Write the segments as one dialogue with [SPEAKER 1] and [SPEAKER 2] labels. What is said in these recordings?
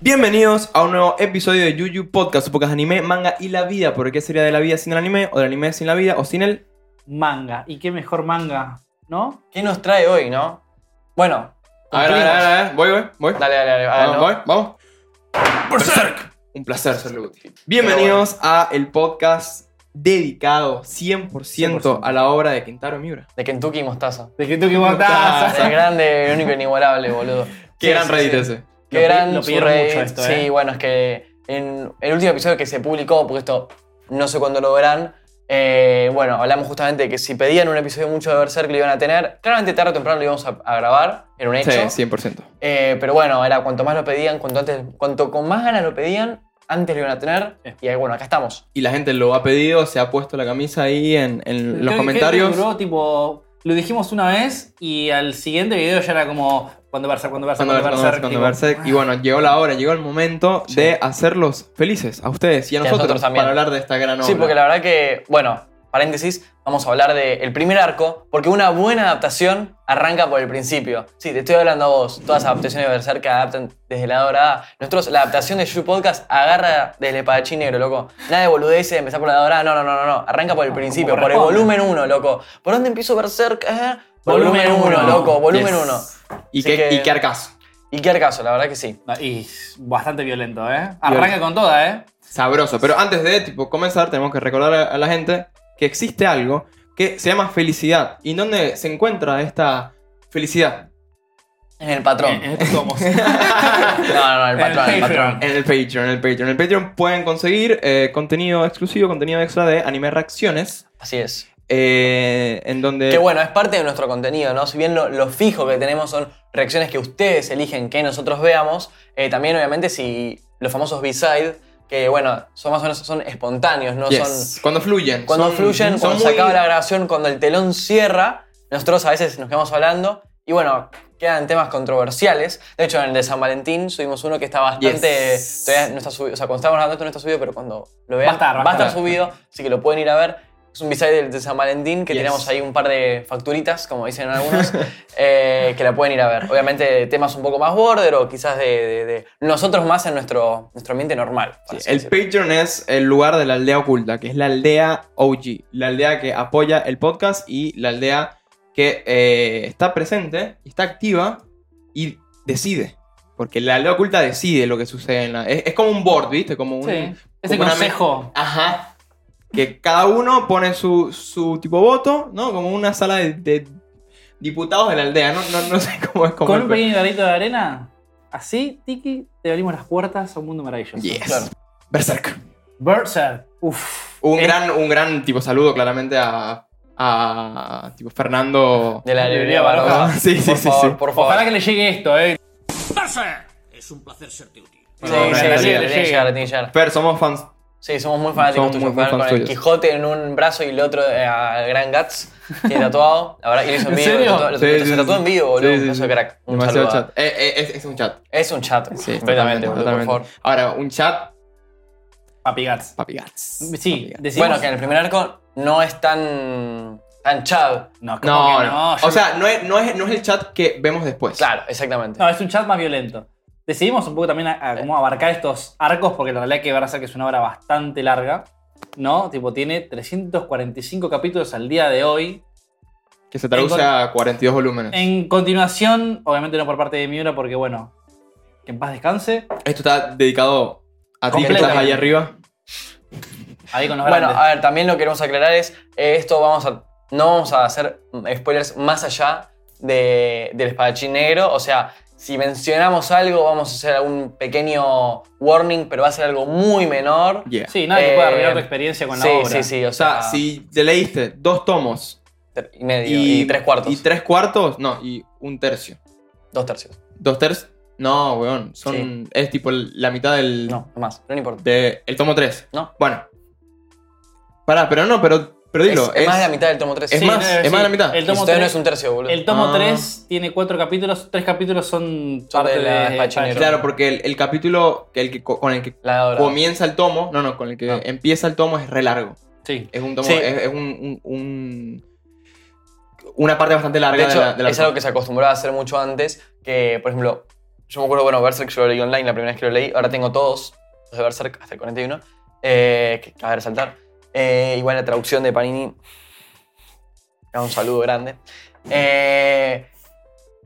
[SPEAKER 1] Bienvenidos a un nuevo episodio de Yuyu Podcast, podcast anime, manga y la vida. Porque qué sería de la vida sin el anime, o del anime sin la vida, o sin el
[SPEAKER 2] manga. ¿Y qué mejor manga? ¿No?
[SPEAKER 3] ¿Qué nos trae hoy, no? Bueno,
[SPEAKER 1] A ver, a ver, a ver, a ver, voy, voy, voy.
[SPEAKER 3] dale, dale, dale.
[SPEAKER 1] Vamos,
[SPEAKER 3] hágalo.
[SPEAKER 1] voy, vamos. Un placer ser útil. Bienvenidos a el podcast dedicado 100%,
[SPEAKER 2] 100%.
[SPEAKER 1] a la obra de Quintaro Miura.
[SPEAKER 3] De Kentucky y Mostaza.
[SPEAKER 2] ¿De qué tú que
[SPEAKER 1] Mostaza.
[SPEAKER 3] El grande, el único inigualable, boludo.
[SPEAKER 1] Qué
[SPEAKER 3] Sí,
[SPEAKER 1] gran
[SPEAKER 3] sí,
[SPEAKER 1] Reddit
[SPEAKER 3] sí.
[SPEAKER 1] ese.
[SPEAKER 3] Qué
[SPEAKER 2] Lo pi-
[SPEAKER 3] gran
[SPEAKER 2] lo
[SPEAKER 3] su
[SPEAKER 2] pidieron
[SPEAKER 3] Reddit.
[SPEAKER 2] mucho esto,
[SPEAKER 3] Sí,
[SPEAKER 2] eh.
[SPEAKER 3] bueno, es que en el último episodio que se publicó, porque esto no sé cuándo lo verán, eh, bueno, hablamos justamente de que si pedían un episodio mucho de Berserk lo iban a tener. Claramente tarde o temprano lo íbamos a, a grabar, era un hecho.
[SPEAKER 1] Sí, 100%.
[SPEAKER 3] Eh, pero bueno, era cuanto más lo pedían, cuanto antes, cuanto con más ganas lo pedían, antes lo iban a tener.
[SPEAKER 2] Sí.
[SPEAKER 3] Y ahí, bueno, acá estamos.
[SPEAKER 1] Y la gente lo ha pedido, se ha puesto la camisa ahí en, en los comentarios.
[SPEAKER 2] Duró, tipo, lo dijimos una vez y al siguiente video ya era como cuando verse, cuando verse,
[SPEAKER 1] Cuando
[SPEAKER 2] cuando
[SPEAKER 1] Berserk,
[SPEAKER 2] verse.
[SPEAKER 1] cuando Berserk. Y bueno, llegó la hora, llegó el momento de hacerlos felices a ustedes y a
[SPEAKER 3] Y a
[SPEAKER 1] nosotros,
[SPEAKER 3] nosotros también.
[SPEAKER 1] para hablar de esta gran obra.
[SPEAKER 3] Sí, porque la verdad que, bueno, paréntesis, vamos a hablar del primer arco, porque una buena adaptación arranca por el principio. Sí, te estoy hablando a vos. Todas las adaptaciones de Berserk adaptan desde la hora A. Nosotros, la adaptación de You Podcast agarra desde el espadachín negro, loco. Nada de boludeces de empezar por la hora A. No, no, no, no, no. Arranca por el
[SPEAKER 2] No,
[SPEAKER 3] principio,
[SPEAKER 2] como
[SPEAKER 3] por el
[SPEAKER 2] corresponde.
[SPEAKER 3] volumen 1, loco. ¿Por dónde empiezo Berserk? Eh,
[SPEAKER 2] Volumen
[SPEAKER 3] Volumen 1,
[SPEAKER 2] uno.
[SPEAKER 3] loco, volumen
[SPEAKER 1] Yes.
[SPEAKER 3] 1.
[SPEAKER 1] ¿Y
[SPEAKER 3] Así
[SPEAKER 1] qué,
[SPEAKER 3] que-
[SPEAKER 1] y qué arcazo.
[SPEAKER 3] Y qué arcaso, la verdad que sí.
[SPEAKER 2] No, Y bastante violento, ¿eh? Arranca con toda, ¿eh?
[SPEAKER 1] Sabroso. Pero antes de tipo, comenzar, tenemos que recordar a, a la gente que existe algo que se llama felicidad. ¿Y dónde se encuentra esta felicidad?
[SPEAKER 3] En el patrón.
[SPEAKER 2] En este estos somos.
[SPEAKER 3] No, no, no,
[SPEAKER 2] En el
[SPEAKER 3] el patrón,
[SPEAKER 2] Patreon.
[SPEAKER 3] el patrón.
[SPEAKER 1] En el Patreon, en el Patreon. En el Patreon pueden conseguir eh, contenido exclusivo, contenido extra de anime reacciones.
[SPEAKER 3] Así es.
[SPEAKER 1] eh, en donde.
[SPEAKER 3] Que bueno, es parte de nuestro contenido, ¿no? Si bien lo, lo fijo que tenemos son reacciones que ustedes eligen que nosotros veamos, eh, también obviamente si los famosos B-side, que bueno, son más o menos son espontáneos, ¿no?
[SPEAKER 1] Yes.
[SPEAKER 3] Son,
[SPEAKER 1] Cuando fluyen.
[SPEAKER 3] cuando
[SPEAKER 1] son-
[SPEAKER 3] fluyen,
[SPEAKER 1] son
[SPEAKER 3] cuando se
[SPEAKER 1] muy-
[SPEAKER 3] acaba la grabación, cuando el telón cierra, nosotros a veces nos quedamos hablando y bueno, quedan temas controversiales. De hecho, en el de San Valentín subimos uno que está bastante...
[SPEAKER 1] Yes.
[SPEAKER 3] Todavía no está subido, o sea, cuando estamos grabando esto no está subido, pero cuando lo vean
[SPEAKER 2] Va a estar, va a estar.
[SPEAKER 3] subido, así que lo pueden ir a ver. Es un B-side del de San Valentín que
[SPEAKER 1] Yes.
[SPEAKER 3] tenemos ahí un par de facturitas, como dicen algunos, eh, que la pueden ir a ver. Obviamente de temas un poco más border o quizás de, de- de nosotros más en nuestro, nuestro ambiente normal.
[SPEAKER 1] Sí,
[SPEAKER 3] por así
[SPEAKER 1] el
[SPEAKER 3] decirlo.
[SPEAKER 1] Patreon es el lugar de la aldea oculta, que es la aldea OG, la aldea que apoya el podcast y la aldea que eh, está presente, está activa y decide. Porque la aldea oculta decide lo que sucede en la. Es, es como un board, ¿viste? Como un.
[SPEAKER 2] Sí. Ese
[SPEAKER 1] como una
[SPEAKER 2] consejo.
[SPEAKER 1] me- Ajá. Que cada uno pone su, su tipo voto, ¿no? Como una sala de, de diputados de la aldea, ¿no? No, no sé cómo es como.
[SPEAKER 2] Con un pequeño granito de arena, así, tiki, te abrimos las puertas a un mundo maravilloso.
[SPEAKER 1] Yes.
[SPEAKER 3] Claro.
[SPEAKER 1] Berserk.
[SPEAKER 2] Berserk. Uf.
[SPEAKER 1] Un
[SPEAKER 2] Es-
[SPEAKER 1] gran, un gran tipo saludo claramente a, a tipo Fernando.
[SPEAKER 3] de la librería
[SPEAKER 2] librería Baroja.
[SPEAKER 3] Baroja.
[SPEAKER 1] Sí, sí,
[SPEAKER 3] Ah, Por
[SPEAKER 1] sí,
[SPEAKER 3] favor,
[SPEAKER 1] sí.
[SPEAKER 3] Por favor.
[SPEAKER 2] Ojalá que le llegue esto, ¿eh?
[SPEAKER 4] Es un placer serte útil.
[SPEAKER 3] Sí,
[SPEAKER 1] No,
[SPEAKER 3] sí,
[SPEAKER 1] no,
[SPEAKER 3] sí,
[SPEAKER 1] no,
[SPEAKER 3] le tiene que llegar, le tiene que llegar.
[SPEAKER 1] Fer, somos fans.
[SPEAKER 3] Sí, somos muy fanáticos
[SPEAKER 1] Somos muy
[SPEAKER 3] tuyos. Fran,
[SPEAKER 1] fans
[SPEAKER 3] con el
[SPEAKER 1] tuyos.
[SPEAKER 3] Quijote en un brazo y el otro eh, al Gran Guts, tiene tatuado. La verdad, y lo hizo en
[SPEAKER 2] ¿En
[SPEAKER 3] vivo.
[SPEAKER 2] serio?
[SPEAKER 3] lo tatuó- lo
[SPEAKER 1] Sí,
[SPEAKER 3] tatuó-
[SPEAKER 1] sí,
[SPEAKER 3] se
[SPEAKER 1] sí.
[SPEAKER 3] tatuó en vivo, boludo.
[SPEAKER 1] Sí, sí,
[SPEAKER 3] un caso
[SPEAKER 1] sí.
[SPEAKER 3] de crack. Un
[SPEAKER 1] Demasiado
[SPEAKER 3] saludo.
[SPEAKER 1] chat. Eh, eh, es, es un chat.
[SPEAKER 3] Es un chat.
[SPEAKER 1] Sí,
[SPEAKER 3] completamente, boludo, por
[SPEAKER 1] totalmente.
[SPEAKER 3] favor.
[SPEAKER 1] Ahora, un chat,
[SPEAKER 2] Papi Gats.
[SPEAKER 1] papi gats.
[SPEAKER 2] Sí, decimos.
[SPEAKER 3] Bueno, que en el primer arco no es tan. tan chad.
[SPEAKER 2] No, ¿cómo
[SPEAKER 1] No,
[SPEAKER 2] que
[SPEAKER 1] no.
[SPEAKER 2] Yo-
[SPEAKER 1] O sea, no es, no, es, no es el chat que vemos después.
[SPEAKER 3] Claro, exactamente.
[SPEAKER 2] No, es un chat más violento. Decidimos un poco también a, a cómo abarcar estos arcos, porque la realidad que Berserk es una obra bastante larga, ¿no? Tipo, tiene 345 capítulos al día de hoy.
[SPEAKER 1] Que se traduce
[SPEAKER 2] En-
[SPEAKER 1] a 42 volúmenes.
[SPEAKER 2] En continuación, obviamente no por parte de Miura, porque bueno, que en paz descanse.
[SPEAKER 1] Esto está dedicado a ti que
[SPEAKER 2] Completo.
[SPEAKER 1] estás ahí arriba.
[SPEAKER 2] Ahí con los
[SPEAKER 3] Bueno,
[SPEAKER 2] grandes.
[SPEAKER 3] a ver, también lo que queremos aclarar es, eh, esto vamos a, no vamos a hacer spoilers más allá de- del espadachín negro, o sea, si mencionamos algo vamos a hacer algún pequeño warning, pero va a ser algo muy menor.
[SPEAKER 1] Yeah.
[SPEAKER 2] sí, nada que pueda arruinar
[SPEAKER 3] eh,
[SPEAKER 2] tu experiencia con
[SPEAKER 3] sí,
[SPEAKER 2] la obra.
[SPEAKER 3] sí, sí, o
[SPEAKER 1] O sea,
[SPEAKER 3] sea,
[SPEAKER 1] si te leíste dos tomos
[SPEAKER 3] tre- y medio, y, tres cuartos,
[SPEAKER 1] Y tres cuartos, no, y un tercio.
[SPEAKER 3] dos tercios,
[SPEAKER 1] Dos tercios. No, weón. Son,
[SPEAKER 3] Sí.
[SPEAKER 1] Es tipo la mitad del,
[SPEAKER 3] no, más, no importa.
[SPEAKER 1] de- el tomo 3.
[SPEAKER 3] No.
[SPEAKER 1] Bueno. Pará, pero no, pero Pero dilo,
[SPEAKER 3] es, es más de la mitad del tomo 3.
[SPEAKER 1] es más, es más de la mitad.
[SPEAKER 2] El
[SPEAKER 3] El tomo
[SPEAKER 2] tomo 3,
[SPEAKER 3] todavía no es un tercio, boludo.
[SPEAKER 2] El tomo
[SPEAKER 1] Ah.
[SPEAKER 2] 3 tiene cuatro capítulos, tres capítulos son, parte
[SPEAKER 3] de la
[SPEAKER 2] de
[SPEAKER 3] Spachinero.
[SPEAKER 1] Claro, porque el, el capítulo que el que, co- con el que
[SPEAKER 3] la de ahora.
[SPEAKER 1] comienza el tomo, no, no, con el que
[SPEAKER 3] No.
[SPEAKER 1] empieza el tomo es re largo.
[SPEAKER 2] Sí.
[SPEAKER 1] Es un tomo,
[SPEAKER 3] Sí.
[SPEAKER 1] es, es un, un- un- una parte bastante larga
[SPEAKER 3] De hecho,
[SPEAKER 1] la, la-
[SPEAKER 3] es algo que se acostumbraba a hacer mucho antes, que, por ejemplo, yo me acuerdo, bueno, Berserk yo lo leí online la primera vez que lo leí, ahora tengo todos, los de Berserk hasta el 41, eh, que cabe resaltar. Eh, igual la traducción de Panini, da un saludo grande. Eh,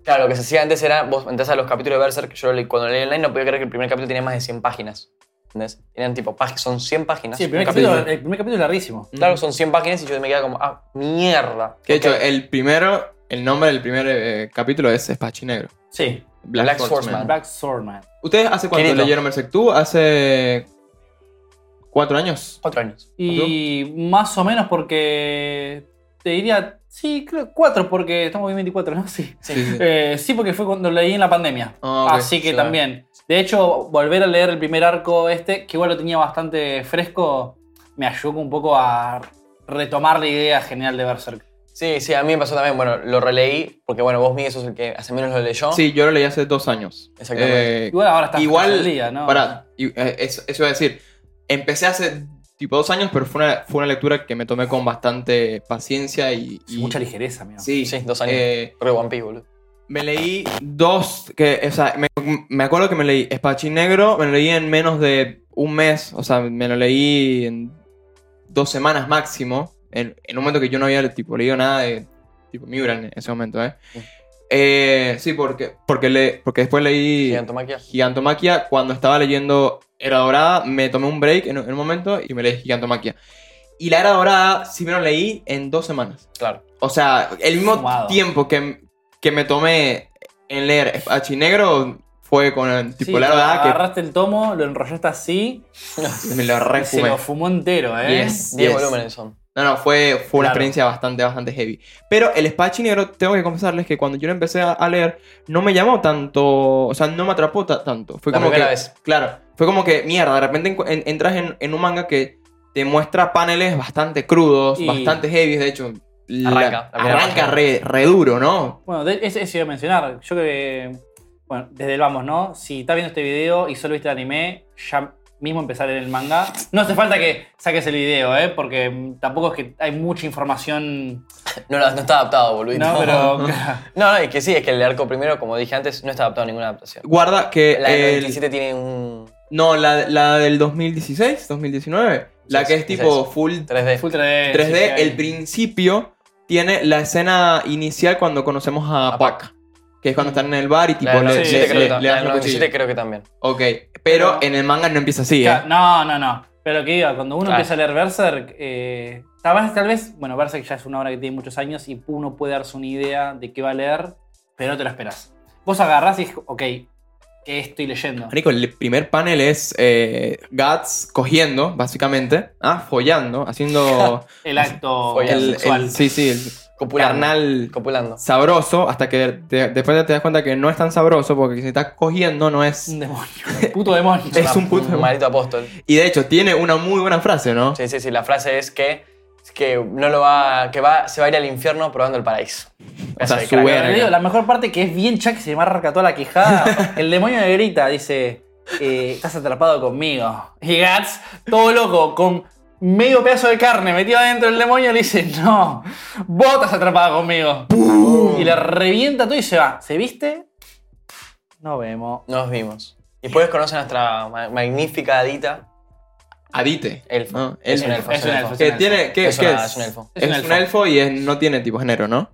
[SPEAKER 3] claro, lo que se hacía antes era, vos entras a los capítulos de Berserk, yo lo leí- cuando lo leí online no podía creer que el primer capítulo tenía más de 100 páginas, ¿entendés? Tenían tipo, pag- son 100 páginas.
[SPEAKER 2] Sí, el primer,
[SPEAKER 3] un
[SPEAKER 2] capítulo, el primer capítulo es larguísimo.
[SPEAKER 3] Claro, son 100 páginas y yo me quedaba como, ah, mierda.
[SPEAKER 1] Que de hecho,
[SPEAKER 3] Ok.
[SPEAKER 1] el primero, el nombre del primer eh, capítulo es Spachinegro.
[SPEAKER 2] Sí.
[SPEAKER 1] Black,
[SPEAKER 3] Black
[SPEAKER 1] Swordsman.
[SPEAKER 3] Swordsman.
[SPEAKER 2] Black Swordman.
[SPEAKER 1] ¿Ustedes hace cuánto
[SPEAKER 3] Querido.
[SPEAKER 1] leyeron Berserk? ¿Tú hace cuatro años?
[SPEAKER 3] Cuatro años.
[SPEAKER 2] Y más o menos porque te diría, sí, creo cuatro, porque estamos en 24, ¿no? Sí.
[SPEAKER 1] Sí, sí.
[SPEAKER 2] Eh, sí, porque fue cuando leí en la pandemia.
[SPEAKER 1] Ah, ok,
[SPEAKER 2] Así que
[SPEAKER 3] claro.
[SPEAKER 2] también. De hecho, volver a leer el primer arco este, que igual lo tenía bastante fresco, me ayudó un poco a retomar la idea genial de Berserk.
[SPEAKER 3] Sí, sí, a mí me pasó también. Bueno, lo releí, porque bueno, vos, Miguel, sos el que hace menos lo leyó.
[SPEAKER 1] Sí, yo lo leí hace dos años.
[SPEAKER 3] Exactamente.
[SPEAKER 1] Eh,
[SPEAKER 2] Igual ahora está
[SPEAKER 1] igual,
[SPEAKER 2] al día, ¿no?
[SPEAKER 1] pará, y- eh, eso, eso iba a decir. Empecé hace tipo dos años, pero fue una, fue una lectura que me tomé con bastante paciencia y. y-
[SPEAKER 2] Mucha ligereza, amigo.
[SPEAKER 1] Sí,
[SPEAKER 3] Sí, dos años.
[SPEAKER 1] eh,
[SPEAKER 3] Re One Piece, boludo.
[SPEAKER 1] me leí dos, que, o sea, me, me acuerdo que me leí Espachín Negro, me lo leí en menos de un mes, o sea, me lo leí en dos semanas máximo, en, en un momento que yo no había tipo, leído nada de tipo Miura en ese momento, ¿eh?
[SPEAKER 3] Sí.
[SPEAKER 1] Eh, sí, porque, porque, le, porque después leí
[SPEAKER 3] Gigantomaquia.
[SPEAKER 1] Gigantomaquia, cuando estaba leyendo Era Dorada, me tomé un break en, en un momento y me leí Gigantomaquia. Y la Era Dorada sí me lo leí en dos semanas.
[SPEAKER 3] Claro.
[SPEAKER 1] O sea, el mismo
[SPEAKER 2] Fumado.
[SPEAKER 1] tiempo que, que me tomé en leer Negro fue con el tipo
[SPEAKER 2] Sí,
[SPEAKER 1] la verdad
[SPEAKER 2] agarraste el tomo, lo enrollaste así
[SPEAKER 1] que me lo
[SPEAKER 2] y se
[SPEAKER 1] refumé.
[SPEAKER 2] lo fumó entero, ¿eh?
[SPEAKER 1] Yes.
[SPEAKER 3] 10
[SPEAKER 1] Yes.
[SPEAKER 3] volúmenes son.
[SPEAKER 1] No, no, fue, fue una
[SPEAKER 2] Claro.
[SPEAKER 1] experiencia bastante, bastante heavy. Pero el Negro, tengo que confesarles que cuando yo lo empecé a, a leer, no me llamó tanto, o sea, no me atrapó ta- tanto. Fue
[SPEAKER 3] La
[SPEAKER 1] como
[SPEAKER 3] primera
[SPEAKER 1] que,
[SPEAKER 3] vez.
[SPEAKER 1] Claro, fue como que, mierda, de repente encu- en- entras en, en un manga que te muestra paneles bastante crudos,
[SPEAKER 2] Y-
[SPEAKER 1] bastante heavy, de hecho. la-
[SPEAKER 3] Arranca, la primera
[SPEAKER 1] arranca
[SPEAKER 3] página.
[SPEAKER 1] re, re duro, ¿no?
[SPEAKER 2] Bueno, de- eso eso iba a mencionar. Yo que. Bueno, desde el vamos, ¿no? Si estás viendo este video y solo viste el anime, ya mismo empezar en el manga. No hace falta que saques el video, ¿eh? Porque mm, tampoco es que hay mucha información.
[SPEAKER 3] No, no, no está adaptado, boludo.
[SPEAKER 2] No, pero.
[SPEAKER 3] No, no, es que sí, es que el arco primero, como dije antes, no está adaptado a ninguna adaptación.
[SPEAKER 1] Guarda que.
[SPEAKER 3] La del
[SPEAKER 1] Eh, el-
[SPEAKER 3] 97 tiene un
[SPEAKER 1] No, la, la del 2016, 2019. La que es tipo
[SPEAKER 3] 16.
[SPEAKER 1] full
[SPEAKER 3] 3D.
[SPEAKER 2] Full 3D.
[SPEAKER 1] 3D.
[SPEAKER 2] sí,
[SPEAKER 1] El
[SPEAKER 2] sí.
[SPEAKER 1] principio tiene la escena inicial cuando conocemos a,
[SPEAKER 3] A
[SPEAKER 1] Pac. Que es cuando están en el bar y tipo
[SPEAKER 3] La del
[SPEAKER 1] le,
[SPEAKER 3] 97
[SPEAKER 1] le-
[SPEAKER 3] creo
[SPEAKER 1] le-
[SPEAKER 3] que tam-
[SPEAKER 1] le
[SPEAKER 3] la
[SPEAKER 1] dan
[SPEAKER 3] del
[SPEAKER 1] los
[SPEAKER 3] 97
[SPEAKER 1] cuchillos.
[SPEAKER 3] creo que también.
[SPEAKER 1] Ok. Pero
[SPEAKER 2] Pero-
[SPEAKER 1] en el manga no empieza así,
[SPEAKER 2] Claro,
[SPEAKER 1] ¿eh?
[SPEAKER 2] No, no, no. Pero que diga, cuando uno
[SPEAKER 3] Ah.
[SPEAKER 2] empieza a leer Berserk, eh, tal, vez, tal vez, bueno, Berserk ya es una obra que tiene muchos años y uno puede darse una idea de qué va a leer, pero no te lo esperas. Vos agarrás y dices, ok, ¿qué estoy leyendo?
[SPEAKER 1] Marico, el primer panel es eh, Guts cogiendo, básicamente. Ah, follando, haciendo.
[SPEAKER 2] El acto
[SPEAKER 3] Follar.
[SPEAKER 1] el,
[SPEAKER 2] sexual.
[SPEAKER 1] el- sí, sí, el
[SPEAKER 3] Copulando.
[SPEAKER 1] carnal
[SPEAKER 3] Copulando.
[SPEAKER 1] sabroso. Hasta que te- después te das cuenta que no es tan sabroso porque si estás cogiendo no es.
[SPEAKER 3] Mm.
[SPEAKER 2] Un demonio. Un puto demonio.
[SPEAKER 1] Es un puto-
[SPEAKER 3] maldito apóstol.
[SPEAKER 1] Y de hecho, tiene una muy buena frase, ¿no?
[SPEAKER 3] Sí, sí, sí. La frase es que, es que no lo va. que va, se va a ir al infierno probando el paraíso.
[SPEAKER 1] O sea,
[SPEAKER 3] Ese
[SPEAKER 1] su
[SPEAKER 3] crack.
[SPEAKER 1] verga.
[SPEAKER 2] Pero digo, la mejor parte que es bien Chuck se marca toda la quijada. El demonio le grita, dice, eh, estás atrapado conmigo. Y Guts, todo loco, con medio pedazo de carne metido adentro del demonio, le dice, no, vos estás atrapado conmigo. Y le revienta todo y se va. ¿Se viste? No vemos.
[SPEAKER 3] Nos vimos. Y después conoce a nuestra ma- magnífica Adita,
[SPEAKER 1] Adite.
[SPEAKER 3] elfo.
[SPEAKER 1] No,
[SPEAKER 3] es,
[SPEAKER 1] elfo.
[SPEAKER 3] un elfo,
[SPEAKER 2] Es un elfo.
[SPEAKER 1] Que tiene, que,
[SPEAKER 3] Es
[SPEAKER 1] que
[SPEAKER 3] una- es un elfo.
[SPEAKER 1] Es, un elfo y es- no tiene tipo género, ¿no?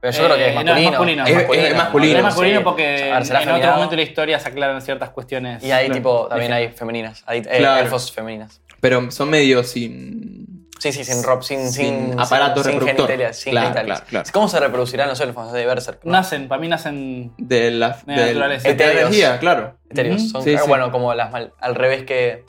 [SPEAKER 3] Pero yo creo que es
[SPEAKER 2] Eh, no,
[SPEAKER 3] masculino.
[SPEAKER 2] es masculino.
[SPEAKER 1] Es- es masculino.
[SPEAKER 2] Es masculino porque
[SPEAKER 3] sí.
[SPEAKER 2] en,
[SPEAKER 3] Ahora, será
[SPEAKER 2] en otro
[SPEAKER 3] afeminado.
[SPEAKER 2] momento de la historia se aclaran ciertas cuestiones.
[SPEAKER 3] Y ahí,
[SPEAKER 1] Claro.
[SPEAKER 3] tipo, también hay femeninas. Hay eh,
[SPEAKER 1] Claro.
[SPEAKER 3] elfos femeninas.
[SPEAKER 1] Pero son medio sin.
[SPEAKER 3] Sí, sí, sin rob, sin,
[SPEAKER 1] Sin
[SPEAKER 3] sin,
[SPEAKER 1] aparato
[SPEAKER 3] sin,
[SPEAKER 1] reproductor.
[SPEAKER 3] genitalias, sin
[SPEAKER 1] Claro,
[SPEAKER 3] genitales.
[SPEAKER 1] claro, claro.
[SPEAKER 3] ¿Cómo se reproducirán los elfos de Berserk? no?
[SPEAKER 2] Nacen, para mí nacen
[SPEAKER 1] De la.
[SPEAKER 2] De
[SPEAKER 1] del-
[SPEAKER 2] naturaleza.
[SPEAKER 1] de la energía, claro.
[SPEAKER 3] Etéreos.
[SPEAKER 2] Ujú.
[SPEAKER 3] Son, ah,
[SPEAKER 1] Sí, sí.
[SPEAKER 3] bueno, como las mal- al revés que, que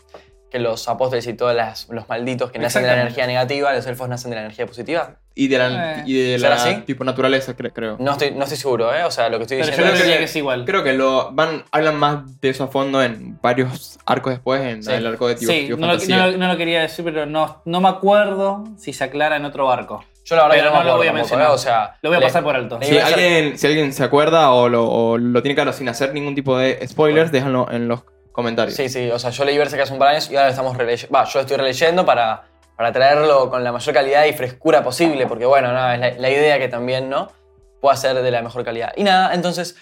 [SPEAKER 3] que los apóstoles y todos las- los malditos que nacen de la
[SPEAKER 2] Exactamente.
[SPEAKER 3] energía negativa, los elfos nacen de la energía positiva.
[SPEAKER 1] Y de la,
[SPEAKER 2] Eh.
[SPEAKER 1] y de
[SPEAKER 3] ¿Será
[SPEAKER 1] la
[SPEAKER 3] así?
[SPEAKER 1] tipo naturaleza, cre- creo.
[SPEAKER 3] No estoy, no estoy seguro, ¿eh? O sea, lo que estoy
[SPEAKER 2] Pero yo
[SPEAKER 3] diciendo
[SPEAKER 2] creo
[SPEAKER 1] creo
[SPEAKER 2] que,
[SPEAKER 1] que-
[SPEAKER 2] es igual.
[SPEAKER 1] Creo que lo van hablan más de eso a fondo en varios arcos después, en
[SPEAKER 3] Sí.
[SPEAKER 1] el arco de Tío,
[SPEAKER 2] sí,
[SPEAKER 1] Tío
[SPEAKER 2] no lo,
[SPEAKER 1] Fantasía.
[SPEAKER 2] no lo- no lo quería decir, pero no, no me acuerdo si se aclara en otro barco.
[SPEAKER 3] Yo la verdad
[SPEAKER 2] Pero
[SPEAKER 3] que no,
[SPEAKER 2] no lo voy a mencionar.
[SPEAKER 3] ¿eh? O sea,
[SPEAKER 2] Lo voy a
[SPEAKER 3] le-
[SPEAKER 2] pasar por alto.
[SPEAKER 3] le-
[SPEAKER 1] Si alguien, si alguien se acuerda o lo, o lo tiene claro sin hacer ningún tipo de spoilers, déjanlo en los comentarios.
[SPEAKER 3] Sí, sí, o sea, yo leí Berserk hace un par de años y ahora lo estamos releyendo. Va, yo lo estoy releyendo para, para traerlo con la mayor calidad y frescura posible, porque bueno, nada, es la, la idea que también, ¿no? Pueda ser de la mejor calidad. Y nada, entonces,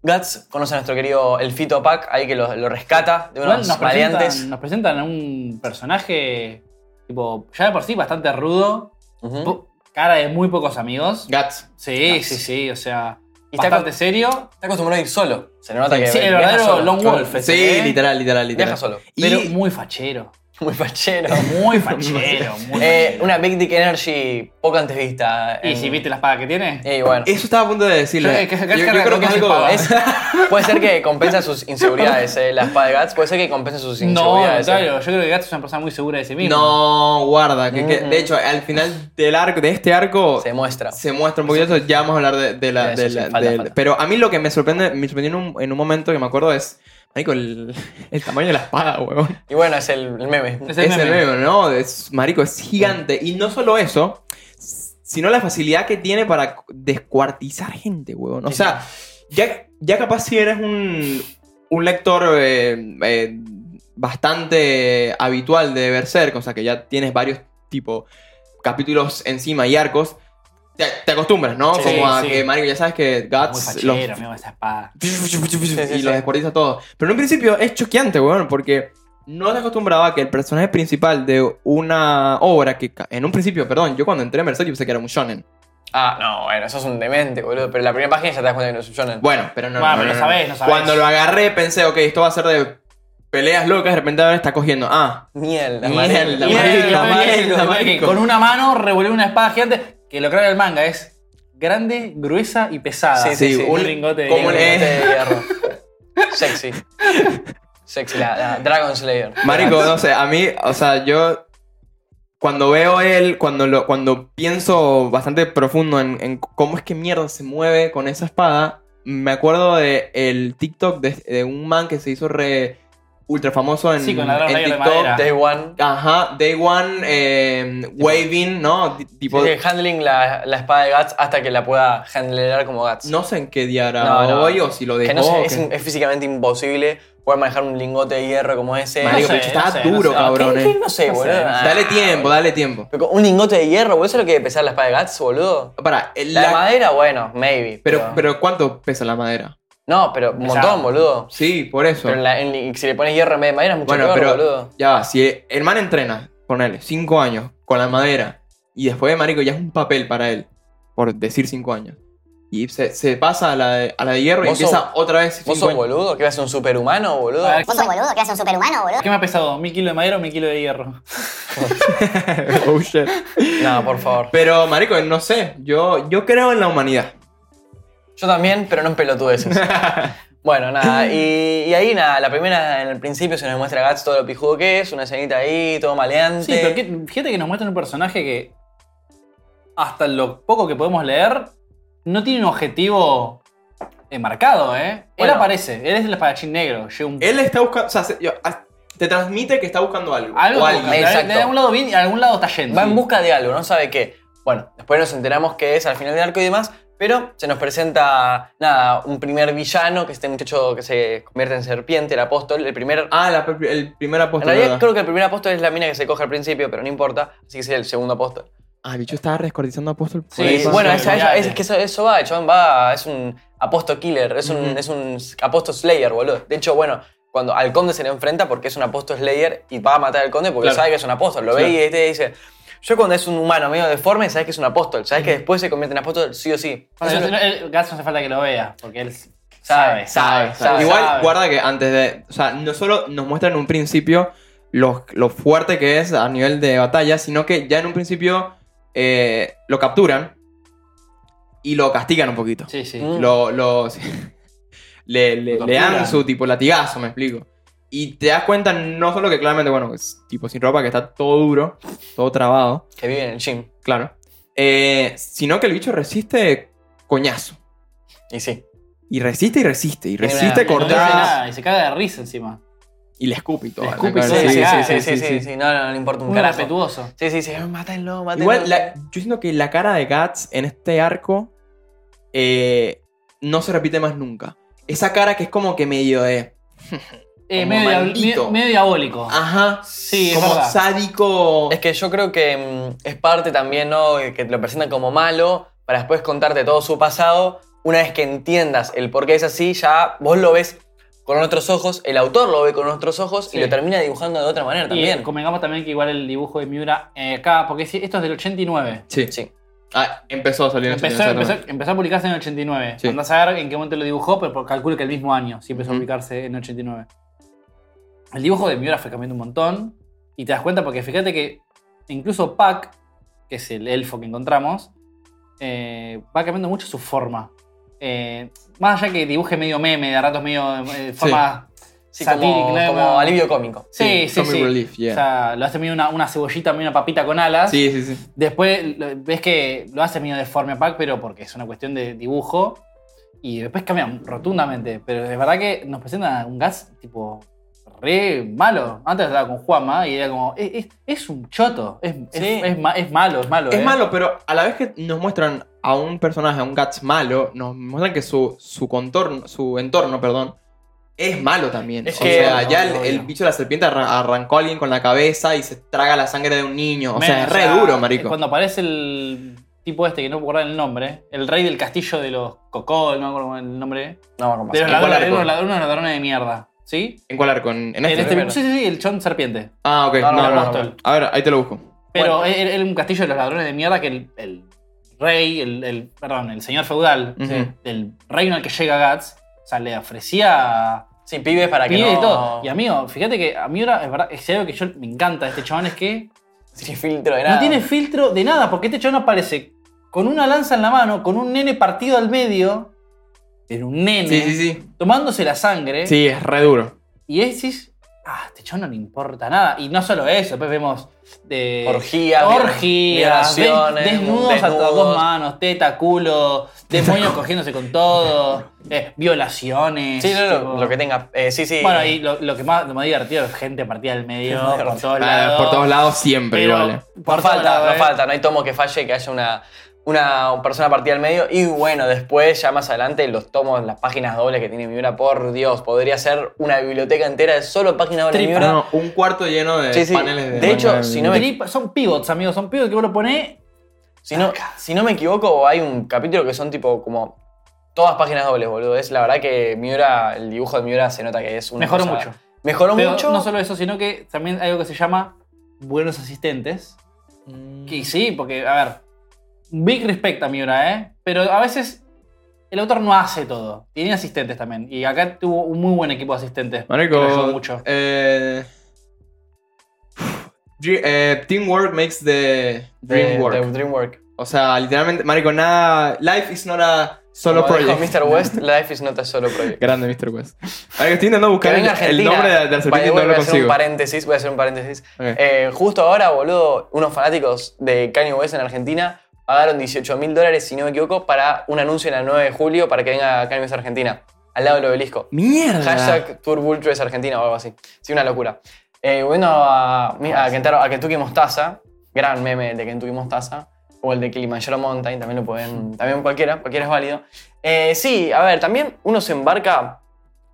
[SPEAKER 3] Guts conoce a nuestro querido Elfito Pack, ahí que lo, lo rescata de
[SPEAKER 2] Igual
[SPEAKER 3] unos
[SPEAKER 2] nos
[SPEAKER 3] maleantes.
[SPEAKER 2] presentan, nos presentan a un personaje, tipo, ya de por sí bastante rudo,
[SPEAKER 1] ¿Mm?
[SPEAKER 3] Ujú.
[SPEAKER 2] po- cara de muy pocos amigos.
[SPEAKER 1] Guts.
[SPEAKER 2] Sí, sí, sí, o sea,
[SPEAKER 3] Y está
[SPEAKER 2] bastante serio.
[SPEAKER 3] Está acostumbrado a ir solo. Se le nota que.
[SPEAKER 2] Sí, el
[SPEAKER 3] viaja
[SPEAKER 2] verdadero
[SPEAKER 3] solo.
[SPEAKER 2] Long Wolf.
[SPEAKER 1] Sí,
[SPEAKER 2] ese, ¿eh?
[SPEAKER 1] literal, literal, literal.
[SPEAKER 3] Viaja solo.
[SPEAKER 1] Y-
[SPEAKER 2] Pero muy fachero.
[SPEAKER 3] Muy fachero.
[SPEAKER 2] Muy fachero, muy
[SPEAKER 3] Eh,
[SPEAKER 2] fachero.
[SPEAKER 3] una Big Dick Energy poco antes vista.
[SPEAKER 2] Y
[SPEAKER 3] en-
[SPEAKER 2] si viste la espada que tiene.
[SPEAKER 1] Eh,
[SPEAKER 3] Y bueno.
[SPEAKER 1] Eso estaba a punto de decirle.
[SPEAKER 2] Yo- que- que-
[SPEAKER 1] Yo,
[SPEAKER 2] que-
[SPEAKER 1] yo
[SPEAKER 2] que-
[SPEAKER 1] creo que es
[SPEAKER 2] que-
[SPEAKER 1] algo.
[SPEAKER 2] que-
[SPEAKER 3] Es- puede ser que compensa sus inseguridades, eh, la espada de Guts. Puede ser que compensa sus
[SPEAKER 2] No, al
[SPEAKER 3] inseguridades. eh.
[SPEAKER 2] contrario, yo creo que Gato es una persona muy segura de sí mismo.
[SPEAKER 1] No, guarda. Que, que-
[SPEAKER 3] Mm.
[SPEAKER 1] de hecho, al final del arco, de este arco,
[SPEAKER 3] eh. Se
[SPEAKER 1] se,
[SPEAKER 3] muestra.
[SPEAKER 1] muestra un poquito eso. Ya vamos a hablar de, de la.
[SPEAKER 3] Eso
[SPEAKER 1] de
[SPEAKER 3] sí,
[SPEAKER 1] la-
[SPEAKER 3] falta,
[SPEAKER 1] del-
[SPEAKER 3] falta.
[SPEAKER 1] Pero a mí lo que me sorprende, me sorprendió en un, en un momento que me acuerdo es. Marico, el, el tamaño de la espada, huevón.
[SPEAKER 3] Y bueno, es el, el meme.
[SPEAKER 2] Es
[SPEAKER 1] Es
[SPEAKER 2] el
[SPEAKER 1] el
[SPEAKER 2] meme.
[SPEAKER 1] meme, ¿no? Es, marico, es gigante. Y no solo eso, sino la facilidad que tiene para descuartizar gente, huevón. O
[SPEAKER 3] Sí,
[SPEAKER 1] sea, ya, ya capaz si eres un, un lector eh, eh, bastante habitual de Berserk, o sea, que ya tienes varios tipo capítulos encima y arcos, te, te acostumbras, ¿no?
[SPEAKER 2] Sí,
[SPEAKER 1] Como a
[SPEAKER 2] sí.
[SPEAKER 1] que, marico, ya sabes que
[SPEAKER 2] Muy
[SPEAKER 1] Guts
[SPEAKER 2] fachero,
[SPEAKER 1] los
[SPEAKER 2] amigo, esa espada.
[SPEAKER 3] sí,
[SPEAKER 1] y los
[SPEAKER 3] sí.
[SPEAKER 1] descuartiza todos. Pero en un principio es choqueante, weón, porque no te acostumbraba a que el personaje principal de una obra que ca- en un principio, perdón, yo cuando entré en Berserk yo pensé que era un shonen.
[SPEAKER 3] Ah, no, bueno, sos un demente, boludo. Pero en la primera página ya te das cuenta que no es un shonen.
[SPEAKER 1] Bueno, pero no.
[SPEAKER 2] Bueno,
[SPEAKER 1] no,
[SPEAKER 2] pero
[SPEAKER 1] no,
[SPEAKER 2] lo
[SPEAKER 1] no.
[SPEAKER 2] sabés, lo sabés.
[SPEAKER 1] Cuando lo agarré pensé, ok, esto va a ser de peleas locas, de repente ahora está cogiendo. Ah, Mierda,
[SPEAKER 3] Mierda, marico.
[SPEAKER 1] marico,
[SPEAKER 2] Mierda,
[SPEAKER 1] marico,
[SPEAKER 2] marico,
[SPEAKER 1] marico.
[SPEAKER 2] Con una mano revolvió una espada gigante que lo crea el manga, es grande, gruesa y pesada.
[SPEAKER 3] Sí, sí, sí.
[SPEAKER 2] Un
[SPEAKER 1] Un-
[SPEAKER 2] lingote de
[SPEAKER 1] como
[SPEAKER 2] hierro.
[SPEAKER 1] le-
[SPEAKER 3] Bigote este de hierro. Sexy. Sexy, la, la Dragon Slayer.
[SPEAKER 1] marico, no sé, a mí, o sea, yo cuando veo él, cuando lo, cuando pienso bastante profundo en, en cómo es que mierda se mueve con esa espada, me acuerdo de el TikTok de, de un man que se hizo re ultra famoso en,
[SPEAKER 2] Sí, con la Dragon
[SPEAKER 1] en
[SPEAKER 2] Slayer de
[SPEAKER 1] TikTok.
[SPEAKER 2] madera.
[SPEAKER 3] Day One.
[SPEAKER 1] Ah, Ajá, Day One, eh, waving, ¿no? Di- Tipo,
[SPEAKER 3] Sigue handling la, la espada de Guts hasta que la pueda handlear como Guts.
[SPEAKER 1] no sé en qué día era
[SPEAKER 3] No, no.
[SPEAKER 1] hoy o si lo dejó.
[SPEAKER 3] que no sé,
[SPEAKER 1] o
[SPEAKER 3] es,
[SPEAKER 1] qué.
[SPEAKER 3] in- es físicamente imposible poder manejar un lingote de hierro como ese.
[SPEAKER 1] Marico,
[SPEAKER 2] sé,
[SPEAKER 1] pero está
[SPEAKER 2] no sé, no
[SPEAKER 1] duro,
[SPEAKER 2] sé.
[SPEAKER 1] cabrón.
[SPEAKER 3] ¿Qué-
[SPEAKER 1] eh.
[SPEAKER 3] qué? No sé,
[SPEAKER 2] No sé,
[SPEAKER 3] boludo.
[SPEAKER 2] no sé.
[SPEAKER 1] Dale tiempo, dale tiempo.
[SPEAKER 3] Pero con Un lingote de hierro, boludo. ¿Eso es lo que debe pesar la espada de Guts, boludo?
[SPEAKER 1] Para, el-
[SPEAKER 3] La, de
[SPEAKER 1] la-
[SPEAKER 3] madera, bueno, maybe.
[SPEAKER 1] pero, pero ¿cuánto pesa la madera?
[SPEAKER 3] No, pero un
[SPEAKER 2] Pesado.
[SPEAKER 3] montón, boludo.
[SPEAKER 1] Sí, por eso.
[SPEAKER 3] Pero en la- en- si le pones hierro en vez de madera es mucho
[SPEAKER 1] Bueno,
[SPEAKER 3] peor,
[SPEAKER 1] pero
[SPEAKER 3] boludo.
[SPEAKER 1] ya va, si el man entrena, ponele, 5 años con la madera y después de marico ya es un papel para él, por decir 5 años. Y se, se pasa a la de, a la de hierro y
[SPEAKER 3] Vos
[SPEAKER 1] empieza
[SPEAKER 3] sos-
[SPEAKER 1] otra vez. 5
[SPEAKER 3] ¿Vos sos
[SPEAKER 1] años.
[SPEAKER 3] boludo? ¿Que vas a ser un superhumano, boludo?
[SPEAKER 2] A ver,
[SPEAKER 5] ¿Vos sos boludo? ¿Que eres un superhumano, boludo?
[SPEAKER 2] ¿Qué me ha pesado? ¿Mil kilos de madera o mil kilos de hierro?
[SPEAKER 1] Oh, shit.
[SPEAKER 3] No, por favor.
[SPEAKER 1] Pero marico, no sé, yo, yo creo en la humanidad.
[SPEAKER 3] Yo también, pero no en pelotudeces. bueno, nada, y, y ahí nada, la primera en el principio se nos muestra a Guts todo lo pijudo que es, una escenita ahí, todo maleante.
[SPEAKER 2] Sí, pero qué- fíjate que nos muestran un personaje que, hasta lo poco que podemos leer, no tiene un objetivo eh, marcado, ¿eh?
[SPEAKER 3] Bueno.
[SPEAKER 2] él aparece, él es el espadachín negro. Lleva un,
[SPEAKER 1] Él está buscando, o sea, se- yo- a- te transmite que está buscando algo.
[SPEAKER 2] algo
[SPEAKER 1] o
[SPEAKER 2] que
[SPEAKER 1] alguien.
[SPEAKER 2] busca, de-
[SPEAKER 3] exacto.
[SPEAKER 2] de algún lado viene y de algún lado está yendo.
[SPEAKER 3] Va en busca de algo, no sabe qué. Bueno, después nos enteramos qué es al final del arco y demás, pero se nos presenta, nada, un primer villano, que es este muchacho que se convierte en serpiente, el apóstol, el primer...
[SPEAKER 1] Ah, la pe- el primer
[SPEAKER 3] en
[SPEAKER 1] apóstol.
[SPEAKER 3] realidad
[SPEAKER 1] ¿verdad?
[SPEAKER 3] creo que el primer apóstol es la mina que se coge al principio, pero no importa, así que sería el segundo apóstol.
[SPEAKER 1] Ah, el bicho estaba descuartizando apóstol. por
[SPEAKER 2] Sí,
[SPEAKER 1] ahí,
[SPEAKER 3] Y
[SPEAKER 1] por
[SPEAKER 3] bueno,
[SPEAKER 1] ahí.
[SPEAKER 2] sí,
[SPEAKER 3] esa- esa-
[SPEAKER 2] olvidate.
[SPEAKER 3] es que eso, eso va, el chabón va, es un apóstol killer, es un,
[SPEAKER 1] Ujú.
[SPEAKER 3] es un apóstol slayer, boludo. De hecho, bueno, cuando al conde se le enfrenta porque es un apóstol slayer y va a matar al conde porque
[SPEAKER 1] Claro.
[SPEAKER 3] sabe que es un apóstol, lo ve
[SPEAKER 1] Claro.
[SPEAKER 3] y este dice... Yo cuando es un humano medio deforme, sabes que es un apóstol, sabes que después se convierte en apóstol sí o sí.
[SPEAKER 2] Bueno,
[SPEAKER 3] Eso
[SPEAKER 2] no-
[SPEAKER 3] es-
[SPEAKER 2] no- el Gats no hace falta que lo vea, porque él sabe.
[SPEAKER 3] Sabe, sabe, sabe.
[SPEAKER 1] Igual,
[SPEAKER 2] sabe.
[SPEAKER 1] guarda que antes de. O sea, no solo nos muestra en un principio lo, lo fuerte que es a nivel de batalla, sino que ya en un principio eh, lo capturan y lo castigan un poquito.
[SPEAKER 2] Sí, sí.
[SPEAKER 3] Mm.
[SPEAKER 1] Lo. lo- le, le-
[SPEAKER 2] Lo
[SPEAKER 1] le dan
[SPEAKER 2] torturan.
[SPEAKER 1] su tipo latigazo, me explico. Y te das cuenta no solo que claramente, bueno, es tipo sin ropa, que está todo duro, todo trabado,
[SPEAKER 3] Que vive en el gym.
[SPEAKER 1] claro. eh, sino que el bicho resiste coñazo.
[SPEAKER 3] Y sí.
[SPEAKER 1] Y resiste y resiste. Y
[SPEAKER 3] Tiene una-
[SPEAKER 1] resiste
[SPEAKER 3] no dice
[SPEAKER 2] No dice
[SPEAKER 1] cortadas.
[SPEAKER 2] nada, y se caga de risa encima.
[SPEAKER 1] y le escupe y todo.
[SPEAKER 2] Le escupe y
[SPEAKER 1] Sí,
[SPEAKER 2] todo,
[SPEAKER 1] sí,
[SPEAKER 2] se
[SPEAKER 1] sí,
[SPEAKER 2] caga.
[SPEAKER 1] sí, sí, sí.
[SPEAKER 3] No, no, no le importa un
[SPEAKER 2] Un
[SPEAKER 3] carajo.
[SPEAKER 2] respetuoso.
[SPEAKER 3] Sí, sí, sí. Mátenlo, mátenlo.
[SPEAKER 1] Igual, la- yo siento que la cara de Guts en este arco eh, no se repite más nunca. Esa cara que es como que medio de.
[SPEAKER 2] Eh,
[SPEAKER 1] Como
[SPEAKER 2] medio, diabl-
[SPEAKER 1] maldito.
[SPEAKER 2] me- medio diabólico.
[SPEAKER 1] Ajá.
[SPEAKER 2] Sí, es
[SPEAKER 1] como
[SPEAKER 2] verdad.
[SPEAKER 1] sádico.
[SPEAKER 3] Es que yo creo que mm, es parte también, ¿no? Eh, Que te lo presentan como malo para después contarte todo su pasado. Una vez que entiendas el por qué es así, ya vos lo ves con otros ojos, el autor lo ve con otros ojos
[SPEAKER 2] Sí.
[SPEAKER 3] y lo termina dibujando de otra manera
[SPEAKER 2] y eh,
[SPEAKER 3] también.
[SPEAKER 2] convengamos también que igual el dibujo de Miura eh, acá, porque sí, esto es del 89.
[SPEAKER 1] Sí.
[SPEAKER 3] Sí.
[SPEAKER 1] Ah, empezó a salir en
[SPEAKER 2] Empezó,
[SPEAKER 1] China,
[SPEAKER 2] empezó-
[SPEAKER 1] exactamente.
[SPEAKER 2] empezó a publicarse en el 89.
[SPEAKER 1] Sí.
[SPEAKER 2] Andá a saber en qué momento lo dibujó, pero por- calculo que el mismo año sí empezó a
[SPEAKER 1] Ujú.
[SPEAKER 2] publicarse en el 89. El dibujo de Miura fue cambiando un montón. Y te das cuenta porque fíjate que incluso Pac, que es el elfo que encontramos, eh, va cambiando mucho su forma. Eh, más allá que dibuje medio meme, de a ratos medio eh, forma
[SPEAKER 3] Sí,
[SPEAKER 2] satírica,
[SPEAKER 3] como,
[SPEAKER 2] ¿no?
[SPEAKER 3] como alivio cómico.
[SPEAKER 2] Sí, sí,
[SPEAKER 1] Comic
[SPEAKER 2] sí.
[SPEAKER 1] Relief, yeah.
[SPEAKER 2] O sea, lo hace medio una, una cebollita, medio una papita con alas.
[SPEAKER 1] Sí, sí, sí.
[SPEAKER 2] Después lo- ves que lo hace medio deforme a Pac, pero porque es una cuestión de dibujo. Y después cambia rotundamente. Pero es verdad que nos presenta un gas tipo re malo. Antes estaba con Juanma y era como, "Eh, es, es- es un choto. Es, es-
[SPEAKER 3] Sí.
[SPEAKER 2] es ma- es malo, es malo.
[SPEAKER 1] Es
[SPEAKER 2] eh.
[SPEAKER 1] malo, pero a la vez que nos muestran a un personaje, a un Guts malo, nos muestran que su, su contorno, su entorno, perdón, es malo también.
[SPEAKER 3] Es
[SPEAKER 1] o
[SPEAKER 3] que-
[SPEAKER 1] sea,
[SPEAKER 2] no,
[SPEAKER 1] ya
[SPEAKER 2] no,
[SPEAKER 1] el, el
[SPEAKER 2] no.
[SPEAKER 1] bicho de la serpiente arra- arrancó a alguien con la cabeza y se traga la sangre de un niño. O
[SPEAKER 2] Men,
[SPEAKER 1] sea, es re duro, marico.
[SPEAKER 2] eh, Cuando aparece el tipo este, que no puedo acordar el nombre, el rey del castillo de los Cocol, no me acuerdo el nombre.
[SPEAKER 3] No, como
[SPEAKER 2] De los
[SPEAKER 1] ¿En cuál
[SPEAKER 2] ladrones,
[SPEAKER 1] arco?
[SPEAKER 2] unos ladrones, unos ladrones de mierda. ¿Sí?
[SPEAKER 1] ¿En cuál arco? ¿En, en
[SPEAKER 2] En
[SPEAKER 1] este?
[SPEAKER 2] este-
[SPEAKER 3] primero.
[SPEAKER 2] sí, sí, sí, el chon serpiente.
[SPEAKER 1] Ah, ok. No,
[SPEAKER 3] No, no,
[SPEAKER 1] no,
[SPEAKER 2] el
[SPEAKER 1] no.
[SPEAKER 2] apóstol.
[SPEAKER 1] A ver, ahí te lo busco.
[SPEAKER 2] Pero él- él- era un castillo de los ladrones de mierda que el, el rey, el, el- perdón, el señor feudal
[SPEAKER 1] Ujú.
[SPEAKER 2] sí, del reino al que llega Guts, o sea, le ofrecía
[SPEAKER 3] Sí, pibes para que
[SPEAKER 2] pibes
[SPEAKER 3] no...
[SPEAKER 2] y todo. Y amigo, fíjate que a mí ahora, es verdad, es algo que yo me encanta de este chabón, es que
[SPEAKER 3] Sin filtro de nada.
[SPEAKER 2] no tiene filtro de nada, porque este chabón aparece con una lanza en la mano, con un nene partido al medio, pero un nene,
[SPEAKER 1] Sí, sí, sí.
[SPEAKER 2] tomándose la sangre,
[SPEAKER 1] Sí, es re duro.
[SPEAKER 2] y es, es- ah, este chabón no le importa nada. Y no solo eso, después vemos... De,
[SPEAKER 3] Orgías,
[SPEAKER 2] Orgías, des-
[SPEAKER 3] violaciones,
[SPEAKER 2] desnudos, a
[SPEAKER 3] desnudos.
[SPEAKER 2] dos manos, teta, culo, demonios cogiéndose con todo, eh, violaciones.
[SPEAKER 3] Sí, no, no,
[SPEAKER 2] tipo.
[SPEAKER 3] lo que tenga. Eh, sí, sí.
[SPEAKER 2] Bueno, y lo, lo que más lo más divertido es gente partida del medio, por todos
[SPEAKER 1] Ah,
[SPEAKER 2] lados.
[SPEAKER 1] Por todos lados siempre
[SPEAKER 2] Pero
[SPEAKER 1] igual. eh.
[SPEAKER 2] por todos
[SPEAKER 3] No falta,
[SPEAKER 2] lados,
[SPEAKER 3] no
[SPEAKER 2] eh.
[SPEAKER 3] falta, no hay tomo que falle que haya una, una persona partida al medio. Y bueno, después, ya más adelante, los tomos, las páginas dobles que tiene Miura, por Dios, podría ser una biblioteca entera de solo páginas dobles de
[SPEAKER 2] Tripa.
[SPEAKER 3] Miura.
[SPEAKER 1] Ah, No, un cuarto lleno de
[SPEAKER 3] Sí, sí.
[SPEAKER 1] paneles de.
[SPEAKER 3] De hecho, si no me-
[SPEAKER 2] Tripa- Son pivots, amigos, son pivots que vos lo ponés.
[SPEAKER 3] Si, no, si no me equivoco, hay un capítulo que son tipo como todas páginas dobles, boludo. Es la verdad que Miura, el dibujo de Miura se nota que es un.
[SPEAKER 2] Mejoró mucho.
[SPEAKER 3] Mejoró
[SPEAKER 2] Pero
[SPEAKER 3] mucho.
[SPEAKER 2] no solo eso, sino que también hay algo que se llama buenos asistentes.
[SPEAKER 1] Mm.
[SPEAKER 2] Que sí, porque, a ver, big respect a Miura, ¿eh? Pero a veces el autor no hace todo. Tiene asistentes también. Y acá tuvo un muy buen equipo de asistentes. que
[SPEAKER 1] Marico.
[SPEAKER 2] lo ayudó mucho.
[SPEAKER 1] eh, dr- eh, teamwork makes the dream
[SPEAKER 3] de-
[SPEAKER 1] work.
[SPEAKER 3] de Dreamwork.
[SPEAKER 1] O sea, literalmente, Marico, nada. Life is not a solo
[SPEAKER 3] Como dijo
[SPEAKER 1] project.
[SPEAKER 3] Mr. West, Life is not a solo project.
[SPEAKER 1] Grande, Mr. West. Marico, estoy intentando
[SPEAKER 3] Que
[SPEAKER 1] buscar el,
[SPEAKER 3] venga
[SPEAKER 1] el
[SPEAKER 3] Argentina.
[SPEAKER 1] nombre de, de la
[SPEAKER 3] By the
[SPEAKER 1] serpiente y
[SPEAKER 3] way,
[SPEAKER 1] no
[SPEAKER 3] voy
[SPEAKER 1] lo
[SPEAKER 3] a hacer un
[SPEAKER 1] consigo.
[SPEAKER 3] paréntesis, voy a hacer un paréntesis.
[SPEAKER 1] Ok.
[SPEAKER 3] Eh, justo ahora, boludo, unos fanáticos de Kanye West en Argentina pagaron 18 mil dólares, si no me equivoco, para un anuncio en el 9 de julio para que venga Kanye West a Argentina, al lado del obelisco.
[SPEAKER 1] Mierda.
[SPEAKER 3] Hashtag Tour Bull Tour es Argentina o algo así. Sí, una locura. Eh, volviendo a, a, Kentaro- a Kentucky Mostaza, gran meme el de Kentucky Mostaza, o el de Kilimanjaro Mountain, también lo pueden, también cualquiera, cualquiera es válido. Eh, sí, a ver, también uno se embarca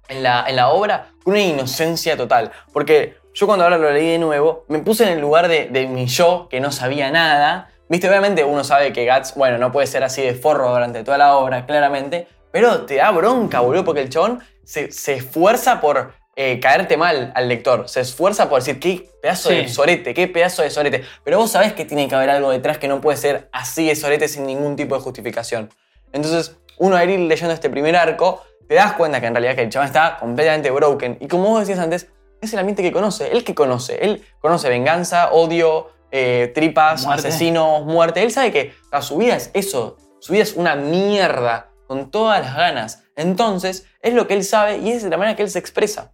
[SPEAKER 3] en la, en la obra con una inocencia total, porque yo cuando ahora lo leí de nuevo, me puse en el lugar de, de mi yo, que no sabía nada. Viste, obviamente uno sabe que Guts, bueno, no puede ser así de forro durante toda la obra, claramente, pero te da bronca, boludo, porque el chabón se, se esfuerza por eh, caerte mal al lector. Se esfuerza por decir, qué pedazo de
[SPEAKER 2] Sí.
[SPEAKER 3] sorete, qué pedazo de sorete. Pero vos sabés que tiene que haber algo detrás que no puede ser así de sorete sin ningún tipo de justificación. Entonces, uno a ir leyendo este primer arco, te das cuenta que en realidad que el chabón está completamente broken. Y como vos decías antes, es el ambiente que conoce, él que conoce. Él conoce venganza, odio, eh, tripas,
[SPEAKER 2] Muerte.
[SPEAKER 3] asesinos, muerte. Él sabe que o sea, su vida es eso. Su vida es una mierda con todas las ganas. Entonces, es lo que él sabe y es de la manera que él se expresa.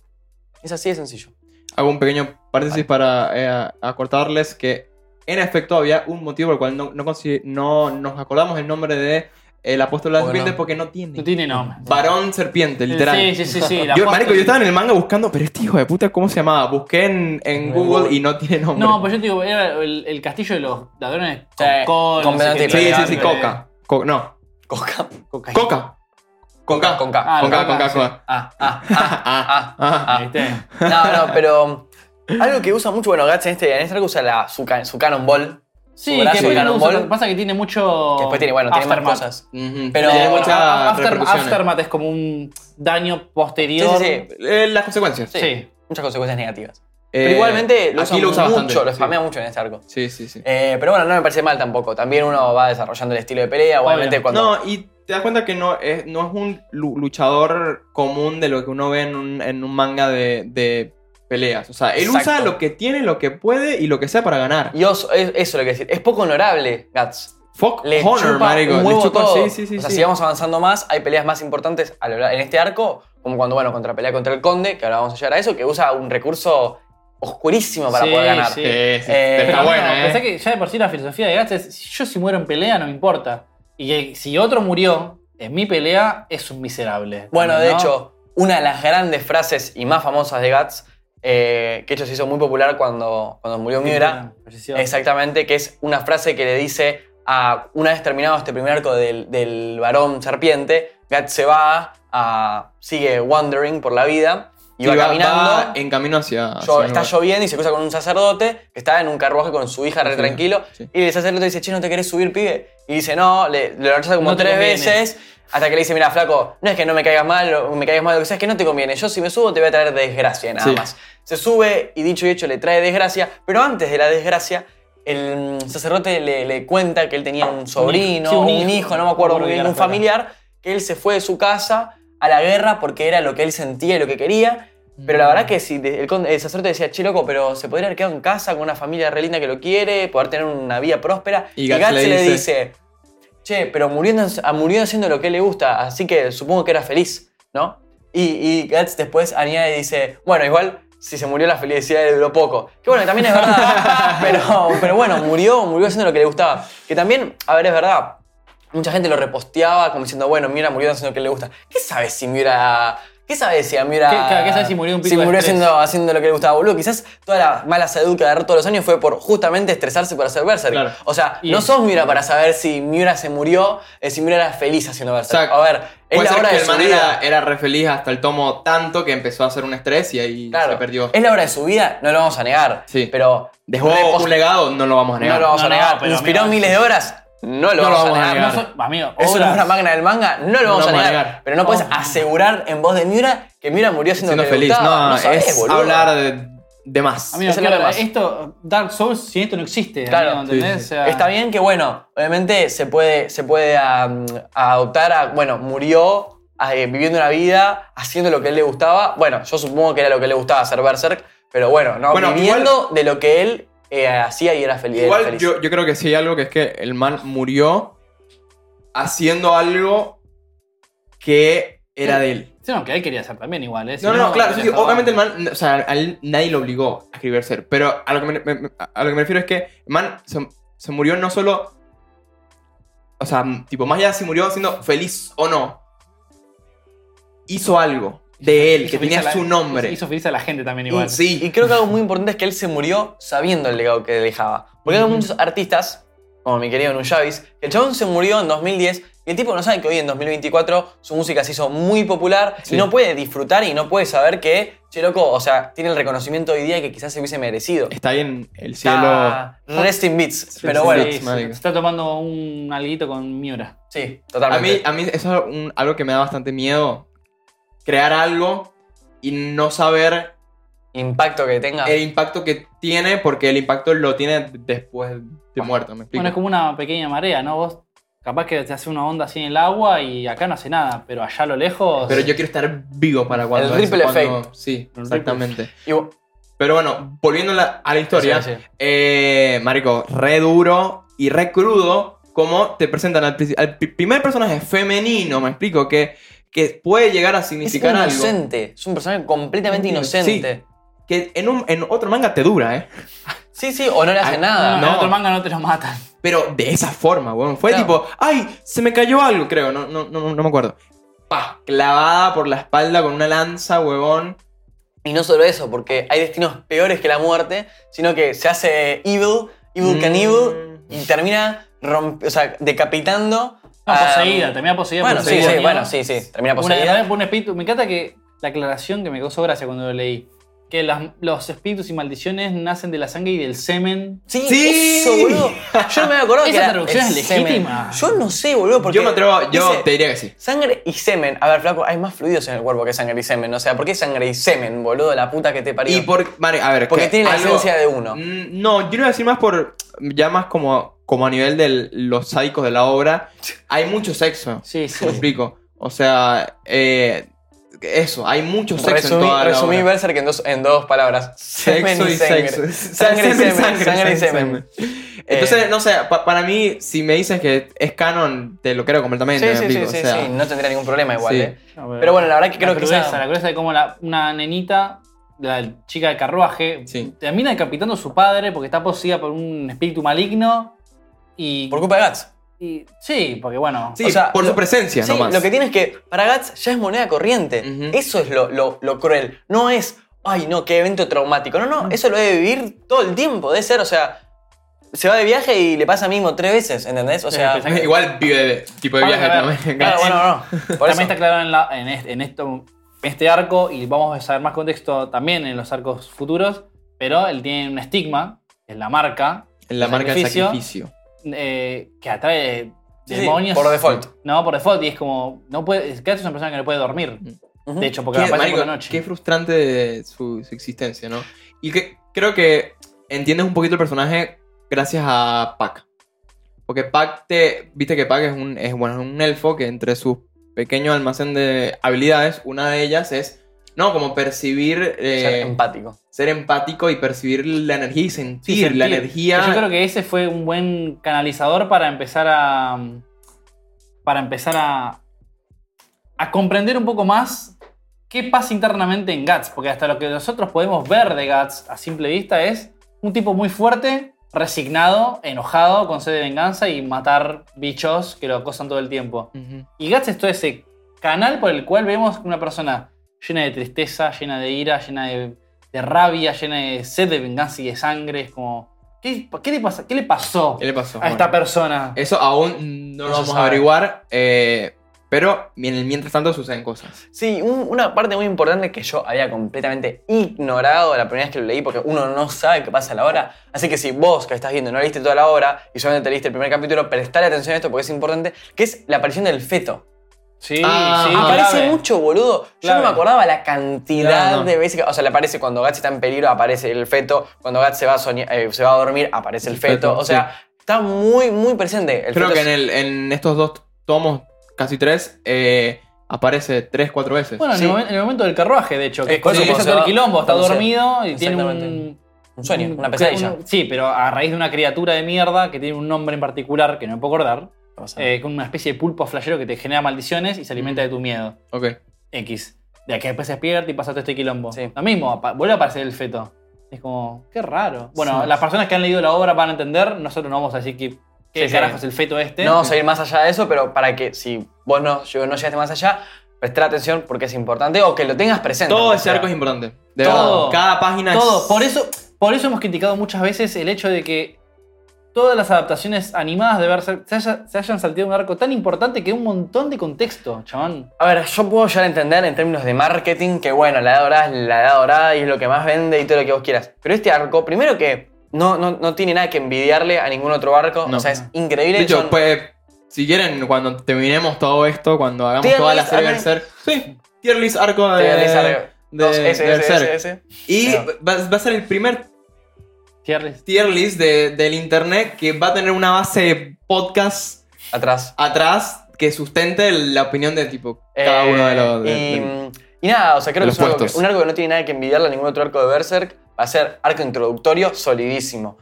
[SPEAKER 3] Es así de sencillo.
[SPEAKER 1] Hago un pequeño paréntesis para eh, acortarles que en efecto había un motivo por el cual no, no, consi- no nos acordamos el nombre de eh, el apóstol de las
[SPEAKER 3] Porque
[SPEAKER 1] serpientes
[SPEAKER 3] no.
[SPEAKER 1] porque no tiene.
[SPEAKER 2] No tiene nombre.
[SPEAKER 1] Varón serpiente, eh, literal.
[SPEAKER 2] Sí, sí, sí, sí. la
[SPEAKER 1] Yo,
[SPEAKER 2] foto-
[SPEAKER 1] marico, yo estaba en el manga buscando, pero este hijo de puta, ¿cómo se llamaba? Busqué en, en
[SPEAKER 3] En
[SPEAKER 1] Google
[SPEAKER 3] Google.
[SPEAKER 1] y no tiene nombre.
[SPEAKER 2] No, pues yo te digo, era el, el castillo de los ladrones con
[SPEAKER 3] Sí,
[SPEAKER 2] col,
[SPEAKER 3] con
[SPEAKER 2] no sé qué
[SPEAKER 3] Benedict
[SPEAKER 1] sí, sí,
[SPEAKER 2] tal,
[SPEAKER 1] sí,
[SPEAKER 2] eh,
[SPEAKER 1] Coca. Co- no,
[SPEAKER 3] Coca.
[SPEAKER 2] Coca.
[SPEAKER 1] Coca. Con K.
[SPEAKER 3] Con K.
[SPEAKER 2] Ah,
[SPEAKER 1] Con K, con K,
[SPEAKER 2] sí.
[SPEAKER 1] con K.
[SPEAKER 2] Ah,
[SPEAKER 3] Ah, ah, ah,
[SPEAKER 1] ah.
[SPEAKER 3] ah.
[SPEAKER 2] ¿viste?
[SPEAKER 3] No, no, pero algo que usa mucho, bueno, Gats en este, en este arco usa la, su, ca- su Cannonball.
[SPEAKER 2] Sí,
[SPEAKER 3] brazo
[SPEAKER 2] que después
[SPEAKER 3] de
[SPEAKER 2] no usa-
[SPEAKER 3] Cannonball.
[SPEAKER 2] pasa que tiene mucho.
[SPEAKER 3] Que después tiene, bueno, tiene más
[SPEAKER 2] aftermath.
[SPEAKER 3] cosas.
[SPEAKER 1] Ujú.
[SPEAKER 3] Pero-
[SPEAKER 1] Tiene
[SPEAKER 2] Bueno,
[SPEAKER 1] muchas
[SPEAKER 2] a- after-
[SPEAKER 1] repercusiones.
[SPEAKER 2] aftermath es como un daño
[SPEAKER 3] Sí,
[SPEAKER 2] posterior.
[SPEAKER 3] sí, sí.
[SPEAKER 1] Eh, las consecuencias.
[SPEAKER 3] Sí.
[SPEAKER 2] Sí.
[SPEAKER 3] Muchas consecuencias negativas.
[SPEAKER 1] Eh,
[SPEAKER 3] pero igualmente lo
[SPEAKER 1] aquí
[SPEAKER 3] usa, mucho,
[SPEAKER 1] bastante,
[SPEAKER 3] lo
[SPEAKER 1] sí.
[SPEAKER 3] spamea mucho en este arco.
[SPEAKER 1] Sí, sí, sí.
[SPEAKER 3] Eh, pero bueno, no me parece mal tampoco. También uno va desarrollando el estilo de pelea. Obviamente
[SPEAKER 2] Obvio.
[SPEAKER 3] cuando
[SPEAKER 1] No, y te das cuenta que no es, no es un lu- luchador común de lo que uno ve en un, en un manga de, de peleas. O sea, él usa
[SPEAKER 3] Exacto.
[SPEAKER 1] lo que tiene, lo que puede y lo que sea para ganar.
[SPEAKER 3] Y os- es- eso lo que decir. Es poco honorable, Guts.
[SPEAKER 1] Fuck
[SPEAKER 3] Le
[SPEAKER 1] Honor,
[SPEAKER 3] chupa
[SPEAKER 1] marico.
[SPEAKER 3] un
[SPEAKER 1] Le
[SPEAKER 3] huevo
[SPEAKER 1] chupa-
[SPEAKER 3] todo.
[SPEAKER 1] Sí, sí, sí.
[SPEAKER 3] o sea,
[SPEAKER 1] sí.
[SPEAKER 3] si vamos avanzando más, hay peleas más importantes a lo lar- en este arco, como cuando, bueno, contra pelea contra el conde, que ahora vamos a llegar a eso, que usa un recurso oscurísimo para
[SPEAKER 2] Sí,
[SPEAKER 3] poder ganar.
[SPEAKER 2] sí.
[SPEAKER 1] Sí, sí,
[SPEAKER 3] Eh,
[SPEAKER 1] Pero está
[SPEAKER 3] no,
[SPEAKER 1] bueno, ¿eh?
[SPEAKER 2] Pensé que ya de por sí la filosofía de Gats es: si yo si muero en pelea, no me importa. Y que si otro murió en mi pelea, es un miserable.
[SPEAKER 3] Bueno, de
[SPEAKER 2] ¿no?
[SPEAKER 3] hecho, una de las grandes frases y más famosas de Guts, eh, que de hecho se hizo muy popular cuando, cuando murió Miura,
[SPEAKER 2] Falleció.
[SPEAKER 3] Exactamente, que es una frase que le dice a una vez terminado este primer arco del, del varón serpiente, Guts se va, a, sigue wandering por la vida y, va, caminando.
[SPEAKER 1] en camino hacia. hacia
[SPEAKER 3] llo-
[SPEAKER 1] el
[SPEAKER 3] está
[SPEAKER 1] lugar.
[SPEAKER 3] lloviendo y se cruza con un sacerdote que está en un carruaje con su hija re
[SPEAKER 1] Sí,
[SPEAKER 3] tranquilo.
[SPEAKER 1] sí.
[SPEAKER 3] Y el sacerdote dice, che, ¿no te querés subir, pibe? Y dice, no, le, le lo rechaza como
[SPEAKER 2] No te
[SPEAKER 3] tres
[SPEAKER 2] conviene.
[SPEAKER 3] veces. Hasta que le dice, mira, flaco, no es que no me caigas mal, o me caigas mal, lo que sea, es que no te conviene. Yo si me subo te voy a traer desgracia, nada
[SPEAKER 1] Sí.
[SPEAKER 3] más. Se sube y dicho y hecho le trae desgracia, pero antes de la desgracia, el mm, sacerdote le, le cuenta que él tenía un sobrino,
[SPEAKER 2] sí, un
[SPEAKER 3] un,
[SPEAKER 2] hijo.
[SPEAKER 3] hijo, no
[SPEAKER 2] No me
[SPEAKER 3] me acuerdo
[SPEAKER 2] acuerdo
[SPEAKER 3] muy bien,
[SPEAKER 2] bien
[SPEAKER 3] un
[SPEAKER 2] las
[SPEAKER 3] familiar, que él se fue de su casa a la guerra porque era lo que él sentía y lo que quería. Pero la
[SPEAKER 1] Mm.
[SPEAKER 3] verdad que si el, conde- el sacerdote decía, che, loco, pero se podría haber quedado en casa con una familia re linda que lo quiere, poder tener una vida próspera.
[SPEAKER 1] Y
[SPEAKER 3] Y,
[SPEAKER 1] Guts
[SPEAKER 3] Guts
[SPEAKER 1] le
[SPEAKER 3] le
[SPEAKER 1] dice-
[SPEAKER 3] dice, che, pero muriendo, ah, muriendo haciendo lo que le gusta, así que supongo que era feliz, ¿no? Y, y Guts después añade y dice, bueno, igual si se murió la felicidad le duró poco. Que bueno, que también es verdad, pero, pero bueno, murió, murió haciendo lo que le gustaba. Que también, a ver, es verdad, mucha gente lo reposteaba como diciendo, bueno, Miura murió haciendo lo que le gusta. ¿Qué sabes si Miura... ¿Qué sabes si a Miura...
[SPEAKER 2] ¿Qué- claro, qué sabes si murió un pico
[SPEAKER 3] Si
[SPEAKER 2] de
[SPEAKER 3] murió
[SPEAKER 2] estrés?
[SPEAKER 3] haciendo, haciendo lo que le gustaba, boludo. Quizás toda la mala salud que agarró todos los años fue por justamente estresarse por hacer Berserk.
[SPEAKER 1] Claro.
[SPEAKER 3] O sea,
[SPEAKER 2] Y-
[SPEAKER 3] no sos Miura para saber si Miura se murió, eh, si Miura era feliz haciendo Berserk.
[SPEAKER 1] Exacto.
[SPEAKER 3] A ver, es
[SPEAKER 1] Puede
[SPEAKER 3] la
[SPEAKER 1] ser
[SPEAKER 3] hora
[SPEAKER 1] que
[SPEAKER 3] de
[SPEAKER 1] el
[SPEAKER 3] su
[SPEAKER 1] man
[SPEAKER 3] vida.
[SPEAKER 1] era, era re feliz hasta el tomo tanto que empezó a hacer un estrés y ahí
[SPEAKER 3] Claro,
[SPEAKER 1] se perdió.
[SPEAKER 3] es la hora de su vida, no lo vamos a negar.
[SPEAKER 1] Sí.
[SPEAKER 3] Pero
[SPEAKER 1] Dejó
[SPEAKER 3] repos-
[SPEAKER 1] un legado, no lo vamos a
[SPEAKER 3] no
[SPEAKER 1] negar.
[SPEAKER 3] lo vamos
[SPEAKER 2] No,
[SPEAKER 3] a
[SPEAKER 2] no,
[SPEAKER 3] negar.
[SPEAKER 2] pero
[SPEAKER 3] Inspiró
[SPEAKER 2] amigo,
[SPEAKER 3] miles de horas, no lo, vamos, a
[SPEAKER 2] No
[SPEAKER 3] negar.
[SPEAKER 2] soy- amigo,
[SPEAKER 3] Es
[SPEAKER 2] obras-
[SPEAKER 3] una obra magna del manga, no lo vamos, a, negar, Pero no puedes
[SPEAKER 2] Oh.
[SPEAKER 3] asegurar en voz de Miura que Miura murió siendo,
[SPEAKER 1] siendo feliz. No,
[SPEAKER 3] no sabés,
[SPEAKER 1] es
[SPEAKER 3] boludo.
[SPEAKER 1] hablar de, de más.
[SPEAKER 2] Amigo,
[SPEAKER 3] Es el
[SPEAKER 2] claro,
[SPEAKER 3] problema.
[SPEAKER 2] esto, Dark Souls, sin esto no existe.
[SPEAKER 3] Claro,
[SPEAKER 2] amigo, ¿entendés?
[SPEAKER 1] sí, sí.
[SPEAKER 2] O sea,
[SPEAKER 3] Está bien que, bueno, obviamente se puede, se puede am, adoptar a, bueno, murió eh, viviendo una vida, haciendo lo que a él le gustaba. Bueno, yo supongo que era lo que le gustaba hacer Berserk, pero bueno, no,
[SPEAKER 1] Bueno,
[SPEAKER 3] viviendo de lo que él eh, hacía y era fel- era feliz.
[SPEAKER 1] Igual yo, yo creo que sí hay algo que es que el man murió haciendo algo que era de él.
[SPEAKER 2] Sí, no, que él quería hacer también igual. ¿eh? Si
[SPEAKER 1] No, no, no, claro,
[SPEAKER 2] hubiera
[SPEAKER 1] sí, sí,
[SPEAKER 2] estado-
[SPEAKER 1] obviamente el man, o sea, a él nadie lo obligó a escribir ser, pero a lo que me, me- me- a lo que me refiero es que el man se, se murió no solo, o sea, m- tipo, más allá de si murió siendo feliz o no, hizo algo de él,
[SPEAKER 2] Hizo
[SPEAKER 1] que
[SPEAKER 2] feliz
[SPEAKER 1] tenía
[SPEAKER 2] a la-
[SPEAKER 1] su nombre.
[SPEAKER 2] Hizo feliz a la gente también
[SPEAKER 1] Y
[SPEAKER 2] igual.
[SPEAKER 1] sí,
[SPEAKER 3] Y creo que algo muy importante es que él se murió sabiendo el legado que dejaba. Porque hay
[SPEAKER 1] Ujú.
[SPEAKER 3] muchos artistas, como mi querido Nuyavis, que el chabón se murió en 2010 y el tipo no sabe que hoy en 2024 su música se hizo muy popular
[SPEAKER 1] Sí.
[SPEAKER 3] y no puede disfrutar y no puede saber que, che loco, o sea, tiene el reconocimiento hoy día que quizás se hubiese merecido.
[SPEAKER 1] está ahí en el cielo.
[SPEAKER 3] Está Rest in beats. pero
[SPEAKER 1] sí,
[SPEAKER 3] bueno,
[SPEAKER 1] sí.
[SPEAKER 2] se-
[SPEAKER 1] marica.
[SPEAKER 2] se está tomando un alguito con Miura.
[SPEAKER 3] sí,
[SPEAKER 1] A mí,
[SPEAKER 3] totalmente.
[SPEAKER 1] a mí eso es un- algo que me da bastante miedo. Crear algo y no saber
[SPEAKER 3] Impacto que tenga.
[SPEAKER 2] Ah.
[SPEAKER 1] el impacto que tiene, porque el impacto lo tiene después de muerto, ¿me explico?
[SPEAKER 2] Ah. Bueno, es como una pequeña marea, ¿no? Vos capaz que te hace una onda así en el agua y acá no hace nada, pero allá a lo lejos.
[SPEAKER 1] Pero yo quiero estar vivo para cuando...
[SPEAKER 3] El ripple
[SPEAKER 1] cuando-
[SPEAKER 3] effect.
[SPEAKER 1] Sí,
[SPEAKER 2] ripple
[SPEAKER 1] exactamente.
[SPEAKER 3] Y bu-
[SPEAKER 1] Pero bueno, volviendo a la, a la historia,
[SPEAKER 3] Sí, sí.
[SPEAKER 1] eh, marico, re duro y re crudo como te presentan al, princi- al pi- primer personaje femenino, ¿me explico? Que, que puede llegar a
[SPEAKER 3] Es
[SPEAKER 1] significar algo.
[SPEAKER 3] inocente. Es un personaje completamente inocente.
[SPEAKER 1] Que en, un, en otro manga te dura, ¿eh?
[SPEAKER 3] Sí, sí, o Ah, no le hace nada.
[SPEAKER 2] No,
[SPEAKER 1] No.
[SPEAKER 2] En otro manga no te lo matan.
[SPEAKER 1] Pero de esa forma, weón. Fue
[SPEAKER 3] Claro.
[SPEAKER 1] tipo, ¡ay! Se me cayó algo, creo. No, no, no, no me acuerdo. Pa, clavada por la espalda con una lanza, huevón.
[SPEAKER 3] Y no solo eso, porque hay destinos peores que la muerte, sino que se hace evil, evil
[SPEAKER 1] Mm.
[SPEAKER 3] cannibal, y termina romp- o sea, decapitando.
[SPEAKER 2] No,
[SPEAKER 3] a-
[SPEAKER 2] Ah, poseída, termina poseída.
[SPEAKER 3] Ah, mm. Bueno,
[SPEAKER 2] por
[SPEAKER 3] sí, sí,
[SPEAKER 2] demonio.
[SPEAKER 3] bueno, sí, sí. Termina
[SPEAKER 2] Una-
[SPEAKER 3] poseída.
[SPEAKER 2] también por un espíritu. Me encanta que la aclaración que me causó gracia cuando lo leí. Que las- los espíritus y maldiciones nacen de la sangre y del semen.
[SPEAKER 3] Sí,
[SPEAKER 1] Sí.
[SPEAKER 3] eso, boludo. Yo no me había acordado
[SPEAKER 2] Esa
[SPEAKER 3] que era
[SPEAKER 2] traducción
[SPEAKER 3] el
[SPEAKER 2] es
[SPEAKER 3] semen.
[SPEAKER 2] legítima.
[SPEAKER 3] Yo no sé, boludo, porque.
[SPEAKER 1] Yo me atrevo, yo
[SPEAKER 3] dice
[SPEAKER 1] te diría que sí.
[SPEAKER 3] Sangre y semen. A ver, flaco, hay más fluidos en el cuerpo que sangre y semen. O sea, ¿por qué sangre y semen, boludo? La puta que te parió.
[SPEAKER 1] Y por. Vale, a ver.
[SPEAKER 3] Porque
[SPEAKER 1] que
[SPEAKER 3] tiene la
[SPEAKER 1] algo-
[SPEAKER 3] esencia de uno.
[SPEAKER 1] Mm, No, yo lo iba a decir más por. Ya más como, como a nivel de los sádicos de la obra. Hay mucho sexo.
[SPEAKER 2] Sí, sí.
[SPEAKER 1] Me explico. O sea, eh, eso, hay mucho sexo
[SPEAKER 3] Resumí,
[SPEAKER 1] en toda la
[SPEAKER 3] resumí
[SPEAKER 1] obra.
[SPEAKER 3] Berserk en dos, en dos palabras.
[SPEAKER 1] Sexo y sexo.
[SPEAKER 3] sangre. Sangre y semen. Sangre y semen.
[SPEAKER 1] Entonces,
[SPEAKER 3] Eh,
[SPEAKER 1] no sé, pa- para mí, si me dices que es canon, te lo creo completamente.
[SPEAKER 3] Sí,
[SPEAKER 1] me
[SPEAKER 3] sí, sí,
[SPEAKER 1] explico,
[SPEAKER 3] sí,
[SPEAKER 1] o sea,
[SPEAKER 3] sí, no tendría ningún problema igual,
[SPEAKER 1] Sí.
[SPEAKER 3] eh. Pero bueno, la verdad que creo que
[SPEAKER 2] crudeza,
[SPEAKER 3] esa-
[SPEAKER 2] La crudeza de cómo la- una nenita, la chica de carruaje,
[SPEAKER 1] Sí.
[SPEAKER 2] termina decapitando a su padre porque está poseída por un espíritu maligno. Y,
[SPEAKER 3] Por culpa de Guts.
[SPEAKER 2] y- sí, porque bueno.
[SPEAKER 1] sí,
[SPEAKER 3] o sea,
[SPEAKER 1] por
[SPEAKER 3] lo-
[SPEAKER 1] su presencia
[SPEAKER 3] Sí,
[SPEAKER 1] nomás.
[SPEAKER 3] lo que tiene es que para Guts ya es moneda corriente.
[SPEAKER 1] Ujú.
[SPEAKER 3] Eso es lo, lo- lo cruel. No es, ay no, qué evento traumático. No, no, eso lo debe vivir todo el tiempo. Debe ser, o sea, se va de viaje y le pasa mismo tres veces, ¿entendés? O
[SPEAKER 2] Sí,
[SPEAKER 3] sea,
[SPEAKER 2] pensá que-
[SPEAKER 1] Igual vive de- tipo de
[SPEAKER 2] Vamos
[SPEAKER 1] viaje
[SPEAKER 2] a ver.
[SPEAKER 1] también.
[SPEAKER 3] claro, bueno, no. Por eso.
[SPEAKER 2] también está claro en, la- en este, en esto- este arco, y vamos a saber más contexto también en los arcos futuros, pero él tiene un estigma, que es la marca,
[SPEAKER 1] La marca del
[SPEAKER 2] Sacrificio.
[SPEAKER 1] sacrificio.
[SPEAKER 2] eh, que atrae
[SPEAKER 3] Sí, sí,
[SPEAKER 2] demonios.
[SPEAKER 3] por default.
[SPEAKER 2] No, por default, y es como, no puede, Kat es una persona que no puede dormir,
[SPEAKER 3] Ujú.
[SPEAKER 2] de hecho, porque la
[SPEAKER 1] Qué-
[SPEAKER 2] pasa por
[SPEAKER 1] marico,
[SPEAKER 2] la noche.
[SPEAKER 1] Qué frustrante de su, su existencia, ¿no? Y que creo que entiendes un poquito el personaje gracias a Pac. Porque Pac te. Viste que Pac es un, es, bueno, es un elfo que entre sus pequeños almacén de habilidades, una de ellas es. No, como percibir. eh,
[SPEAKER 3] Ser empático.
[SPEAKER 1] ser empático y percibir la energía y sentir, la
[SPEAKER 2] sentir.
[SPEAKER 1] energía.
[SPEAKER 2] Yo creo que ese fue un buen canalizador para empezar a. Para empezar a. a comprender un poco más qué pasa internamente en Guts. Porque hasta lo que nosotros podemos ver de Guts a simple vista es un tipo muy fuerte, resignado, enojado, con sed de venganza y matar bichos que lo acosan todo el tiempo.
[SPEAKER 1] Ujú.
[SPEAKER 2] Y Guts es todo ese canal por el cual vemos una persona llena de tristeza, llena de ira, llena de, de rabia, llena de sed de venganza y de sangre. Es como, ¿qué, qué le, pasa, qué le pasó
[SPEAKER 1] ¿Qué le pasó?
[SPEAKER 2] a esta
[SPEAKER 1] Bueno,
[SPEAKER 2] persona?
[SPEAKER 1] Eso aún no lo
[SPEAKER 3] No se
[SPEAKER 1] vamos a
[SPEAKER 3] sabe.
[SPEAKER 1] averiguar, eh, pero en el mientras tanto suceden cosas.
[SPEAKER 3] Sí, un- una parte muy importante que yo había completamente ignorado la primera vez que lo leí, porque uno no sabe qué pasa en la obra. Así que si vos que estás viendo no leíste toda la obra y solamente te leíste el primer capítulo, prestale atención a esto porque es importante, que es la aparición del feto.
[SPEAKER 2] Sí,
[SPEAKER 1] Ah,
[SPEAKER 2] sí,
[SPEAKER 3] aparece
[SPEAKER 2] clave.
[SPEAKER 3] mucho, boludo. Yo
[SPEAKER 2] Clave.
[SPEAKER 3] no me acordaba la cantidad
[SPEAKER 1] Claro, no.
[SPEAKER 3] de veces que. O sea, le aparece cuando Gat está en peligro, aparece el feto. Cuando Gat se va a, soñar- eh, se va a dormir, aparece el feto.
[SPEAKER 1] feto,
[SPEAKER 3] o sea, está muy, muy presente. El
[SPEAKER 1] creo
[SPEAKER 3] feto
[SPEAKER 1] que
[SPEAKER 3] es-
[SPEAKER 1] en, el, en estos dos tomos, casi tres, eh, aparece tres, cuatro veces.
[SPEAKER 2] Bueno, en,
[SPEAKER 3] Sí.
[SPEAKER 2] el momen- en el momento del carruaje, de hecho, que
[SPEAKER 3] Eh,
[SPEAKER 2] es cuando
[SPEAKER 1] sí,
[SPEAKER 2] empieza
[SPEAKER 3] cuando
[SPEAKER 2] todo el
[SPEAKER 3] se va-
[SPEAKER 2] quilombo, está
[SPEAKER 3] cuando se-
[SPEAKER 2] dormido y tiene un.
[SPEAKER 3] Exactamente. Un sueño, una pesadilla.
[SPEAKER 2] un- sí, pero a raíz de una criatura de mierda que tiene un nombre en particular que no me puedo acordar,
[SPEAKER 3] Ah.
[SPEAKER 2] eh, con una especie de pulpo flashero que te genera maldiciones y se alimenta de tu miedo.
[SPEAKER 1] Ok.
[SPEAKER 2] X. De aquí después se despierta y pasa todo este quilombo.
[SPEAKER 3] Sí.
[SPEAKER 2] Lo mismo, apa- vuelve a aparecer el feto. Es como, qué raro. Bueno,
[SPEAKER 1] Sí.
[SPEAKER 2] las personas que han leído la obra van a entender, nosotros no vamos a decir que, qué
[SPEAKER 3] Sí, sí.
[SPEAKER 2] carajo es el feto este.
[SPEAKER 3] No vamos a ir más allá de eso, pero para que si vos no, yo no llegaste más allá, prestar atención porque es importante o que lo tengas presente.
[SPEAKER 1] Todo
[SPEAKER 3] aunque
[SPEAKER 1] ese
[SPEAKER 3] sea.
[SPEAKER 1] arco es importante. De
[SPEAKER 2] Todo.
[SPEAKER 1] verdad. Cada página
[SPEAKER 2] Todo.
[SPEAKER 1] es.
[SPEAKER 2] Por eso, por eso hemos criticado muchas veces el hecho de que todas las adaptaciones animadas de Berserk se, haya- se hayan salteado un arco tan importante que un montón de contexto, chabón.
[SPEAKER 3] A ver, yo puedo llegar a entender en términos de marketing que, bueno, la edad dorada es la edad dorada y es lo que más vende y todo lo que vos quieras. Pero este arco, primero que no, no, no tiene nada que envidiarle a ningún otro arco.
[SPEAKER 1] No.
[SPEAKER 3] o sea, es increíble.
[SPEAKER 1] De hecho,
[SPEAKER 3] son-
[SPEAKER 1] pues, si quieren, cuando terminemos todo esto, cuando hagamos
[SPEAKER 3] Tier
[SPEAKER 1] toda la
[SPEAKER 3] list,
[SPEAKER 1] serie
[SPEAKER 3] arco.
[SPEAKER 1] Berserk. Sí, tier list arco de.
[SPEAKER 3] te voy a analizar-
[SPEAKER 1] de-
[SPEAKER 3] dos, ese,
[SPEAKER 1] de
[SPEAKER 3] ese,
[SPEAKER 1] Berserk.
[SPEAKER 3] ese, ese.
[SPEAKER 1] Y
[SPEAKER 3] Pero-
[SPEAKER 1] va, va a ser el primer
[SPEAKER 2] Cierres.
[SPEAKER 1] tier list de- del internet que va a tener una base de podcast
[SPEAKER 3] Atrás.
[SPEAKER 1] atrás que sustente la opinión de tipo cada
[SPEAKER 3] Eh,
[SPEAKER 1] uno de los. de-
[SPEAKER 3] y,
[SPEAKER 1] de-
[SPEAKER 3] y nada, o sea, creo
[SPEAKER 1] de los
[SPEAKER 3] que es un arco, que,
[SPEAKER 1] puestos.
[SPEAKER 3] un arco que no tiene nada que envidiarle a ningún otro arco de Berserk. Va a ser arco introductorio solidísimo.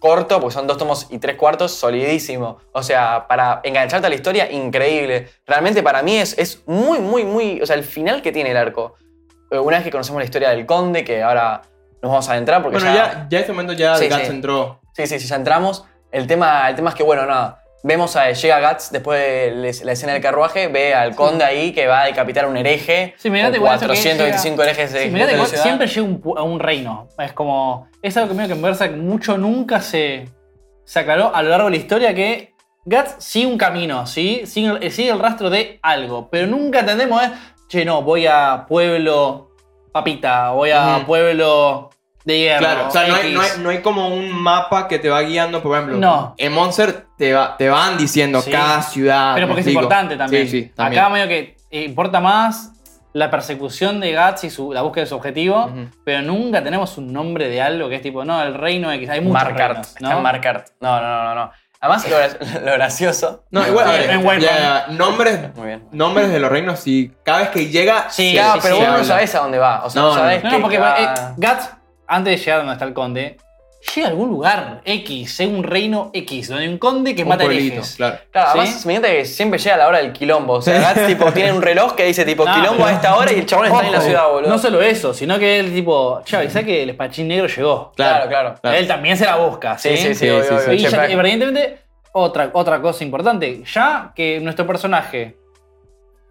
[SPEAKER 3] corto, porque son dos tomos y tres cuartos, solidísimo. O sea, para engancharte a la historia, increíble. Realmente para mí es, es muy, muy, muy. O sea, el final que tiene el arco. Eh, Una vez que conocemos la historia del conde, que ahora nos vamos a adentrar, porque
[SPEAKER 1] Bueno, ya, ya en este momento ya
[SPEAKER 3] Sí,
[SPEAKER 1] Guts
[SPEAKER 3] sí.
[SPEAKER 1] entró.
[SPEAKER 3] Sí, sí, sí, ya entramos. El tema, el tema es que, bueno, nada. Vemos a. Llega Guts después de la- la escena del carruaje, ve al conde ahí que va a decapitar a un hereje.
[SPEAKER 2] Sí, mirate
[SPEAKER 3] con
[SPEAKER 2] igual eso que
[SPEAKER 3] 425
[SPEAKER 2] llega-
[SPEAKER 3] herejes de
[SPEAKER 2] Sí, mirá,
[SPEAKER 3] de
[SPEAKER 2] igual
[SPEAKER 3] ciudad.
[SPEAKER 2] siempre llega un pu- a un reino. Es como. Es algo que medio que en Berserk mucho nunca se, se aclaró a lo largo de la historia que Guts sigue un camino, ¿sí? Sigue, el- sigue el rastro de algo. Pero nunca entendemos es. Che, no, voy a pueblo papita, voy a
[SPEAKER 1] Ujú.
[SPEAKER 2] pueblo de hierro.
[SPEAKER 1] Claro, o sea, no hay,
[SPEAKER 2] X.
[SPEAKER 1] no hay- no hay como un mapa que te va guiando, por ejemplo.
[SPEAKER 2] No.
[SPEAKER 1] En Monster te, va- te van diciendo
[SPEAKER 2] Sí.
[SPEAKER 1] cada ciudad.
[SPEAKER 2] Pero porque
[SPEAKER 1] Ah, me
[SPEAKER 2] es
[SPEAKER 1] explico.
[SPEAKER 2] importante también.
[SPEAKER 1] Sí, sí, también.
[SPEAKER 2] Acá medio que eh, importa más la persecución de Guts y su- la búsqueda de su objetivo,
[SPEAKER 1] Ujú.
[SPEAKER 2] pero nunca tenemos un nombre de algo que es tipo, no, el reino X. Hay muchos
[SPEAKER 3] Markart.
[SPEAKER 2] reinos,
[SPEAKER 3] está
[SPEAKER 2] ¿no?
[SPEAKER 3] Markart. No, no, no, no, no. Además, lo, gra- lo gracioso.
[SPEAKER 1] No, igual.
[SPEAKER 2] Sí,
[SPEAKER 1] eh,
[SPEAKER 2] en White
[SPEAKER 1] ya, ya, nombres,
[SPEAKER 3] Muy bien.
[SPEAKER 1] nombres de los reinos, sí. Cada vez que llega.
[SPEAKER 2] Sí,
[SPEAKER 1] se-
[SPEAKER 3] Ya,
[SPEAKER 2] sí,
[SPEAKER 3] pero
[SPEAKER 2] sí,
[SPEAKER 3] vos no
[SPEAKER 1] habla.
[SPEAKER 3] sabés a dónde va. O sea,
[SPEAKER 1] No,
[SPEAKER 3] no, sabés
[SPEAKER 2] No,
[SPEAKER 3] que
[SPEAKER 2] no, porque
[SPEAKER 3] va-
[SPEAKER 2] eh, Guts, antes de llegar donde está el conde, llega a algún lugar X, es un reino X, donde hay un conde que
[SPEAKER 1] un
[SPEAKER 2] mata
[SPEAKER 1] pueblito,
[SPEAKER 2] herejes.
[SPEAKER 1] Claro.
[SPEAKER 3] Claro,
[SPEAKER 2] ¿Sí?
[SPEAKER 3] además, me encanta que siempre llega a la hora del quilombo. O sea, Gats, tipo, tiene un reloj que dice, tipo,
[SPEAKER 2] Ah,
[SPEAKER 3] quilombo
[SPEAKER 2] pero-
[SPEAKER 3] a esta hora y el chabón está en la
[SPEAKER 2] Ojo,
[SPEAKER 3] ciudad, boludo.
[SPEAKER 2] No solo eso, sino que él tipo, che, avisá que el espadachín negro llegó.
[SPEAKER 1] Claro,
[SPEAKER 3] Claro, claro.
[SPEAKER 1] claro.
[SPEAKER 2] Él también se la busca, ¿sí?
[SPEAKER 3] Sí, sí, sí,
[SPEAKER 1] Sí,
[SPEAKER 3] obvio,
[SPEAKER 1] sí,
[SPEAKER 3] obvio,
[SPEAKER 1] sí.
[SPEAKER 2] Y
[SPEAKER 3] che,
[SPEAKER 2] ya,
[SPEAKER 3] pero-
[SPEAKER 2] evidentemente, otra, otra cosa importante, ya que nuestro personaje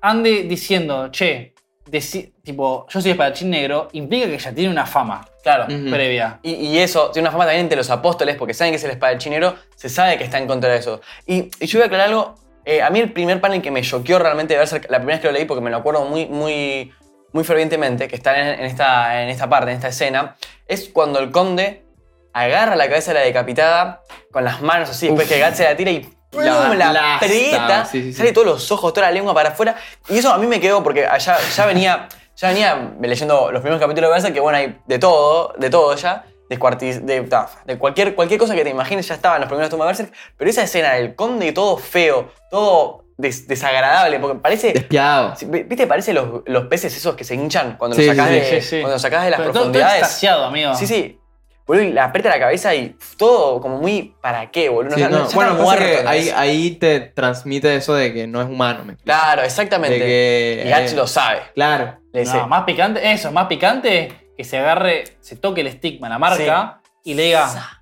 [SPEAKER 2] ande diciendo, che, deci- tipo, yo soy espadachín negro, implica que ya tiene una fama
[SPEAKER 3] Claro.
[SPEAKER 1] Ujú.
[SPEAKER 2] previa.
[SPEAKER 3] Y, y eso tiene una fama también entre los apóstoles, porque saben que es el espadachinero, se sabe que está en contra de eso. Y, y yo voy a aclarar algo. eh, a mí el primer panel que me choqueó realmente de Berserk, la primera vez que lo leí, porque me lo acuerdo muy, muy, muy fervientemente, que está en, en esta, en esta parte, en esta escena, es cuando el conde agarra la cabeza de la decapitada con las manos así, después que Gat se la tira y ¡pum!
[SPEAKER 1] La
[SPEAKER 3] la,
[SPEAKER 1] aplasta.
[SPEAKER 3] aprieta,
[SPEAKER 1] Sí, sí, sí.
[SPEAKER 3] sale todos los ojos, toda la lengua para afuera. Y eso a mí me quedó porque allá ya venía, ya venía leyendo los primeros capítulos de Berserk, que bueno, hay de todo, de todo ya. Descuartiz, de, ta, de cualquier, cualquier cosa que te imagines ya estaba en los primeros tomos de Berserk. Pero esa escena del conde todo feo, todo des- desagradable, porque parece...
[SPEAKER 1] Despiadado.
[SPEAKER 3] Sí, vi- ¿Viste? Parece los, los peces esos que se hinchan cuando
[SPEAKER 1] Sí,
[SPEAKER 3] los sacás,
[SPEAKER 1] sí,
[SPEAKER 2] sí,
[SPEAKER 3] de,
[SPEAKER 2] sí.
[SPEAKER 3] Cuando los sacás de las
[SPEAKER 2] Pero todo- todo
[SPEAKER 3] profundidades.
[SPEAKER 2] extasiado, amigo.
[SPEAKER 3] sí, sí. Boludo, y la aprieta la cabeza y pf, todo como muy ¿para qué, boludo?
[SPEAKER 1] Sí,
[SPEAKER 3] Ya-
[SPEAKER 1] no,
[SPEAKER 3] ya está
[SPEAKER 1] Bueno, pasa
[SPEAKER 3] muerto,
[SPEAKER 1] que
[SPEAKER 3] ¿entendés?
[SPEAKER 1] ahí, ahí te transmite eso de que no es humano. me explico.
[SPEAKER 3] Claro, exactamente.
[SPEAKER 1] De que,
[SPEAKER 3] y Gats
[SPEAKER 1] eh,
[SPEAKER 3] lo sabe.
[SPEAKER 1] Claro.
[SPEAKER 3] Le dice,
[SPEAKER 2] No, más picante, eso, más picante que se agarre, se toque el estigma, la marca, y le diga,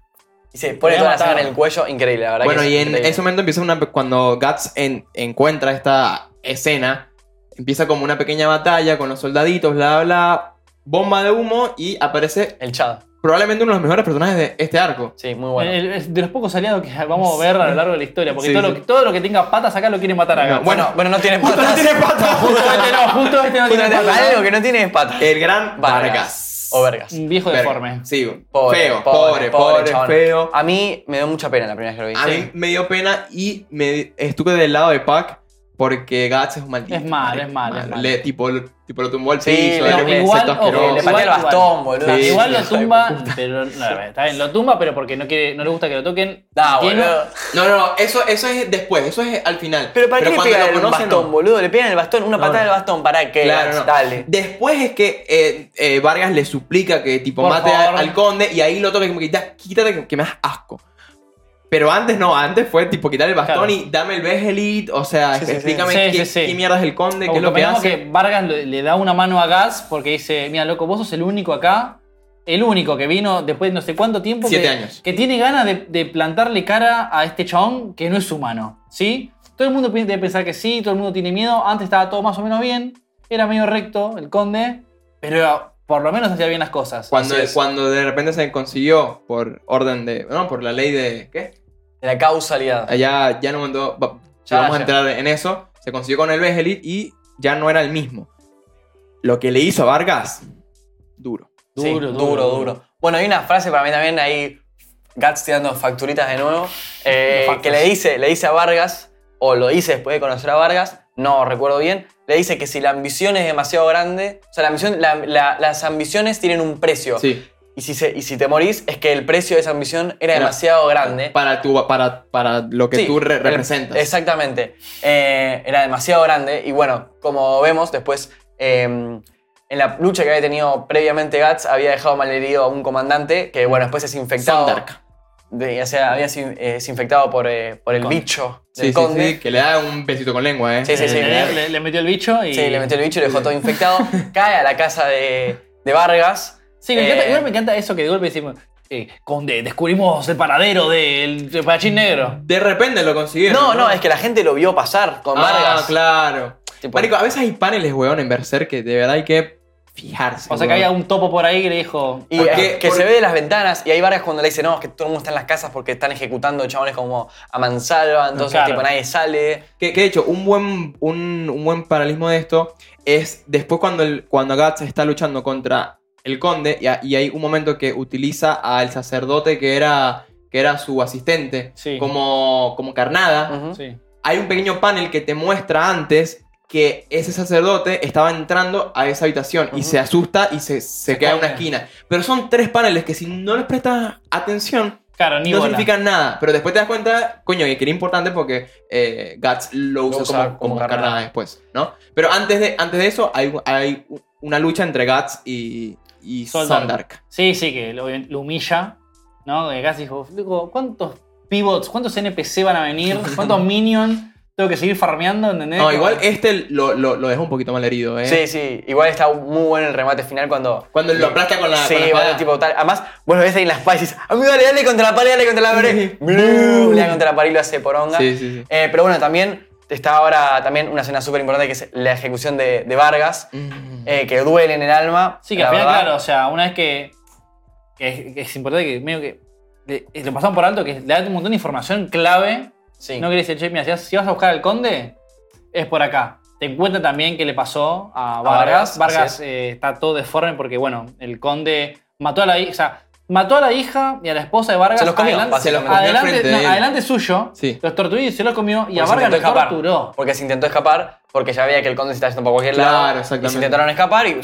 [SPEAKER 3] y se pone
[SPEAKER 2] Te
[SPEAKER 3] toda
[SPEAKER 2] voy a
[SPEAKER 3] la sangre en
[SPEAKER 2] matar.
[SPEAKER 3] el cuello, increíble, la verdad.
[SPEAKER 1] Bueno,
[SPEAKER 3] que es
[SPEAKER 1] y en
[SPEAKER 3] increíble.
[SPEAKER 1] ese momento empieza una. pe- Cuando Guts en- encuentra esta escena, empieza como una pequeña batalla con los soldaditos, bla, bla, bla. Bomba de humo y aparece
[SPEAKER 3] El Chad,
[SPEAKER 1] probablemente uno de los mejores personajes de este arco.
[SPEAKER 3] sí, muy bueno.
[SPEAKER 2] el- el- de los pocos aliados que vamos a ver a lo largo de la historia, porque
[SPEAKER 1] Sí,
[SPEAKER 2] todo,
[SPEAKER 1] sí.
[SPEAKER 2] Lo, que- todo lo que tenga patas acá lo quiere matar a
[SPEAKER 1] No,
[SPEAKER 2] Guts.
[SPEAKER 3] bueno, bueno, no tiene
[SPEAKER 1] ¡Puta,
[SPEAKER 3] patas.
[SPEAKER 1] no tiene patas!
[SPEAKER 2] justo este no, justo este no tiene
[SPEAKER 3] Justamente,
[SPEAKER 2] patas.
[SPEAKER 3] Algo que no tiene es patas. Eh,
[SPEAKER 1] El gran Vargas.
[SPEAKER 3] O Vergas.
[SPEAKER 2] Un viejo
[SPEAKER 1] Verga.
[SPEAKER 2] deforme.
[SPEAKER 1] Sí, feo, pobre, pobre,
[SPEAKER 3] chabón.
[SPEAKER 1] feo.
[SPEAKER 3] A mí me dio mucha pena la primera vez que lo Eh, vi.
[SPEAKER 1] A
[SPEAKER 3] Sí.
[SPEAKER 1] mí me dio pena y me estuve del lado de Pac porque Guts es un maldito.
[SPEAKER 2] Es malo, es malo,
[SPEAKER 1] marico,
[SPEAKER 2] es malo.
[SPEAKER 1] Le, tipo, lo- tipo, lo tumbó al
[SPEAKER 3] Sí,
[SPEAKER 1] piso,
[SPEAKER 3] le-
[SPEAKER 1] era un insecto
[SPEAKER 3] le-
[SPEAKER 2] igual, ojo,
[SPEAKER 1] asqueroso.
[SPEAKER 3] Le patea el
[SPEAKER 2] Igual,
[SPEAKER 3] bastón, boludo.
[SPEAKER 1] Sí,
[SPEAKER 2] Igual lo
[SPEAKER 3] Hijo de
[SPEAKER 2] tumba, pero no, está bien, lo tumba, pero porque no quiere, no le gusta que lo toquen.
[SPEAKER 3] Nah,
[SPEAKER 2] Tiene-
[SPEAKER 3] boludo.
[SPEAKER 1] No, no, no, eso, eso es después, eso es al final.
[SPEAKER 3] Pero ¿para qué le
[SPEAKER 1] cuando
[SPEAKER 3] pegan
[SPEAKER 1] lo
[SPEAKER 3] el
[SPEAKER 1] conocen,
[SPEAKER 3] bastón,
[SPEAKER 1] no.
[SPEAKER 3] boludo? Le pegan el bastón, una
[SPEAKER 1] No,
[SPEAKER 3] patada
[SPEAKER 1] no.
[SPEAKER 3] del bastón. ¿Para qué?
[SPEAKER 1] Claro, no.
[SPEAKER 3] Dale.
[SPEAKER 1] Después es que eh, eh, Vargas le suplica que tipo
[SPEAKER 2] Por
[SPEAKER 1] mate a-
[SPEAKER 2] favor.
[SPEAKER 1] al conde y ahí lo toca como que ya quítate que, que me das asco. Pero antes no, antes fue tipo quitar el bastón
[SPEAKER 2] Claro.
[SPEAKER 1] y dame el Bejelit, o sea,
[SPEAKER 3] Sí, sí, sí.
[SPEAKER 1] explícame
[SPEAKER 2] Sí,
[SPEAKER 1] qué,
[SPEAKER 2] sí, sí.
[SPEAKER 1] qué mierda es el conde, qué es lo que
[SPEAKER 2] Convengamos
[SPEAKER 1] hace.
[SPEAKER 2] que Vargas le, le da una mano a Gas porque dice, mira, loco, vos sos el único acá, el único que vino después de no sé cuánto tiempo,
[SPEAKER 1] Siete
[SPEAKER 2] que,
[SPEAKER 1] años.
[SPEAKER 2] que tiene ganas de, de plantarle cara a este chabón que no es humano, ¿sí? Todo el mundo pi- debe pensar que sí, todo el mundo tiene miedo, antes estaba todo más o menos bien, era medio recto el conde, pero era- por lo menos hacía bien las cosas.
[SPEAKER 1] Cuando,
[SPEAKER 3] Así es.
[SPEAKER 1] cuando de repente se consiguió por orden de. No, por la ley de. ¿Qué?
[SPEAKER 3] De la causalidad.
[SPEAKER 1] Allá ya no mandó. va-
[SPEAKER 3] Ya,
[SPEAKER 1] vamos a
[SPEAKER 3] ya.
[SPEAKER 1] entrar en eso. Se consiguió con el Bejelit y ya no era el mismo. Lo que le hizo a Vargas, duro.
[SPEAKER 3] Sí,
[SPEAKER 2] Duro, duro,
[SPEAKER 3] duro,
[SPEAKER 2] duro.
[SPEAKER 3] Bueno, hay una frase para mí también ahí, Gats tirando facturitas de nuevo, eh,
[SPEAKER 2] Los factos.
[SPEAKER 3] que le dice, le dice a Vargas, o lo dice después de conocer a Vargas, no recuerdo bien, le dice que si la ambición es demasiado grande, o sea, la ambición, la- la- las ambiciones tienen un precio.
[SPEAKER 1] Sí.
[SPEAKER 3] Y, si se- y si te morís, es que el precio de esa ambición era
[SPEAKER 1] Era-
[SPEAKER 3] demasiado grande.
[SPEAKER 1] Para, tu, para, para lo que
[SPEAKER 3] Sí,
[SPEAKER 1] tú re-
[SPEAKER 3] el-
[SPEAKER 1] representas.
[SPEAKER 3] Exactamente. Eh, era demasiado grande. Y bueno, como vemos, después eh, en la lucha que había tenido previamente Guts, había dejado malherido a un comandante que, bueno, después es infectado.
[SPEAKER 1] Sondark.
[SPEAKER 3] de- ya sea, había sido eh, es infectado por, eh, por el bicho del
[SPEAKER 1] Sí, sí,
[SPEAKER 3] conde.
[SPEAKER 1] sí, que le da un besito con lengua, ¿eh?
[SPEAKER 3] Sí, sí, sí.
[SPEAKER 2] Le, le- le metió el bicho y.
[SPEAKER 3] Sí, le metió el bicho y lo dejó todo infectado. Cae a la casa de, de Vargas.
[SPEAKER 2] Sí, me encanta,
[SPEAKER 3] Eh,
[SPEAKER 2] igual me encanta eso que de golpe decimos. eh, conde, descubrimos el paradero del del Pachín Negro.
[SPEAKER 3] Mm,
[SPEAKER 1] De repente lo consiguieron.
[SPEAKER 3] No, no, es que la gente lo vio pasar con
[SPEAKER 1] Ah,
[SPEAKER 3] Vargas.
[SPEAKER 1] claro.
[SPEAKER 3] Tipo-
[SPEAKER 1] Marico, a veces hay paneles, weón, en Berserk que de verdad hay que fijarse.
[SPEAKER 2] O sea que
[SPEAKER 1] weón.
[SPEAKER 2] había un topo por ahí que le dijo.
[SPEAKER 3] Y
[SPEAKER 1] ¿Por
[SPEAKER 3] eh,
[SPEAKER 1] qué?
[SPEAKER 3] que
[SPEAKER 1] Por-
[SPEAKER 3] se ve de las ventanas y ahí Vargas cuando le dice, no, es que todo el mundo está en las casas porque están ejecutando chabones como a mansalva, entonces
[SPEAKER 2] Claro.
[SPEAKER 3] tipo nadie sale.
[SPEAKER 1] Que, que de hecho, un buen, un, un buen paralelismo de esto es después cuando, el, cuando Guts está luchando contra el conde y, a- y hay un momento que utiliza al sacerdote que era, que era su asistente
[SPEAKER 2] Sí.
[SPEAKER 1] como, como carnada.
[SPEAKER 3] Ujú.
[SPEAKER 2] Sí.
[SPEAKER 1] Hay un pequeño panel que te muestra antes que ese sacerdote estaba entrando a esa habitación y
[SPEAKER 3] Ujú.
[SPEAKER 1] se asusta y se, se queda en una
[SPEAKER 2] esconde.
[SPEAKER 1] esquina. Pero son tres paneles que si no les prestas atención,
[SPEAKER 2] Claro, ni
[SPEAKER 1] no
[SPEAKER 2] bola.
[SPEAKER 1] significan nada, pero después te das cuenta, coño, que era importante porque eh, Guts lo usa,
[SPEAKER 3] usa
[SPEAKER 1] como, como
[SPEAKER 3] como
[SPEAKER 1] carnada
[SPEAKER 3] carnada.
[SPEAKER 1] después, ¿no? Pero antes de, antes de eso hay, hay una lucha entre Guts y, y
[SPEAKER 2] Soldark.
[SPEAKER 1] Sondark.
[SPEAKER 3] Eh,
[SPEAKER 2] Sí, sí, que lo, lo humilla, ¿no? Que casi dijo, "Loco, ¿cuántos pivots, cuántos NPC van a venir? ¿Cuántos minions tengo que seguir farmeando? ¿Entendés?
[SPEAKER 1] No, igual este lo, lo, lo deja un poquito mal herido, ¿eh?
[SPEAKER 3] Sí, sí, igual está muy bueno el remate final cuando...
[SPEAKER 1] Cuando lo aplasta con la. con
[SPEAKER 3] Sí,
[SPEAKER 1] la
[SPEAKER 3] bueno,
[SPEAKER 1] espada.
[SPEAKER 3] tipo tal. Además, bueno, ves ahí en las paredes y dices, amigo, dale, dale contra la pared, dale contra la pared.
[SPEAKER 1] Sí.
[SPEAKER 3] Blue, Le da contra la pared y lo hace poronga.
[SPEAKER 1] Sí, sí, sí.
[SPEAKER 3] Eh, pero bueno, también está ahora también una escena súper importante que es la ejecución de, de Vargas,
[SPEAKER 1] Mm.
[SPEAKER 3] eh, que duele en el alma.
[SPEAKER 2] Sí, que
[SPEAKER 3] la
[SPEAKER 2] al final,
[SPEAKER 3] verdad.
[SPEAKER 2] claro, o sea, una vez que, que es, que es importante que medio que le- eh, lo pasaron por alto, que le da un montón de información clave.
[SPEAKER 3] Sí.
[SPEAKER 2] No que le dice, che, mira, si vas, si vas a buscar al conde, es por acá. Te encuentra también qué le pasó a Vargas.
[SPEAKER 3] Vargas,
[SPEAKER 2] Vargas,
[SPEAKER 3] así
[SPEAKER 2] eh, está todo deforme porque, bueno, el conde mató a la hija, o sea, mató a la hija y a la esposa de Vargas.
[SPEAKER 3] Se los comió,
[SPEAKER 2] adelante,
[SPEAKER 3] se los
[SPEAKER 1] comió
[SPEAKER 2] adelante,
[SPEAKER 1] frente
[SPEAKER 2] no,
[SPEAKER 1] a él.
[SPEAKER 2] adelante suyo,
[SPEAKER 1] Sí.
[SPEAKER 2] los torturó y se los comió y
[SPEAKER 3] Porque
[SPEAKER 2] a
[SPEAKER 3] se
[SPEAKER 2] Vargas
[SPEAKER 3] intentó
[SPEAKER 2] lo
[SPEAKER 3] escapar.
[SPEAKER 2] torturó.
[SPEAKER 3] Porque se intentó escapar, porque ya veía que el conde se estaba yendo para cualquier
[SPEAKER 1] Claro,
[SPEAKER 3] lado. Y
[SPEAKER 1] exactamente.
[SPEAKER 3] se intentaron escapar y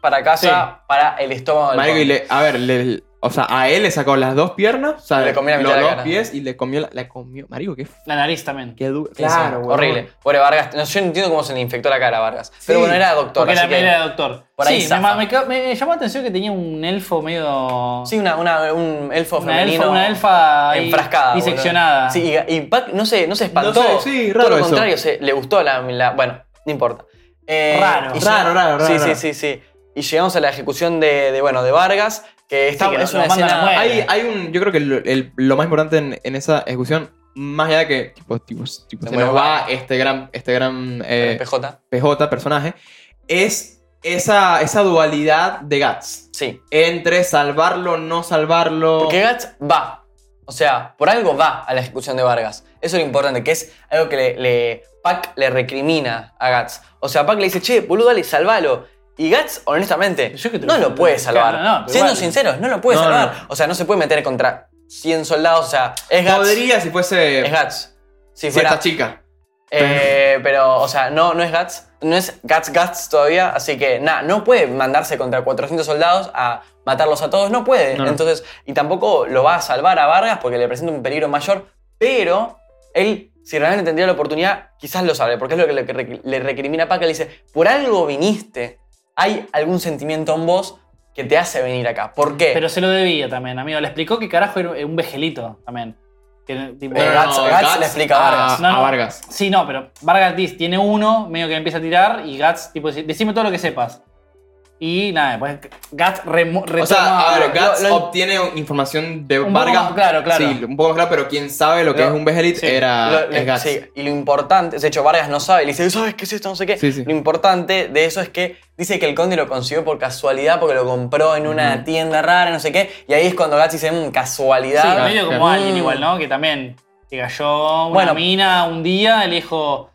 [SPEAKER 3] para casa, para el estómago del
[SPEAKER 1] Marico, y
[SPEAKER 3] conde.
[SPEAKER 1] le- a ver, le- o sea, a él le sacó las dos piernas, o sea,
[SPEAKER 3] Le comió la mitad
[SPEAKER 1] los
[SPEAKER 3] de la
[SPEAKER 1] dos
[SPEAKER 3] cara.
[SPEAKER 1] pies y le comió, la, la comió. Marico, qué, f-
[SPEAKER 2] La nariz también.
[SPEAKER 1] qué duro.
[SPEAKER 3] Sí, sí,
[SPEAKER 1] weón.
[SPEAKER 3] horrible. Pobre Vargas. No, yo no entiendo cómo se le infectó la cara a Vargas.
[SPEAKER 1] Sí,
[SPEAKER 3] Pero bueno, era doctor.
[SPEAKER 2] Porque
[SPEAKER 3] así
[SPEAKER 2] era,
[SPEAKER 3] que-
[SPEAKER 2] era doctor.
[SPEAKER 3] por ahí
[SPEAKER 2] sí, me,
[SPEAKER 3] zafa.
[SPEAKER 2] me ca- me llamó la atención que tenía un elfo medio.
[SPEAKER 3] Sí, una, una- un elfo
[SPEAKER 2] una
[SPEAKER 3] femenino.
[SPEAKER 2] elfa, una elfa ahí
[SPEAKER 3] enfrascada. boludo.
[SPEAKER 2] Diseccionada.
[SPEAKER 3] Sí, y, y Pac no se, no se espantó.
[SPEAKER 1] No sé, sí,
[SPEAKER 3] Todo
[SPEAKER 1] raro
[SPEAKER 3] lo
[SPEAKER 1] eso.
[SPEAKER 3] contrario, se- le gustó la, la- Bueno, no importa. Eh,
[SPEAKER 2] Raro.
[SPEAKER 3] y
[SPEAKER 1] Raro,
[SPEAKER 3] lleg-
[SPEAKER 1] raro, raro,
[SPEAKER 3] Sí,
[SPEAKER 1] raro.
[SPEAKER 3] sí, sí, sí. Y llegamos a la ejecución de, de, bueno, de Vargas, que, está,
[SPEAKER 2] que
[SPEAKER 3] es
[SPEAKER 2] lo-
[SPEAKER 3] una
[SPEAKER 2] lo mandan a
[SPEAKER 3] escena...
[SPEAKER 2] muerte.
[SPEAKER 1] Hay, hay un, yo creo que lo, el- lo más importante en, en esa ejecución, más allá de que tipo, tipo, tipo, se
[SPEAKER 3] Bueno,
[SPEAKER 1] nos
[SPEAKER 3] va.
[SPEAKER 1] va este gran, este gran eh,
[SPEAKER 3] PJ.
[SPEAKER 1] PJ personaje, es esa, esa dualidad de Guts.
[SPEAKER 3] Sí.
[SPEAKER 1] Entre salvarlo, no salvarlo.
[SPEAKER 3] Porque Gats va. O sea, por algo va a la ejecución de Vargas. Eso es lo importante, que es algo que le, le- Pac le recrimina a Gats. O sea, Pac le dice, che, boludo, dale, salvalo. Y Gats, honestamente,
[SPEAKER 2] Yo que te
[SPEAKER 3] no
[SPEAKER 2] lo-
[SPEAKER 3] lo puede salvar.
[SPEAKER 2] Claro, no, pero
[SPEAKER 3] Siendo
[SPEAKER 2] igual.
[SPEAKER 3] sinceros, no lo puede
[SPEAKER 1] No,
[SPEAKER 3] salvar.
[SPEAKER 1] no.
[SPEAKER 3] O sea, no se puede meter contra 100 soldados. O sea, es Gats.
[SPEAKER 1] Podría si fuese
[SPEAKER 3] Es Gats. Si fuera.
[SPEAKER 1] cierta chica.
[SPEAKER 3] Eh, pero, o sea, no, no es Guts. No es Guts Guts todavía. Así que, nada, no puede mandarse contra 400 soldados a matarlos a todos. No puede.
[SPEAKER 1] No, no.
[SPEAKER 3] Entonces, y tampoco lo va a salvar a Vargas porque le presenta un peligro mayor. Pero él, si realmente tendría la oportunidad, quizás lo sabe. Porque es lo que le, rec- le recrimina a Paca. Le dice, por algo viniste. Hay algún sentimiento en vos que te hace venir acá. ¿Por qué?
[SPEAKER 2] Pero se lo debía también, amigo. Le explicó que carajo era un vejelito también. Que, tipo,
[SPEAKER 3] Pero
[SPEAKER 2] era-
[SPEAKER 3] Guts- Guts le explica a Vargas.
[SPEAKER 1] A,
[SPEAKER 2] No, no.
[SPEAKER 1] Vargas.
[SPEAKER 2] Sí, no, pero Vargas dice, tiene uno, medio que empieza a tirar y Gats, tipo, dice, decime todo lo que sepas. Y nada, pues Gats remo- retoma.
[SPEAKER 1] O sea, a ver,
[SPEAKER 2] lo-
[SPEAKER 1] Guts
[SPEAKER 2] lo-
[SPEAKER 1] obtiene información de
[SPEAKER 2] Un poco
[SPEAKER 1] Vargas.
[SPEAKER 2] más claro, claro.
[SPEAKER 1] Sí, un poco más claro, pero quien sabe lo que
[SPEAKER 3] Lo-
[SPEAKER 1] es un Vegelit
[SPEAKER 2] sí,
[SPEAKER 1] era
[SPEAKER 3] Lo- lo-
[SPEAKER 1] Ah, es Guts.
[SPEAKER 3] sí, y lo importante, de hecho Vargas no sabe, le dice, ¿sabes qué es esto? No sé qué.
[SPEAKER 1] Sí, sí.
[SPEAKER 3] Lo importante de eso es que dice que el conde lo consiguió por casualidad porque lo compró en una tienda rara, no sé qué. Y ahí es cuando Gats dice, "Mm,
[SPEAKER 2] Sí,
[SPEAKER 3] casualidad.
[SPEAKER 2] medio como
[SPEAKER 1] claro.
[SPEAKER 2] alguien igual, ¿no? Que también que cayó una
[SPEAKER 3] Bueno.
[SPEAKER 2] mina un día y le dijo: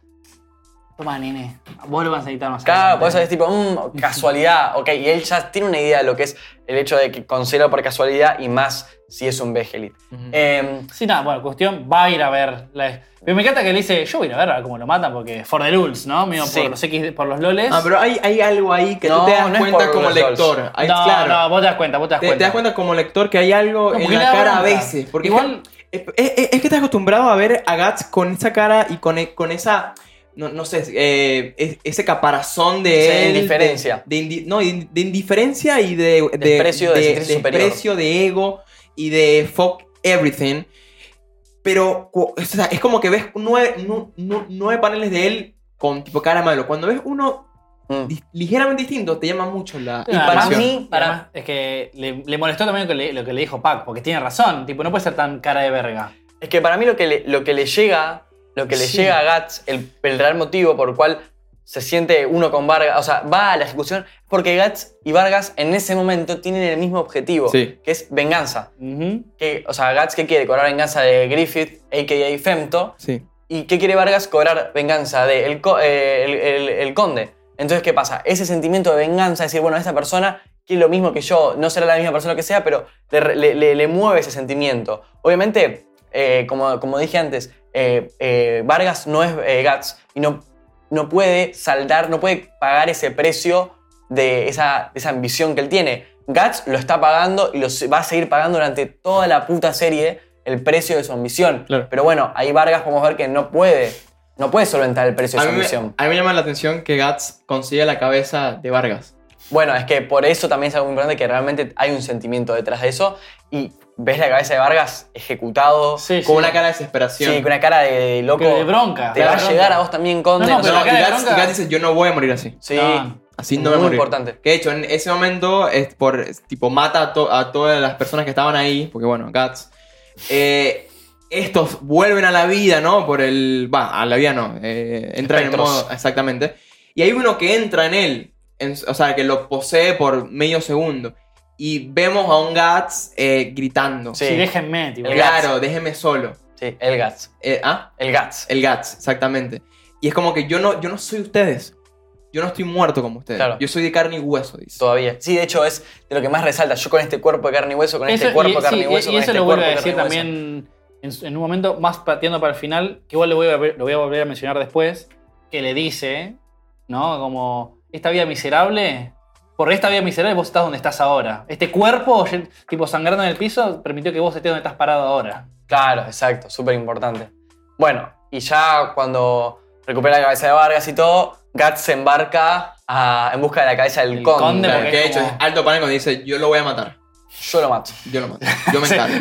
[SPEAKER 2] Toma, nene, vos lo vas a necesitar más.
[SPEAKER 3] Claro,
[SPEAKER 2] adelante".
[SPEAKER 3] por eso es tipo, "Mm, casualidad, ok. Y él ya tiene una idea de lo que es el hecho de que considera por casualidad y más si es un Vegelit. Eh,
[SPEAKER 2] Sí, nada, bueno, cuestión, va a ir a ver. la- Pero me encanta que le dice: Yo voy a ir a ver cómo lo matan porque for the rules, ¿no? Mío,
[SPEAKER 3] Sí.
[SPEAKER 2] por, los X, por los loles.
[SPEAKER 1] Ah, pero hay, hay algo ahí que
[SPEAKER 3] No,
[SPEAKER 1] tú te das
[SPEAKER 3] no es
[SPEAKER 1] cuenta
[SPEAKER 3] por
[SPEAKER 1] como
[SPEAKER 3] los dolls.
[SPEAKER 1] lector. Ahí,
[SPEAKER 2] no,
[SPEAKER 1] claro.
[SPEAKER 2] no, vos te das cuenta, vos te das
[SPEAKER 1] Te,
[SPEAKER 2] cuenta.
[SPEAKER 1] te das cuenta como lector que hay algo
[SPEAKER 2] No,
[SPEAKER 1] en
[SPEAKER 2] porque
[SPEAKER 1] la
[SPEAKER 2] le da
[SPEAKER 1] cara a
[SPEAKER 2] bronca.
[SPEAKER 1] veces. Porque
[SPEAKER 2] Igual-
[SPEAKER 1] es, que- es- es- es que estás acostumbrado a ver a Guts con esa cara y con, e- con esa. No, no sé, eh, es- ese caparazón de
[SPEAKER 3] Sí,
[SPEAKER 1] él, de-
[SPEAKER 3] indiferencia.
[SPEAKER 1] De, indi- no, in- de indiferencia y de. de
[SPEAKER 3] Desprecio de sentirse superior.
[SPEAKER 1] desprecio, de ego y de fuck everything. Pero cu- o sea, es como que ves nueve, nu- nu- nueve paneles de él con tipo cara malo. Cuando ves uno
[SPEAKER 3] Mm.
[SPEAKER 1] di- ligeramente distinto, te llama mucho la
[SPEAKER 2] Y para
[SPEAKER 1] atención.
[SPEAKER 3] mí-
[SPEAKER 2] Y además, es que le, le molestó también lo que le, lo que le dijo Pac, porque tiene razón. Tipo, no puede ser tan cara de verga.
[SPEAKER 3] Es que para mí lo que le, lo que le llega, lo que le
[SPEAKER 1] Sí.
[SPEAKER 3] llega a Guts, el, el real motivo por el cual se siente uno con Vargas, o sea, va a la ejecución, es porque Guts y Vargas en ese momento tienen el mismo objetivo,
[SPEAKER 1] Sí.
[SPEAKER 3] que es venganza.
[SPEAKER 2] Ujú.
[SPEAKER 3] Que, o sea, Guts que quiere cobrar venganza de Griffith, a.k.a. Femto,
[SPEAKER 1] Sí.
[SPEAKER 3] y que quiere Vargas cobrar venganza de el, co- eh, el- el- el conde. Entonces, ¿qué pasa? Ese sentimiento de venganza, decir, bueno, esta persona quiere lo mismo que yo, no será la misma persona que sea, pero le, re- le- le- le mueve ese sentimiento. Obviamente, eh, como, como dije antes, eh, eh, Vargas no es eh, Guts y no, no puede saldar, no puede pagar ese precio de esa, de esa ambición que él tiene. Guts lo está pagando y lo se- va a seguir pagando durante toda la puta serie el precio de su ambición.
[SPEAKER 1] Claro.
[SPEAKER 3] Pero bueno, ahí Vargas podemos ver que no puede, no puede solventar el precio de
[SPEAKER 1] A
[SPEAKER 3] su
[SPEAKER 1] mí, me,
[SPEAKER 3] ambición.
[SPEAKER 1] a mí me llama la atención que Guts consigue la cabeza de Vargas.
[SPEAKER 3] Bueno, es que por eso también es algo muy importante que realmente hay un sentimiento detrás de eso y ves la cabeza de Vargas ejecutado
[SPEAKER 2] Sí,
[SPEAKER 1] Con
[SPEAKER 2] sí.
[SPEAKER 1] una cara de desesperación.
[SPEAKER 3] sí, con una cara de, de loco.
[SPEAKER 2] Pero de bronca.
[SPEAKER 3] Te
[SPEAKER 2] de
[SPEAKER 3] va a
[SPEAKER 2] bronca.
[SPEAKER 3] llegar a vos también, Conde.
[SPEAKER 2] No,
[SPEAKER 1] No,
[SPEAKER 3] sé
[SPEAKER 2] pero
[SPEAKER 1] y
[SPEAKER 2] la cara de
[SPEAKER 1] Guts,
[SPEAKER 2] bronca-
[SPEAKER 1] y Guts dice, yo no voy a morir así.
[SPEAKER 3] Sí.
[SPEAKER 2] No.
[SPEAKER 1] Así no me
[SPEAKER 3] Muy
[SPEAKER 1] moriré".
[SPEAKER 3] importante.
[SPEAKER 1] Que de hecho, en ese momento, es por, tipo, mata a, to- a todas las personas que estaban ahí, porque bueno, Guts. Eh, estos vuelven a la vida, ¿no? Por el. Va, a la vida no. eh, entran
[SPEAKER 3] Espectros.
[SPEAKER 1] en modo. Exactamente. Y hay uno que entra en él, en- o sea, que lo posee por medio segundo. Y vemos a un Guts eh, gritando.
[SPEAKER 3] Sí.
[SPEAKER 2] Sí, déjenme, tipo.
[SPEAKER 3] El
[SPEAKER 1] Claro, déjeme solo.
[SPEAKER 3] Sí, el Guts.
[SPEAKER 1] Eh, ¿Ah?
[SPEAKER 3] El Guts.
[SPEAKER 1] El Guts, exactamente. Y es como que yo no, yo no soy ustedes. Yo no estoy muerto como ustedes.
[SPEAKER 3] Claro.
[SPEAKER 1] Yo soy de carne y hueso, dice.
[SPEAKER 3] Todavía. Sí, de hecho es de lo que más resalta. Yo con este cuerpo de carne y hueso, con
[SPEAKER 2] Eso-
[SPEAKER 3] este cuerpo
[SPEAKER 2] y,
[SPEAKER 3] de carne
[SPEAKER 2] sí,
[SPEAKER 3] y hueso,
[SPEAKER 2] y
[SPEAKER 3] con
[SPEAKER 2] eso
[SPEAKER 3] este
[SPEAKER 2] lo vuelvo
[SPEAKER 3] cuerpo
[SPEAKER 2] a
[SPEAKER 3] de
[SPEAKER 2] decir
[SPEAKER 3] carne y hueso.
[SPEAKER 2] también en, su- en un momento más pateando para el final, que igual lo voy, a, ver- lo voy a volver a mencionar después, que le dice, ¿no? Como, esta vida miserable, por esta vida miserable vos estás donde estás ahora. Este cuerpo, oye, tipo sangrando en el piso, permitió que vos estés donde estás parado ahora.
[SPEAKER 3] Claro, exacto, súper importante. Bueno, y ya cuando recupera la cabeza de Vargas y todo, Guts se embarca a- en busca de la cabeza del
[SPEAKER 2] El
[SPEAKER 3] conde.
[SPEAKER 2] conde,
[SPEAKER 1] Claro,
[SPEAKER 2] porque
[SPEAKER 1] que de
[SPEAKER 2] es
[SPEAKER 1] hecho
[SPEAKER 2] como-
[SPEAKER 1] es alto panel cuando dice yo lo voy a matar.
[SPEAKER 3] Yo lo mato.
[SPEAKER 1] Yo lo mato. Yo me encargo.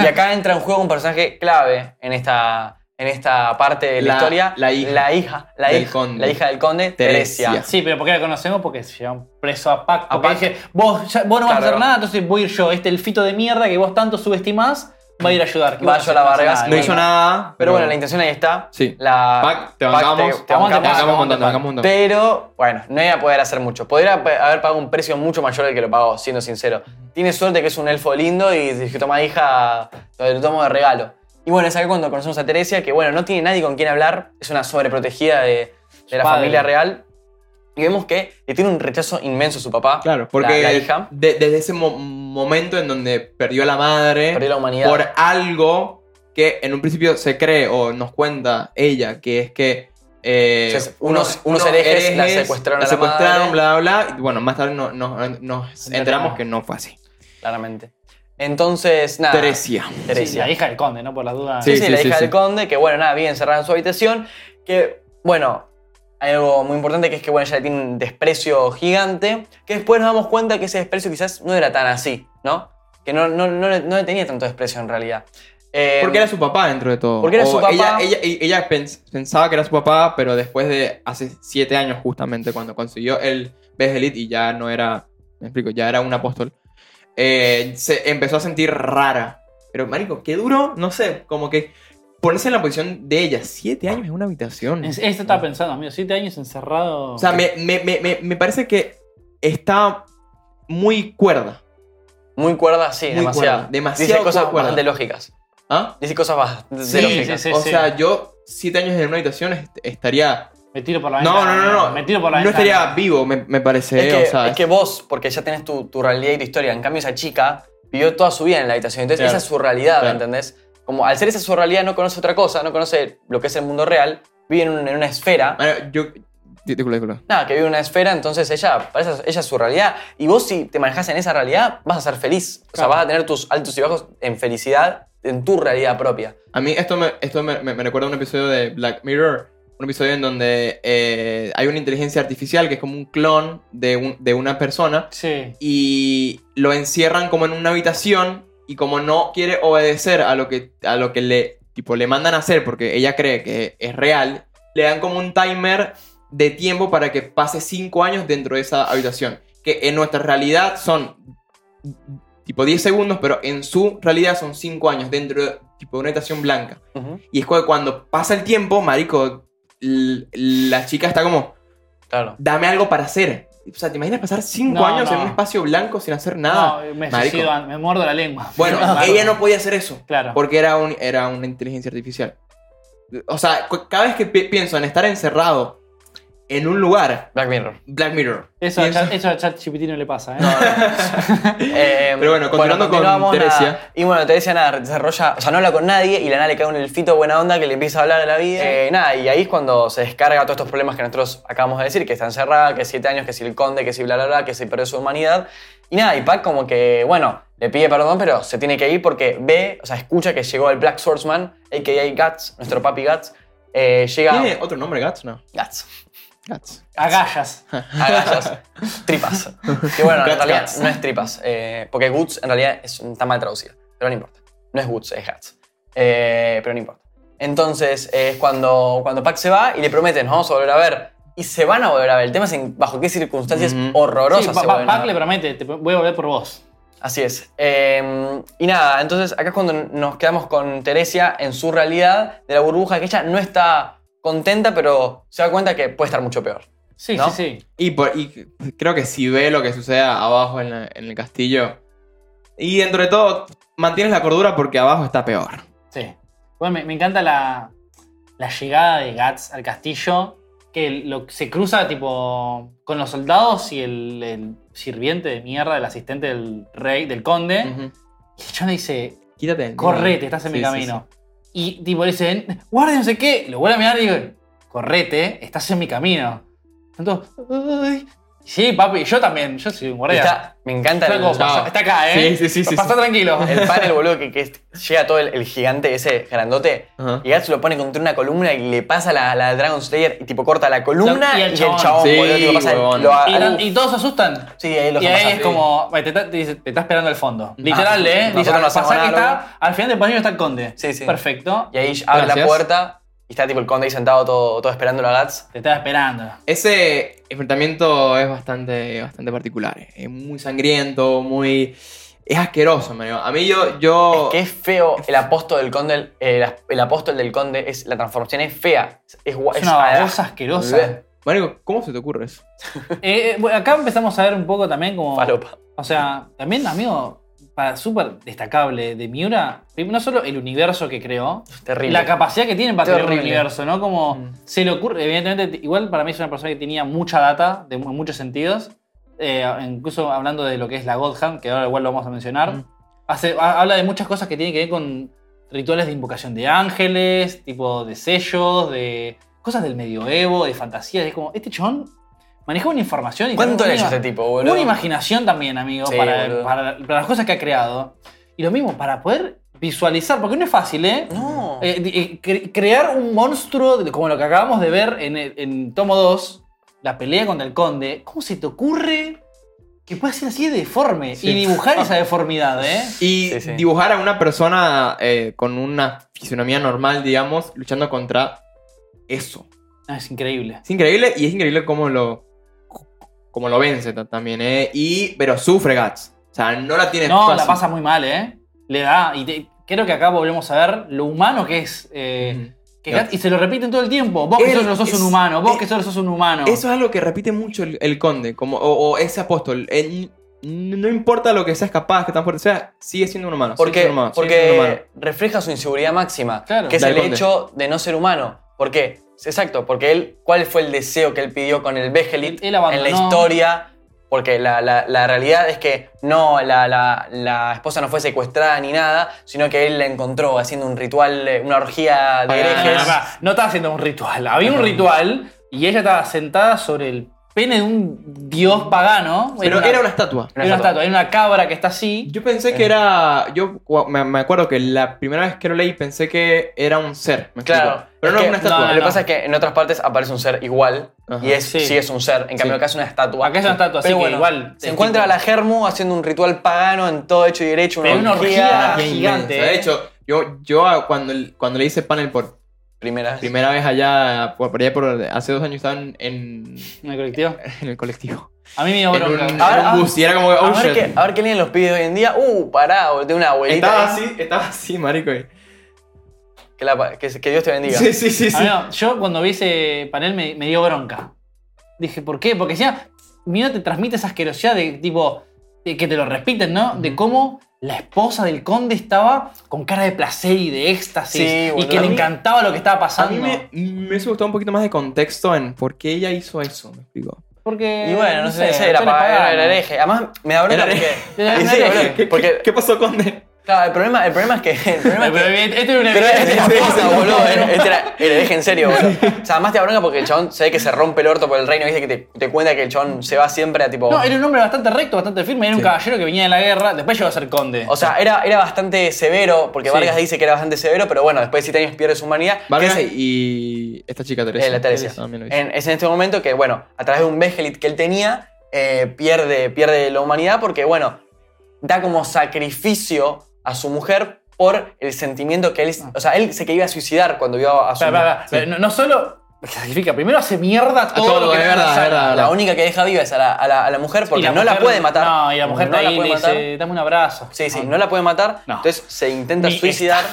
[SPEAKER 3] Y acá entra en juego un personaje clave en esta, en esta parte de la,
[SPEAKER 1] La-
[SPEAKER 3] historia.
[SPEAKER 1] la hija.
[SPEAKER 3] La hija. La
[SPEAKER 1] Del
[SPEAKER 3] hija,
[SPEAKER 1] conde.
[SPEAKER 3] la hija del conde, Teresia.
[SPEAKER 1] Teresia.
[SPEAKER 2] Sí, pero ¿por qué la conocemos? Porque se llevan preso a Pac.
[SPEAKER 3] A
[SPEAKER 2] Porque
[SPEAKER 3] Pac.
[SPEAKER 2] dije, vos, ya- vos no vas
[SPEAKER 3] Claro.
[SPEAKER 2] a hacer nada, entonces voy a ir yo. Este elfito de mierda que vos tanto subestimás, va a ir a ayudar. Que
[SPEAKER 3] Va
[SPEAKER 2] vos
[SPEAKER 3] yo a la
[SPEAKER 2] no haces
[SPEAKER 3] Vargas,
[SPEAKER 2] nada,
[SPEAKER 1] No
[SPEAKER 2] igual.
[SPEAKER 1] hizo nada.
[SPEAKER 3] Pero bueno, la intención ahí está.
[SPEAKER 1] Sí.
[SPEAKER 3] La,
[SPEAKER 1] Pac, te
[SPEAKER 3] Pac,
[SPEAKER 1] bancamos.
[SPEAKER 3] te bancamos.
[SPEAKER 1] Te bancamos un montón, te
[SPEAKER 2] Pac.
[SPEAKER 1] bancamos un montón.
[SPEAKER 3] Pero, bueno, no iba a poder hacer mucho. Podría pe- haber pagado un precio mucho mayor del que lo pagó, siendo sincero. Tiene suerte que es un elfo lindo y dije, toma hija, lo lo tomo de regalo. Y bueno, es acá cuando conocemos a Teresia, que bueno, no tiene nadie con quien hablar, es una sobreprotegida de, de la
[SPEAKER 2] Padre.
[SPEAKER 3] familia real. Y vemos que le tiene un rechazo inmenso a su papá.
[SPEAKER 1] Claro,
[SPEAKER 3] la,
[SPEAKER 1] porque
[SPEAKER 3] la hija.
[SPEAKER 1] de- desde ese mo- momento en donde perdió a la madre
[SPEAKER 3] Perdió la humanidad.
[SPEAKER 1] por algo que en un principio se cree o nos cuenta ella, que es que eh,
[SPEAKER 3] O sea, unos- unos herejes la secuestraron
[SPEAKER 1] la
[SPEAKER 3] a la
[SPEAKER 1] secuestraron,
[SPEAKER 3] madre.
[SPEAKER 1] bla, bla, bla. Y bueno, más tarde no- no- nos enteramos que no fue así.
[SPEAKER 3] Claramente. Entonces, nada.
[SPEAKER 1] Teresia.
[SPEAKER 3] Teresia.
[SPEAKER 2] Sí, la hija del conde, ¿no? Por las dudas.
[SPEAKER 3] Sí, sí,
[SPEAKER 1] Sí, sí,
[SPEAKER 3] la
[SPEAKER 1] sí,
[SPEAKER 3] hija
[SPEAKER 1] sí.
[SPEAKER 3] del conde, que bueno, nada, bien encerrada en su habitación. Que bueno, hay algo muy importante que es que bueno, ella le tiene un desprecio gigante. Que después nos damos cuenta que ese desprecio quizás no era tan así, ¿no? Que no, no, no, le- no le tenía tanto desprecio en realidad. Eh,
[SPEAKER 1] Porque era su papá dentro de todo.
[SPEAKER 3] Porque era
[SPEAKER 1] O
[SPEAKER 3] su papá.
[SPEAKER 1] Ella, ella- e- ella pens- pensaba que era su papá, pero después de hace siete años justamente, cuando consiguió el Best Elite y ya no era, me explico, ya era un apóstol, eh, se empezó a sentir rara. Pero, marico, qué duro, no sé, como que ponerse en la posición de ella. Siete años en una habitación.
[SPEAKER 2] Es- Esto estaba pensando, amigo, siete años encerrado.
[SPEAKER 1] Mm. O sea, me, me- me- me- me parece que está muy cuerda.
[SPEAKER 3] Muy cuerda, sí,
[SPEAKER 1] Muy
[SPEAKER 3] demasiado.
[SPEAKER 1] cuerda, demasiado
[SPEAKER 3] Dice cosas
[SPEAKER 1] cuerda.
[SPEAKER 3] bastante lógicas.
[SPEAKER 1] ¿Ah?
[SPEAKER 3] Dice cosas bastante
[SPEAKER 2] Sí,
[SPEAKER 3] lógicas.
[SPEAKER 2] sí, sí.
[SPEAKER 1] o sea, yo siete años en una habitación est- estaría
[SPEAKER 2] me tiro por la
[SPEAKER 1] No, no,
[SPEAKER 2] ventana.
[SPEAKER 1] no, no.
[SPEAKER 2] Me tiro por la
[SPEAKER 1] no
[SPEAKER 2] ventana.
[SPEAKER 1] estaría vivo, me, me parece.
[SPEAKER 3] Es
[SPEAKER 1] eh,
[SPEAKER 3] que,
[SPEAKER 1] o sea,
[SPEAKER 3] es que vos, porque ya tenés tu, tu realidad y tu historia, en cambio esa chica vivió toda su vida en la habitación, entonces
[SPEAKER 1] Claro.
[SPEAKER 3] esa es su realidad, ¿me
[SPEAKER 1] Claro.
[SPEAKER 3] entendés? Como al ser esa su realidad no conoce otra cosa, no conoce lo que es el mundo real, vive en, un- en una esfera.
[SPEAKER 1] Bueno, yo. di- Disculpa, disculpa.
[SPEAKER 3] Nada, que vive en una esfera, entonces ella, para esa- ella es su realidad. Y vos si te manejas en esa realidad, vas a ser feliz. O sea,
[SPEAKER 2] Claro.
[SPEAKER 3] vas a tener tus altos y bajos en felicidad, en tu realidad propia.
[SPEAKER 1] A mí esto me, esto me, me- me recuerda a un episodio de Black Mirror. Un episodio en donde eh, hay una inteligencia artificial que es como un clon de, un- de una persona
[SPEAKER 2] Sí.
[SPEAKER 1] y lo encierran como en una habitación y como no quiere obedecer a lo que, a lo que le, tipo, le mandan a hacer porque ella cree que es real, le dan como un timer de tiempo para que pase 5 años dentro de esa habitación. Que en nuestra realidad son tipo 10 segundos, pero en su realidad son 5 años dentro de tipo, una habitación blanca.
[SPEAKER 3] Ujú,
[SPEAKER 1] Y es que cuando pasa el tiempo, marico, l- la chica está como,
[SPEAKER 3] Claro.
[SPEAKER 1] dame algo para hacer. O sea, ¿te imaginas pasar 5
[SPEAKER 2] No,
[SPEAKER 1] años en
[SPEAKER 2] no.
[SPEAKER 1] un espacio blanco sin hacer nada?
[SPEAKER 2] No, me,
[SPEAKER 1] Marico.
[SPEAKER 2] suicido, me muerdo la lengua.
[SPEAKER 1] Bueno, ella no podía hacer eso.
[SPEAKER 2] Claro.
[SPEAKER 1] Porque era, un, era una inteligencia artificial. O sea, cu- cada vez que pi- pienso en estar encerrado en un lugar,
[SPEAKER 3] Black Mirror.
[SPEAKER 1] Black Mirror.
[SPEAKER 2] Eso, a
[SPEAKER 1] pienso-
[SPEAKER 2] Chat- eso a ChatGPT no le pasa, ¿eh?
[SPEAKER 3] Eh,
[SPEAKER 1] Pero bueno, continuando con
[SPEAKER 3] continuamos, nada.
[SPEAKER 1] Teresia.
[SPEAKER 3] y bueno, Teresia nada, desarrolla, o sea, no habla con nadie y la nada le cae un elfito buena onda que le empieza a hablar de la vida. Eh, nada, y ahí es cuando se descarga todos estos problemas que nosotros acabamos de decir, que está encerrada, que siete años, que si el conde, que si bla, bla, bla, que si perdió su humanidad. Y nada, y Pac como que, bueno, le pide perdón, pero se tiene que ir porque ve, o sea, escucha que llegó el Black Swordsman, a.k.a. Guts, nuestro papi Guts, eh, llega...
[SPEAKER 1] ¿Tiene otro nombre, Guts? No.
[SPEAKER 3] Guts.
[SPEAKER 1] Guts.
[SPEAKER 2] Agallas.
[SPEAKER 3] agallas, tripas. Que bueno, en
[SPEAKER 1] Guts,
[SPEAKER 3] realidad
[SPEAKER 1] guts.
[SPEAKER 3] no es tripas, eh, porque guts en realidad es, un- está mal traducido, pero no importa. No es guts, es guts. Eh, pero no importa. Entonces eh, es cuando, cuando Pac se va y le prometen, nos vamos a volver a ver. Y se van a volver a ver. El tema es en bajo qué circunstancias
[SPEAKER 1] Ujú.
[SPEAKER 3] horrorosas
[SPEAKER 2] Sí,
[SPEAKER 3] se
[SPEAKER 2] Pa- Pa-
[SPEAKER 3] vuelven a
[SPEAKER 2] Pac
[SPEAKER 3] ver.
[SPEAKER 2] le promete, te voy a volver por vos.
[SPEAKER 3] Así es. Eh, y nada, entonces acá es cuando nos quedamos con Teresia en su realidad de la burbuja, que ella no está contenta, pero se da cuenta que puede estar mucho peor.
[SPEAKER 2] Sí,
[SPEAKER 3] ¿No?
[SPEAKER 2] sí, sí.
[SPEAKER 1] Y, por- y creo que si ve lo que sucede abajo en, la- en el castillo. Y dentro de todo, mantienes la cordura porque abajo está peor.
[SPEAKER 2] Sí. Bueno, me, me encanta la, la llegada de Guts al castillo, que lo, se cruza tipo con los soldados y el, el sirviente de mierda, el asistente del rey, del conde.
[SPEAKER 1] Ujú.
[SPEAKER 2] Y el chabón le dice,
[SPEAKER 1] Quítate. de
[SPEAKER 2] ¿Eh? correte,
[SPEAKER 1] mí.
[SPEAKER 2] estás en
[SPEAKER 1] Sí,
[SPEAKER 2] mi
[SPEAKER 1] sí,
[SPEAKER 2] camino. Y tipo le dicen, guarda no sé qué. Lo vuelve a mirar y digo, correte, estás en mi camino. Entonces, "Ay". Sí, papi, yo también, yo soy un
[SPEAKER 3] Y
[SPEAKER 2] guardia.
[SPEAKER 3] está, me encanta el,
[SPEAKER 2] Flaco, pasa-
[SPEAKER 1] no.
[SPEAKER 2] está acá, ¿eh?
[SPEAKER 1] Sí, sí, sí, sí,
[SPEAKER 2] Pasá
[SPEAKER 1] sí.
[SPEAKER 2] tranquilo.
[SPEAKER 3] El panel, boludo, que, que llega todo el, el gigante, ese grandote.
[SPEAKER 1] Ajá.
[SPEAKER 3] Y Guts lo pone contra una columna y le pasa la, la Dragon Slayer y tipo corta la columna
[SPEAKER 2] Y
[SPEAKER 3] y
[SPEAKER 2] el
[SPEAKER 3] el
[SPEAKER 2] chabón.
[SPEAKER 3] chabón,
[SPEAKER 1] Sí,
[SPEAKER 3] boludo, tipo, pasa el-
[SPEAKER 1] huevón.
[SPEAKER 3] lo,
[SPEAKER 2] Y,
[SPEAKER 3] al-
[SPEAKER 2] la- y todos se asustan.
[SPEAKER 3] Sí, ahí lo
[SPEAKER 2] Y
[SPEAKER 3] dejan
[SPEAKER 2] ahí
[SPEAKER 3] pasar.
[SPEAKER 2] es como, "Ve, te está, te dice, te está esperando al fondo. Literal, ¿eh?
[SPEAKER 3] Nosotros
[SPEAKER 2] Dice,
[SPEAKER 3] no
[SPEAKER 2] "Pasá
[SPEAKER 3] hacemos
[SPEAKER 2] que
[SPEAKER 3] nada,
[SPEAKER 2] está, al final del pasillo está el conde.
[SPEAKER 3] Sí, sí.
[SPEAKER 2] Perfecto.
[SPEAKER 3] Y ahí abre la
[SPEAKER 1] Gracias.
[SPEAKER 3] puerta y está tipo el conde ahí sentado todo, todo esperándolo a Guts.
[SPEAKER 2] Te estaba esperando.
[SPEAKER 1] Ese enfrentamiento es bastante, bastante particular. eh. Es muy sangriento, muy. Es asqueroso, man. A mí yo. yo...
[SPEAKER 3] Que es feo el apóstol del conde, el, el apóstol del conde, es, la transformación es fea. Es, es, gua-
[SPEAKER 2] Es
[SPEAKER 3] es Eh.
[SPEAKER 2] una
[SPEAKER 3] ala.
[SPEAKER 2] babosa asquerosa.
[SPEAKER 1] Marico, ¿cómo se te ocurre eso?
[SPEAKER 2] Eh, eh, bueno, acá empezamos a ver un poco también como...
[SPEAKER 3] Falopa.
[SPEAKER 2] O sea, también, amigo, para súper destacable de Miura, no solo el universo que creó,
[SPEAKER 3] Terrible.
[SPEAKER 2] la capacidad que tienen para crear un
[SPEAKER 3] Terrible.
[SPEAKER 2] universo, ¿no? Como
[SPEAKER 1] Mm.
[SPEAKER 2] se le ocurre, evidentemente, t- igual para mí es una persona que tenía mucha data de mu- muchos sentidos, eh, incluso hablando de lo que es la God Hand, que ahora igual lo vamos a mencionar,
[SPEAKER 1] Mm.
[SPEAKER 2] hace- ha- habla de muchas cosas que tienen que ver con rituales de invocación de ángeles, tipo de sellos, de cosas del medioevo, de fantasías, es como, este chon manejaba una información y
[SPEAKER 3] ¿Cuánto
[SPEAKER 2] tenía
[SPEAKER 3] le hizo
[SPEAKER 2] una-
[SPEAKER 3] este tipo, boludo?
[SPEAKER 2] una imaginación también, amigo,
[SPEAKER 3] Sí,
[SPEAKER 2] para,
[SPEAKER 3] boludo.
[SPEAKER 2] para- para las cosas que ha creado. Y lo mismo, para poder visualizar, porque no es fácil, ¿eh?
[SPEAKER 3] No.
[SPEAKER 2] Eh, di- eh, cre- crear un monstruo de- como lo que acabamos de ver en, el- en Tomo 2, la pelea contra el conde, ¿cómo se te ocurre que pueda ser así de deforme?
[SPEAKER 1] Sí. Ah.
[SPEAKER 2] Y dibujar esa deformidad, ¿eh?
[SPEAKER 1] Y
[SPEAKER 3] Sí, sí.
[SPEAKER 1] dibujar a una persona eh, con una fisonomía normal, digamos, luchando contra eso.
[SPEAKER 2] No, es increíble.
[SPEAKER 1] Es increíble y es increíble cómo lo. cómo lo vence ta- también, ¿eh? Y. Pero sufre Guts. O sea, no la tiene
[SPEAKER 2] No,
[SPEAKER 1] fácil.
[SPEAKER 2] la pasa muy mal, ¿eh? Le da, y te- creo que acá volvemos a ver lo humano que es. eh,
[SPEAKER 1] Ujú.
[SPEAKER 2] que Gat- y se lo repiten todo el tiempo. Vos que
[SPEAKER 1] Él
[SPEAKER 2] solo sos
[SPEAKER 1] es-
[SPEAKER 2] un humano, vos
[SPEAKER 1] eh,
[SPEAKER 2] que solo sos un humano.
[SPEAKER 1] Eso es algo que repite mucho el, el conde, como, o, o ese apóstol. Eh, n- no importa lo que seas capaz, que tan fuerte seas, sigue siendo un humano. sigue
[SPEAKER 3] Porque,
[SPEAKER 1] siendo un humano, sigue siendo un humano.
[SPEAKER 3] porque refleja su inseguridad máxima,
[SPEAKER 2] Claro.
[SPEAKER 3] que es
[SPEAKER 1] Dale,
[SPEAKER 3] el
[SPEAKER 1] Conde.
[SPEAKER 3] hecho de no ser humano. ¿Por qué? Exacto, porque él, ¿cuál fue el deseo que él pidió con el Behelit
[SPEAKER 2] Él- él
[SPEAKER 3] en
[SPEAKER 2] abandonó.
[SPEAKER 3] la historia? Porque la, la- la realidad es que no, la, la- la esposa no fue secuestrada ni nada, sino que él la encontró haciendo un ritual, eh, una orgía
[SPEAKER 2] Pará,
[SPEAKER 3] de
[SPEAKER 2] pará,
[SPEAKER 3] herejes.
[SPEAKER 2] pará. No estaba haciendo un ritual. Había un ritual y ella estaba sentada sobre el pene de un dios pagano.
[SPEAKER 1] Pero era una estatua.
[SPEAKER 2] era una estatua, era una cabra que está así.
[SPEAKER 1] Yo pensé que era. Yo cua- me, me acuerdo que la primera vez que lo leí pensé que era un ser. ¿me explico?
[SPEAKER 3] Claro.
[SPEAKER 1] Pero no es
[SPEAKER 3] es que-
[SPEAKER 1] una estatua.
[SPEAKER 2] no,
[SPEAKER 3] Lo
[SPEAKER 1] era-
[SPEAKER 3] que pasa es que en otras partes aparece un ser igual
[SPEAKER 1] Ajá.
[SPEAKER 3] y es,
[SPEAKER 2] Sí.
[SPEAKER 3] sí. es un ser. En cambio,
[SPEAKER 1] Sí.
[SPEAKER 3] acá es una estatua.
[SPEAKER 2] Acá es una estatua, así que igual,
[SPEAKER 3] Se
[SPEAKER 2] es
[SPEAKER 3] encuentra
[SPEAKER 2] tipo-
[SPEAKER 3] la Germu haciendo un ritual pagano en todo hecho y derecho. Una
[SPEAKER 2] Pero una orgía
[SPEAKER 1] Qué inmenso.
[SPEAKER 2] gigante, ¿eh?
[SPEAKER 1] De hecho, yo, yo ah, cuando, cuando le hice panel por
[SPEAKER 3] Primera vez.
[SPEAKER 1] primera vez allá, por, por allá por, hace dos años estaba en, en,
[SPEAKER 2] En el colectivo.
[SPEAKER 1] en el colectivo.
[SPEAKER 2] A mí me dio
[SPEAKER 1] En un,
[SPEAKER 2] bronca.
[SPEAKER 1] en
[SPEAKER 3] Ah,
[SPEAKER 1] un
[SPEAKER 3] ah,
[SPEAKER 1] bus y era como que, oh
[SPEAKER 3] a, ver
[SPEAKER 1] shit.
[SPEAKER 3] qué, a ver qué leen los pibes hoy en día. Uh, pará, de una abuelita.
[SPEAKER 1] Estaba
[SPEAKER 3] ahí.
[SPEAKER 1] así, estaba así, marico. y-
[SPEAKER 3] Que, la pa- que- que Dios te bendiga.
[SPEAKER 1] Sí, sí, sí. sí.
[SPEAKER 2] Amigo, yo cuando vi ese panel me, me dio bronca. Dije, ¿por qué? Porque ya, mira, te transmite esa asquerosidad de tipo, de que te lo repiten, ¿no? De cómo la esposa del conde estaba con cara de placer y de éxtasis
[SPEAKER 3] Sí,
[SPEAKER 2] y
[SPEAKER 3] boludo.
[SPEAKER 2] que
[SPEAKER 3] A
[SPEAKER 2] le
[SPEAKER 3] mí-
[SPEAKER 2] encantaba lo que estaba
[SPEAKER 1] A
[SPEAKER 2] pasando.
[SPEAKER 1] mí me, me hubiese gustado un poquito más de contexto en por qué ella hizo eso, me explico.
[SPEAKER 2] Porque,
[SPEAKER 3] Y bueno, no sé, ese era,
[SPEAKER 2] tú eres
[SPEAKER 3] pa- era,
[SPEAKER 2] pagano.
[SPEAKER 3] era hereje. Además, me da bronca
[SPEAKER 1] Era
[SPEAKER 2] Era
[SPEAKER 3] porque. Y sí,
[SPEAKER 2] hereje.
[SPEAKER 3] boludo, porque
[SPEAKER 1] ¿Qué pasó con él?
[SPEAKER 3] claro, el problema, el problema es que. El problema es
[SPEAKER 2] Pero,
[SPEAKER 3] que
[SPEAKER 2] este este era una
[SPEAKER 3] Pero este era
[SPEAKER 2] evidencia.
[SPEAKER 3] posta, boludo. eh. Este era el hereje en serio, boludo. O sea, además te da bronca porque el chabón se ve que se rompe el orto por el reino. Viste que te, te cuenta que el chabón se va siempre a tipo.
[SPEAKER 2] No, era un hombre bastante recto, bastante firme, era un
[SPEAKER 1] Sí.
[SPEAKER 2] caballero que venía de la guerra, después llegó a ser conde.
[SPEAKER 3] O sea, era, era bastante severo, porque
[SPEAKER 2] Sí.
[SPEAKER 3] Vargas dice que era bastante severo, pero bueno, después de siete años pierde su humanidad. que
[SPEAKER 1] Vargas
[SPEAKER 3] es-
[SPEAKER 1] y esta chica Teresa.
[SPEAKER 3] eh, la Teresia.
[SPEAKER 1] También lo hizo.
[SPEAKER 3] En- es en este momento que, bueno, a través de un Behelit que él tenía, eh, pierde, pierde la humanidad porque, bueno, da como sacrificio a su mujer por el sentimiento que él... O sea, él se que iba a suicidar cuando vio a su
[SPEAKER 2] Espera, espera, espera. No, no solo se sacrifica, primero hace mierda todo,
[SPEAKER 1] todo,
[SPEAKER 2] lo que
[SPEAKER 1] es
[SPEAKER 2] le
[SPEAKER 1] verdad,
[SPEAKER 2] pasa.
[SPEAKER 1] es verdad.
[SPEAKER 3] La única que deja viva es a la, a la- a la mujer porque
[SPEAKER 2] Y
[SPEAKER 3] no la
[SPEAKER 2] mujer-
[SPEAKER 3] puede matar.
[SPEAKER 2] No, y la mujer
[SPEAKER 3] no
[SPEAKER 2] está ahí
[SPEAKER 3] puede
[SPEAKER 2] le
[SPEAKER 3] matar.
[SPEAKER 2] dice, dame un abrazo. Ah.
[SPEAKER 3] Sí, sí, no la puede matar.
[SPEAKER 2] No.
[SPEAKER 3] Entonces se intenta
[SPEAKER 2] Ni
[SPEAKER 3] suicidar.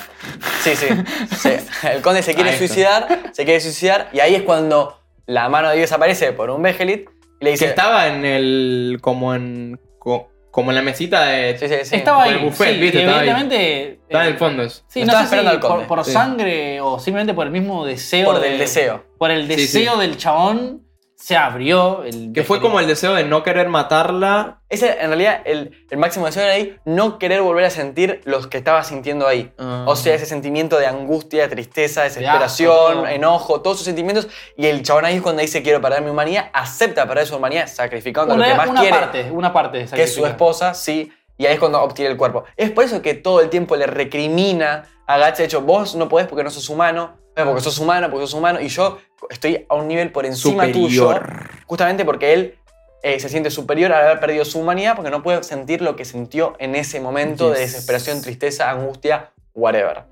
[SPEAKER 3] Sí, sí. Se- el conde se quiere
[SPEAKER 1] Ahí está.
[SPEAKER 3] suicidar, se quiere suicidar y ahí es cuando la mano de Dios aparece por un Behelit y le
[SPEAKER 1] Que
[SPEAKER 3] dice...
[SPEAKER 1] estaba en el. como en. co- como en la mesita de.
[SPEAKER 3] Sí, sí, sí.
[SPEAKER 2] Estaba
[SPEAKER 1] Con
[SPEAKER 2] ahí.
[SPEAKER 1] el buffet,
[SPEAKER 2] sí,
[SPEAKER 1] viste,
[SPEAKER 2] y
[SPEAKER 1] estaba ahí.
[SPEAKER 2] evidentemente.
[SPEAKER 1] Estaba en
[SPEAKER 2] eh,
[SPEAKER 1] el fondo eso.
[SPEAKER 2] Sí,
[SPEAKER 3] Lo
[SPEAKER 2] no
[SPEAKER 3] estaba
[SPEAKER 2] sé
[SPEAKER 3] esperando
[SPEAKER 2] si
[SPEAKER 3] al conde.
[SPEAKER 2] por, por
[SPEAKER 1] Sí.
[SPEAKER 2] sangre o simplemente por el mismo deseo.
[SPEAKER 3] Por
[SPEAKER 2] de-
[SPEAKER 3] el deseo.
[SPEAKER 2] Por el
[SPEAKER 1] Sí,
[SPEAKER 2] deseo
[SPEAKER 1] sí.
[SPEAKER 2] del chabón se abrió el.
[SPEAKER 1] Que fue
[SPEAKER 2] el-
[SPEAKER 1] como el deseo de no querer matarla.
[SPEAKER 3] Ese, en realidad, el, el máximo deseo era ahí no querer volver a sentir los que estaba sintiendo ahí.
[SPEAKER 1] Ah.
[SPEAKER 3] O sea, ese sentimiento de angustia, de tristeza,
[SPEAKER 2] asco,
[SPEAKER 3] desesperación,
[SPEAKER 2] todo.
[SPEAKER 3] enojo, todos sus sentimientos. Y el chabón ahí es cuando dice quiero perder mi humanidad, acepta perder su humanidad sacrificando
[SPEAKER 2] Una,
[SPEAKER 3] lo que más
[SPEAKER 2] una
[SPEAKER 3] quiere,
[SPEAKER 2] parte, una parte.
[SPEAKER 3] que es su esposa, sí. Y ahí es cuando obtiene el cuerpo. Es por eso que todo el tiempo le recrimina a Gacha, de hecho, vos no podés porque no sos humano, eh, porque sos humano, porque sos humano, y yo estoy a un nivel por encima tuyo.
[SPEAKER 1] Superior.
[SPEAKER 3] Justamente porque él eh, se siente superior al haber perdido su humanidad porque no puede sentir lo que sintió en ese momento de
[SPEAKER 1] Yes.
[SPEAKER 3] desesperación, tristeza, angustia, whatever.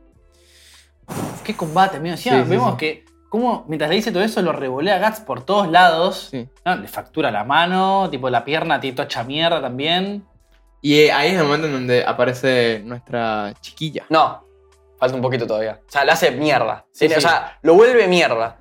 [SPEAKER 2] Qué combate, amigo. Encima
[SPEAKER 1] Sí, sí,
[SPEAKER 2] vemos
[SPEAKER 1] sí.
[SPEAKER 2] que. Como mientras le dice todo eso, lo revolea a Guts por todos lados.
[SPEAKER 1] Sí.
[SPEAKER 2] No, le factura la mano, tipo la pierna, tipo hecha mierda también.
[SPEAKER 1] Y eh, ahí es el momento en donde aparece nuestra chiquilla.
[SPEAKER 3] No, falta un poquito todavía. O sea, lo hace mierda.
[SPEAKER 2] Sí,
[SPEAKER 3] Tiene- O
[SPEAKER 2] sí.
[SPEAKER 3] sea, lo vuelve mierda.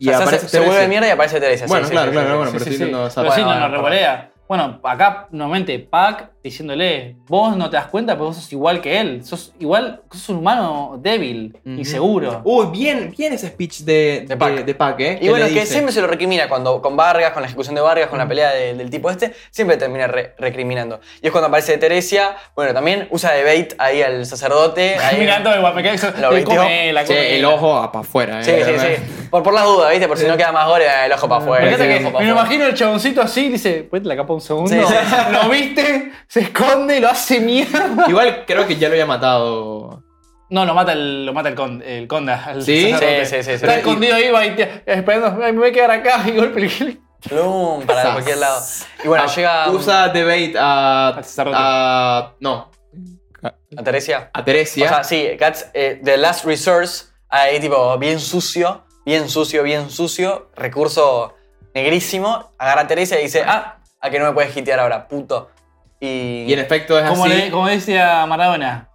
[SPEAKER 1] Y
[SPEAKER 3] O sea, se
[SPEAKER 1] aparece
[SPEAKER 3] hace- se, vuelve
[SPEAKER 1] Teresa.
[SPEAKER 3] mierda y aparece Teresa. Sí,
[SPEAKER 1] Bueno,
[SPEAKER 3] sí,
[SPEAKER 1] claro,
[SPEAKER 3] sí,
[SPEAKER 1] claro,
[SPEAKER 3] sí, sí.
[SPEAKER 1] bueno, pero estoy diciendo. o sea,
[SPEAKER 2] Pero sí,
[SPEAKER 3] bueno,
[SPEAKER 2] no nos
[SPEAKER 3] bueno,
[SPEAKER 2] revolea. Bueno, acá nuevamente Pac diciéndole, vos no te das cuenta, pero vos sos igual que él. Sos igual, sos un humano débil,
[SPEAKER 1] Ujú. Uh,
[SPEAKER 2] inseguro.
[SPEAKER 1] Uy, bien, bien ese speech de, de,
[SPEAKER 3] Pac.
[SPEAKER 1] de Pac, ¿eh?
[SPEAKER 3] Y bueno,
[SPEAKER 1] le
[SPEAKER 3] que
[SPEAKER 1] dice,
[SPEAKER 3] siempre se lo recrimina cuando con Vargas, con la ejecución de Vargas, con la pelea de- del tipo este, siempre termina re- recriminando. Y es cuando aparece Teresia, bueno, también usa de bait ahí al sacerdote. ahí-
[SPEAKER 2] Mira todo igual, me quedé eso.
[SPEAKER 3] Lo
[SPEAKER 2] eh,
[SPEAKER 3] vitió.
[SPEAKER 2] comela,
[SPEAKER 1] Che,
[SPEAKER 2] comela.
[SPEAKER 1] el ojo para afuera, ¿eh?
[SPEAKER 3] Sí, sí, sí. Por, por las dudas, ¿viste? Por si no queda más gore, eh, el ojo para
[SPEAKER 2] Me,
[SPEAKER 3] afuera.
[SPEAKER 2] encanta
[SPEAKER 3] el
[SPEAKER 2] que
[SPEAKER 3] ojo pa'
[SPEAKER 2] me
[SPEAKER 3] afuera.
[SPEAKER 2] imagino el chaboncito así, dice, ponete la capa un segundo.
[SPEAKER 3] Sí, sí.
[SPEAKER 2] Lo viste, se esconde, lo hace mierda.
[SPEAKER 1] Igual creo que ya lo había matado.
[SPEAKER 2] No, lo mata el, lo mata el conde. El conde al
[SPEAKER 1] Sí,
[SPEAKER 2] sacerdote.
[SPEAKER 3] sí, sí, sí, sí.
[SPEAKER 2] Está escondido ahí, va y te- esperando, "Ay, me voy a quedar acá y golpe el
[SPEAKER 3] Plum, para
[SPEAKER 1] Zas.
[SPEAKER 3] cualquier lado. Y bueno,
[SPEAKER 1] Ah,
[SPEAKER 3] llega
[SPEAKER 1] Usa debate a.
[SPEAKER 2] Al sacerdote.
[SPEAKER 1] a- no. A-
[SPEAKER 3] a Teresia.
[SPEAKER 1] A
[SPEAKER 3] O
[SPEAKER 1] Teresia.
[SPEAKER 3] sea, sí, Cats, eh, The Last Resource, ahí tipo bien sucio, bien sucio, bien sucio, recurso negrísimo, agarra a Teresia y dice, ah, a que no me puedes hitear ahora, puto. Y,
[SPEAKER 1] y en efecto
[SPEAKER 3] Ah,
[SPEAKER 1] es
[SPEAKER 2] Como,
[SPEAKER 1] así.
[SPEAKER 2] le- como decía Maradona.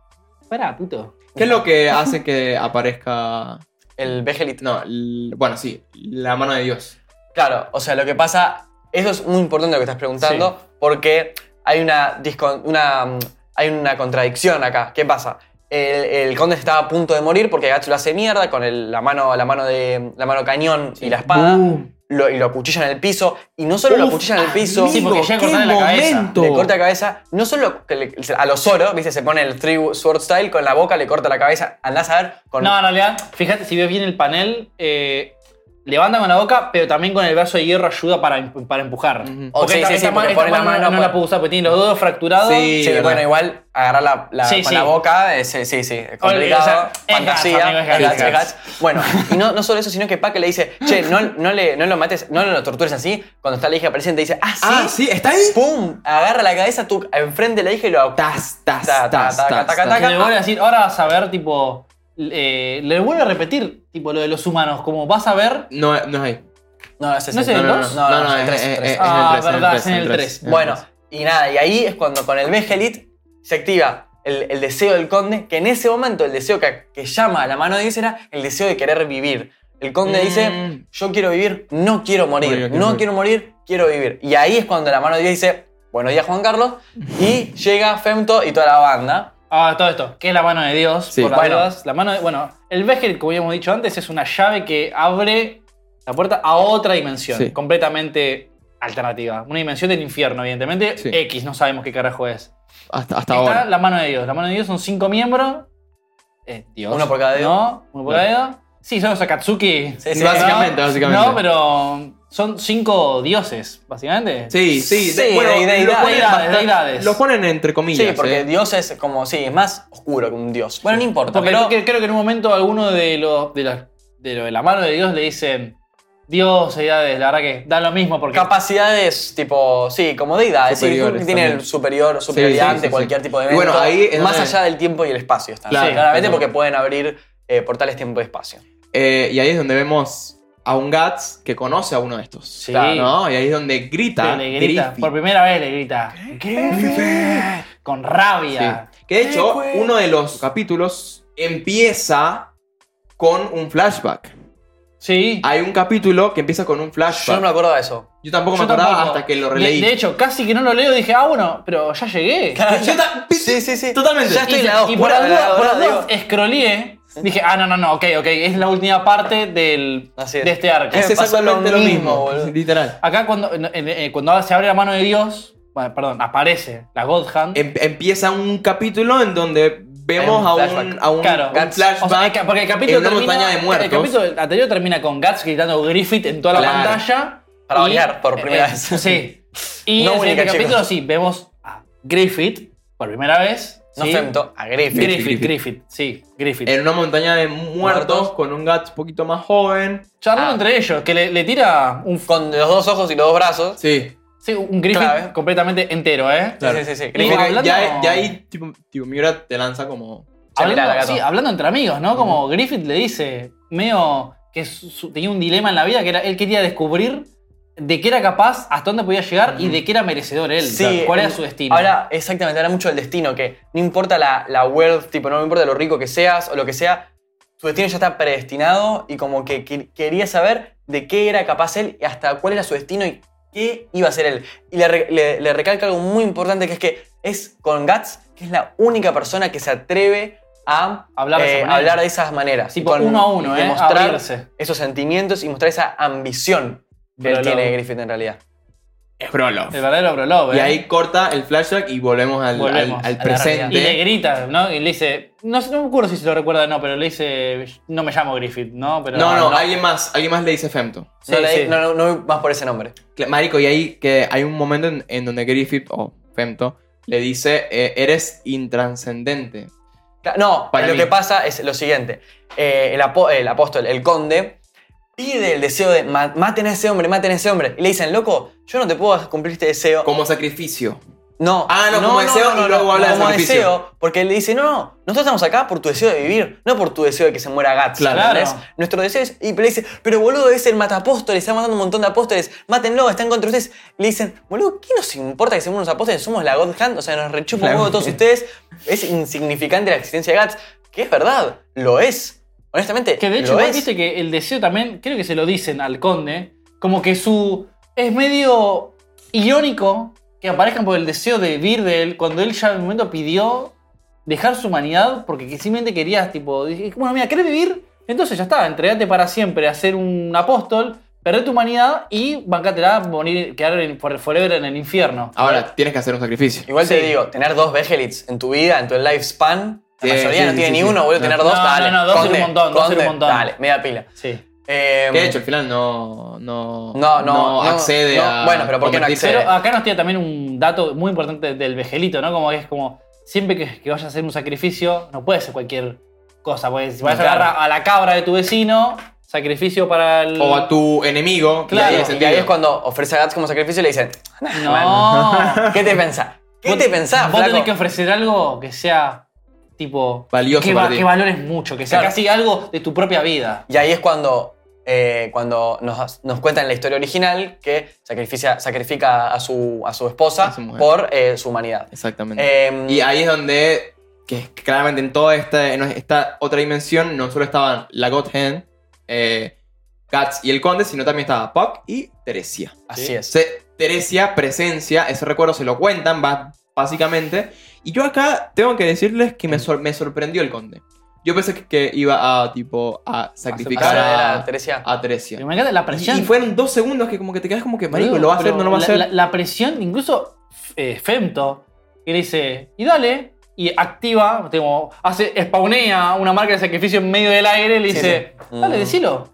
[SPEAKER 2] Pará, puto.
[SPEAKER 1] ¿Qué es lo que hace que aparezca.
[SPEAKER 3] el Behelit.
[SPEAKER 1] No, l- bueno, sí, la mano de Dios.
[SPEAKER 3] Claro, o sea, lo que pasa, eso es muy importante lo que estás preguntando, porque hay una, discon- una, mm, hay una contradicción acá. ¿Qué pasa? El, el conde estaba a punto de morir porque Gatsu lo hace mierda con el- la, mano, la, mano de, la mano cañón y la espada.
[SPEAKER 1] Boom.
[SPEAKER 3] Lo, y lo acuchillan en el piso. Y no solo lo
[SPEAKER 1] Uf,
[SPEAKER 3] acuchillan en el piso,
[SPEAKER 2] ah, Sí, porque llega a
[SPEAKER 1] ¡Qué
[SPEAKER 2] cortarle la cabeza.
[SPEAKER 1] momento!
[SPEAKER 3] le corta la cabeza. No solo que le- a los Zoro, ¿viste? Se pone el Three Sword Style con la boca, le corta la cabeza. Andás a ver con.
[SPEAKER 2] No, en realidad, fíjate, si ves bien el panel, eh, levanta con la boca, pero también con el brazo de hierro ayuda para, emp- para empujar.
[SPEAKER 1] Ujú.
[SPEAKER 3] Oh, sí,
[SPEAKER 2] esta-
[SPEAKER 3] sí, sí,
[SPEAKER 2] esta
[SPEAKER 3] porque
[SPEAKER 2] mano- esta
[SPEAKER 3] pone la
[SPEAKER 2] mano
[SPEAKER 3] mano
[SPEAKER 2] no,
[SPEAKER 3] para-
[SPEAKER 2] la puedo usar porque tiene los dedos fracturados.
[SPEAKER 1] Sí,
[SPEAKER 3] Sí,
[SPEAKER 1] verdad.
[SPEAKER 3] bueno, igual agarrar la, la-
[SPEAKER 2] Sí,
[SPEAKER 3] con
[SPEAKER 2] sí.
[SPEAKER 3] la boca, eh, sí, sí, sí, es complicado,
[SPEAKER 2] o sea, es
[SPEAKER 3] fantasía,
[SPEAKER 2] gats, amigo, es gats,
[SPEAKER 3] es gats,
[SPEAKER 2] es
[SPEAKER 3] es
[SPEAKER 2] gats.
[SPEAKER 3] gats. Bueno, y no, no solo eso, sino que Pac le dice, che, no, no, le, no lo mates, no lo tortures así. Cuando está la hija presente, dice, ah, sí,
[SPEAKER 1] Ah, sí, está ahí.
[SPEAKER 3] pum, agarra la cabeza tú enfrente de la hija y lo...
[SPEAKER 1] Tas, tas,
[SPEAKER 3] Ta, ta,
[SPEAKER 1] tas,
[SPEAKER 3] ta,
[SPEAKER 1] tas,
[SPEAKER 3] ta, ta,
[SPEAKER 1] tas.
[SPEAKER 2] Que le
[SPEAKER 3] ah.
[SPEAKER 2] vuelve a decir, ahora vas a ver, tipo. eh, le vuelve a repetir, tipo, lo de los humanos. Como vas a ver.
[SPEAKER 1] No, no es ahí.
[SPEAKER 3] No, no es ese.
[SPEAKER 2] No es el
[SPEAKER 1] No, no,
[SPEAKER 2] dos?
[SPEAKER 1] no, no, no,
[SPEAKER 3] el
[SPEAKER 1] es-
[SPEAKER 3] tres,
[SPEAKER 1] es-
[SPEAKER 3] el tres.
[SPEAKER 1] es- es
[SPEAKER 2] Ah,
[SPEAKER 1] el tres, es el
[SPEAKER 2] verdad,
[SPEAKER 1] tres, Mm,
[SPEAKER 2] es en el
[SPEAKER 1] tres.
[SPEAKER 2] tres.
[SPEAKER 3] Bueno, y nada, y ahí es cuando con el Vegelit se activa el, el deseo del conde, que en ese momento el deseo que, que llama a la mano de Dice era el deseo de querer vivir. El conde
[SPEAKER 1] Mm.
[SPEAKER 3] dice, yo quiero vivir, no quiero morir,
[SPEAKER 1] Morir, quiero
[SPEAKER 3] no
[SPEAKER 1] morir".
[SPEAKER 3] quiero morir, quiero vivir. Y ahí es cuando la mano de Dios dice, buenos días Juan Carlos, y llega Femto y toda la banda.
[SPEAKER 2] Ahora, Ah, todo esto, que es la mano de Dios.
[SPEAKER 1] Sí,
[SPEAKER 2] por las
[SPEAKER 3] bueno.
[SPEAKER 2] dudas. La mano de- bueno, el Vejel, como ya hemos dicho antes, es una llave que abre la puerta a otra dimensión,
[SPEAKER 1] Sí.
[SPEAKER 2] completamente alternativa. Una dimensión del infierno, evidentemente.
[SPEAKER 1] Sí.
[SPEAKER 2] X, no sabemos qué carajo es.
[SPEAKER 1] Hasta, hasta
[SPEAKER 2] Está
[SPEAKER 1] ahora.
[SPEAKER 2] la mano de Dios. La mano de Dios son cinco miembros. Eh, Dios.
[SPEAKER 3] Uno por cada dedo.
[SPEAKER 2] No, uno por cada dedo. Sí, son los Akatsuki.
[SPEAKER 3] Sí, sí.
[SPEAKER 2] ¿no?
[SPEAKER 1] Básicamente, básicamente.
[SPEAKER 2] No, pero son cinco dioses, básicamente.
[SPEAKER 1] Sí, sí,
[SPEAKER 3] Sí, de- de-
[SPEAKER 1] lo
[SPEAKER 3] de-
[SPEAKER 1] ponen
[SPEAKER 2] de-
[SPEAKER 1] bastante-
[SPEAKER 2] deidades.
[SPEAKER 1] Lo ponen entre comillas.
[SPEAKER 3] Sí, porque
[SPEAKER 1] eh.
[SPEAKER 3] Dios es como, sí, es más oscuro que un Dios. Bueno, no importa,
[SPEAKER 2] Porque
[SPEAKER 3] pero...
[SPEAKER 2] creo, creo que en un momento alguno de los de, los- de lo de la mano de Dios le dicen Dios, deidades, la verdad que da lo mismo porque
[SPEAKER 3] capacidades tipo, sí, como deidad, es decir,
[SPEAKER 1] Superiores
[SPEAKER 3] tiene
[SPEAKER 1] también.
[SPEAKER 3] el superior, superioridad
[SPEAKER 1] sí, sí,
[SPEAKER 3] ante
[SPEAKER 1] sí.
[SPEAKER 3] cualquier tipo de
[SPEAKER 1] Y
[SPEAKER 3] evento.
[SPEAKER 1] bueno, ahí es
[SPEAKER 3] más
[SPEAKER 1] donde-
[SPEAKER 3] allá del tiempo y el espacio están.
[SPEAKER 1] Claro,
[SPEAKER 3] Sí, claramente
[SPEAKER 1] claro.
[SPEAKER 3] porque pueden abrir eh, portales tiempo y espacio.
[SPEAKER 1] Eh, y ahí es donde vemos a un Guts que conoce a uno de estos.
[SPEAKER 2] Sí.
[SPEAKER 1] ¿no? Y ahí es donde grita.
[SPEAKER 2] le grita,
[SPEAKER 1] Griffith.
[SPEAKER 2] por primera vez le grita "Griffith", con rabia.
[SPEAKER 1] Sí. Que de hecho, uno de los capítulos empieza con un flashback.
[SPEAKER 2] Sí.
[SPEAKER 1] Hay un capítulo que empieza con un flashback.
[SPEAKER 3] Yo no me acuerdo de eso.
[SPEAKER 1] Yo tampoco
[SPEAKER 2] Yo
[SPEAKER 1] me acordaba
[SPEAKER 2] tampoco.
[SPEAKER 1] hasta que lo
[SPEAKER 2] De-
[SPEAKER 1] releí.
[SPEAKER 2] De, hecho, casi que no lo leo, dije, ah, bueno, pero ya llegué.
[SPEAKER 1] Yo ta-
[SPEAKER 3] Sí, sí, sí.
[SPEAKER 1] Totalmente.
[SPEAKER 3] Ya estoy
[SPEAKER 2] y,
[SPEAKER 3] en la dos,
[SPEAKER 2] y por
[SPEAKER 3] pura-
[SPEAKER 2] la
[SPEAKER 3] la-
[SPEAKER 2] duda, por
[SPEAKER 3] la-
[SPEAKER 2] la
[SPEAKER 3] la-
[SPEAKER 2] duda,
[SPEAKER 3] digo-
[SPEAKER 2] escroleé. Dije, ah, no, no, no, ok, ok, es la última parte del,
[SPEAKER 3] Así es.
[SPEAKER 2] de este arco.
[SPEAKER 1] Es
[SPEAKER 3] Me pasó
[SPEAKER 1] exactamente lo
[SPEAKER 3] lo
[SPEAKER 1] mismo,
[SPEAKER 3] mismo, boludo.
[SPEAKER 1] literal.
[SPEAKER 2] Acá cuando, en- en- eh, cuando ahora se abre la mano de Dios, bueno, perdón, aparece la God Hand.
[SPEAKER 1] Em- empieza un capítulo en donde vemos
[SPEAKER 3] un
[SPEAKER 1] a un,
[SPEAKER 3] flashback.
[SPEAKER 1] a un,
[SPEAKER 2] Claro.
[SPEAKER 1] un
[SPEAKER 2] Guts.
[SPEAKER 1] flashback
[SPEAKER 2] O sea, el ca- porque el capítulo
[SPEAKER 1] en una
[SPEAKER 2] termina,
[SPEAKER 1] montaña de muertos.
[SPEAKER 2] El capítulo anterior termina con Guts gritando Griffith en toda la
[SPEAKER 1] Claro.
[SPEAKER 2] pantalla.
[SPEAKER 3] Para
[SPEAKER 2] y- eh,
[SPEAKER 3] variar, por primera vez.
[SPEAKER 2] Sí. Y
[SPEAKER 3] No
[SPEAKER 2] en el siguiente
[SPEAKER 3] única,
[SPEAKER 2] capítulo
[SPEAKER 3] chicos.
[SPEAKER 2] sí, vemos a Griffith por primera vez.
[SPEAKER 3] No
[SPEAKER 2] ¿sí?
[SPEAKER 3] Femto, a Griffith.
[SPEAKER 2] Griffith, Griffith,
[SPEAKER 1] Griffith.
[SPEAKER 2] sí, Griffith.
[SPEAKER 1] en una montaña de muertos,
[SPEAKER 3] Muertos.
[SPEAKER 1] con un Guts un poquito más joven.
[SPEAKER 2] Charlando
[SPEAKER 3] Ah.
[SPEAKER 2] entre ellos, que le, le tira un,
[SPEAKER 3] Con los dos ojos y los dos brazos.
[SPEAKER 1] Sí.
[SPEAKER 2] sí, un Griffith
[SPEAKER 3] Clave.
[SPEAKER 2] completamente entero, ¿eh?
[SPEAKER 1] Claro.
[SPEAKER 3] Sí, sí, sí.
[SPEAKER 1] Como
[SPEAKER 3] sí. Griffith.
[SPEAKER 1] que
[SPEAKER 2] hablando-
[SPEAKER 1] ya, ya ahí, tipo, tipo, Miura te lanza como.
[SPEAKER 3] Se mira la
[SPEAKER 2] Hablando,
[SPEAKER 3] gato.
[SPEAKER 2] sí, hablando entre amigos, ¿no? Como Griffith le dice, medio que su- su- tenía un dilema en la vida, que era él quería descubrir de qué era capaz, hasta dónde podía llegar y de qué era merecedor él.
[SPEAKER 3] Sí,
[SPEAKER 2] ¿Cuál era
[SPEAKER 3] em,
[SPEAKER 2] su destino?
[SPEAKER 3] Habla, exactamente, habla mucho del destino, que no importa la, la wealth, tipo, no importa lo rico que seas o lo que sea, tu destino ya está predestinado y como que, que- quería saber de qué era capaz él y hasta cuál era su destino y qué iba a ser él. Y le, re- le- le recalca algo muy importante que es que es con Guts, que es la única persona que se atreve a eh,
[SPEAKER 2] Hablar de esa manera.
[SPEAKER 3] hablar de esas maneras.
[SPEAKER 2] Tipo,
[SPEAKER 3] con-
[SPEAKER 2] uno a uno,
[SPEAKER 3] y
[SPEAKER 2] ¿eh?
[SPEAKER 3] Demostrar
[SPEAKER 2] Abrirse.
[SPEAKER 3] esos sentimientos y mostrar esa ambición que él
[SPEAKER 2] Brolo.
[SPEAKER 3] tiene Griffith en realidad.
[SPEAKER 1] Es brolo.
[SPEAKER 2] El verdadero bro love,
[SPEAKER 1] Y
[SPEAKER 2] ¿eh?
[SPEAKER 1] ahí corta el flashback y volvemos al,
[SPEAKER 2] Volvemos
[SPEAKER 1] al-
[SPEAKER 2] a
[SPEAKER 1] al,
[SPEAKER 3] la
[SPEAKER 2] Y le
[SPEAKER 1] presente.
[SPEAKER 2] grita, ¿no? Y le dice, no, sé, no me acuerdo si se lo recuerda o no, pero le dice, no me llamo Griffith, ¿no? Pero,
[SPEAKER 1] No, no, alguien más, alguien más le dice Femto.
[SPEAKER 2] Sí,
[SPEAKER 3] no, le-
[SPEAKER 2] sí.
[SPEAKER 3] no, no, no voy más por ese nombre.
[SPEAKER 1] Cla- Marico, y ahí que hay un momento en, en donde Griffith o Femto le dice, eh, eres intranscendente.
[SPEAKER 3] Claro, No,
[SPEAKER 1] Para
[SPEAKER 3] lo
[SPEAKER 1] mí.
[SPEAKER 3] que pasa es lo siguiente. Eh, el, apo- el apóstol, el conde, pide el deseo de "Ma- maten a ese hombre, maten a ese hombre. Y le dicen, loco, yo no te puedo cumplir este deseo.
[SPEAKER 1] Como sacrificio.
[SPEAKER 3] No.
[SPEAKER 1] Ah, no, como deseo y luego habla de
[SPEAKER 3] como
[SPEAKER 1] sacrificio.
[SPEAKER 3] deseo, porque le dice, no, no, nosotros estamos acá por tu deseo de vivir, no por tu deseo de que se muera Gats.
[SPEAKER 1] Claro.
[SPEAKER 3] ¿entendés?
[SPEAKER 2] Claro.
[SPEAKER 3] Nuestro deseo es, y le dice, pero boludo, es el matapóstoles, está matando un montón de apóstoles, mátenlo, están contra ustedes. Le dicen, boludo, ¿qué nos importa que seamos unos apóstoles? Somos la God Hand, o sea, nos rechupa un
[SPEAKER 1] Claro.
[SPEAKER 3] huevo todos ustedes. Es insignificante la existencia de Gats, que es verdad, lo es. Honestamente,
[SPEAKER 2] Que de hecho,
[SPEAKER 3] lo
[SPEAKER 2] igual
[SPEAKER 3] es.
[SPEAKER 2] viste que el deseo también, creo que se lo dicen al conde, como que su. Es medio irónico que aparezcan por el deseo de vivir de él, cuando él ya en un momento pidió dejar su humanidad porque que simplemente querías, tipo, dije, bueno, mira, ¿querés vivir? Entonces ya está, entregate para siempre a ser un apóstol, perder tu humanidad y bancátela, morir, quedar en- por el forever en el infierno.
[SPEAKER 1] Ahora, tienes que hacer un sacrificio.
[SPEAKER 3] Igual te
[SPEAKER 2] Sí.
[SPEAKER 3] digo, tener dos Vegelits en tu vida, en tu lifespan,
[SPEAKER 1] Sí,
[SPEAKER 3] la mayoría
[SPEAKER 1] sí,
[SPEAKER 3] no
[SPEAKER 1] sí,
[SPEAKER 3] tiene
[SPEAKER 1] sí,
[SPEAKER 3] ni
[SPEAKER 1] sí.
[SPEAKER 3] uno, boludo,
[SPEAKER 1] No.
[SPEAKER 3] tener dos,
[SPEAKER 2] No, no,
[SPEAKER 3] dale.
[SPEAKER 2] no, dos era un
[SPEAKER 3] conde,
[SPEAKER 2] montón, dos era un
[SPEAKER 3] conde,
[SPEAKER 2] montón.
[SPEAKER 3] Dale, media pila.
[SPEAKER 2] Sí.
[SPEAKER 3] Em,
[SPEAKER 1] Que de hecho, al final no. No,
[SPEAKER 3] No, no, no,
[SPEAKER 1] accede
[SPEAKER 3] no.
[SPEAKER 1] a.
[SPEAKER 3] Bueno, pero ¿por qué no
[SPEAKER 1] convertirse-
[SPEAKER 2] Pero
[SPEAKER 3] accede?
[SPEAKER 2] acá nos tiene también un dato muy importante del vejelito, ¿no? Como que es como, siempre que, que vayas a hacer un sacrificio, no puede ser cualquier cosa. Porque si vas a
[SPEAKER 3] Claro.
[SPEAKER 2] agarrar a la cabra de tu vecino, sacrificio para el.
[SPEAKER 1] O a tu enemigo. que
[SPEAKER 3] Y
[SPEAKER 1] tiene
[SPEAKER 3] ahí, y
[SPEAKER 1] sentido.
[SPEAKER 3] ahí es cuando ofrece a Guts como sacrificio y le dicen,
[SPEAKER 2] No.
[SPEAKER 3] ¿qué te pensás? ¿Qué
[SPEAKER 2] Vos-
[SPEAKER 3] te pensás,
[SPEAKER 2] Vos tenés
[SPEAKER 3] flaco?
[SPEAKER 2] que ofrecer algo que sea tipo.
[SPEAKER 1] Valioso
[SPEAKER 2] Que,
[SPEAKER 1] para ti.
[SPEAKER 2] que valores mucho, que sea
[SPEAKER 3] Claro.
[SPEAKER 2] casi algo de tu propia vida.
[SPEAKER 3] Y ahí es cuando, eh, cuando nos, nos cuentan la historia original que sacrifica, sacrifica a, su, a su esposa
[SPEAKER 1] A su mujer.
[SPEAKER 3] por eh, su humanidad.
[SPEAKER 1] Exactamente.
[SPEAKER 3] Em,
[SPEAKER 1] Eh, Y ahí es donde, que es claramente en toda esta, en esta otra dimensión, no solo estaban la God Hand, eh, Guts y el Conde, sino también estaba Puck y Teresia.
[SPEAKER 3] así
[SPEAKER 2] Sí.
[SPEAKER 3] es.
[SPEAKER 1] Se- Teresia presencia, ese recuerdo se lo cuentan, va, básicamente. Y yo acá tengo que decirles que me, sor- me sorprendió el Conde. Yo pensé que, que iba a, tipo, a sacrificar
[SPEAKER 3] Ahora
[SPEAKER 1] a,
[SPEAKER 3] era Teresia.
[SPEAKER 1] a Teresia.
[SPEAKER 2] Me encanta la presión.
[SPEAKER 1] Y, y fueron dos segundos que como que te quedas como que, marico,
[SPEAKER 2] Boludo,
[SPEAKER 1] ¿lo va a hacer?
[SPEAKER 2] pero
[SPEAKER 1] ¿No lo va a
[SPEAKER 2] la-
[SPEAKER 1] hacer?
[SPEAKER 2] La, la presión, incluso eh, Femto, que le dice, y dale, y activa, tipo, hace, spawnea una marca de sacrificio en medio del aire, le
[SPEAKER 3] Sí,
[SPEAKER 2] dice,
[SPEAKER 3] sí.
[SPEAKER 2] dale,
[SPEAKER 3] Mm.
[SPEAKER 2] decilo.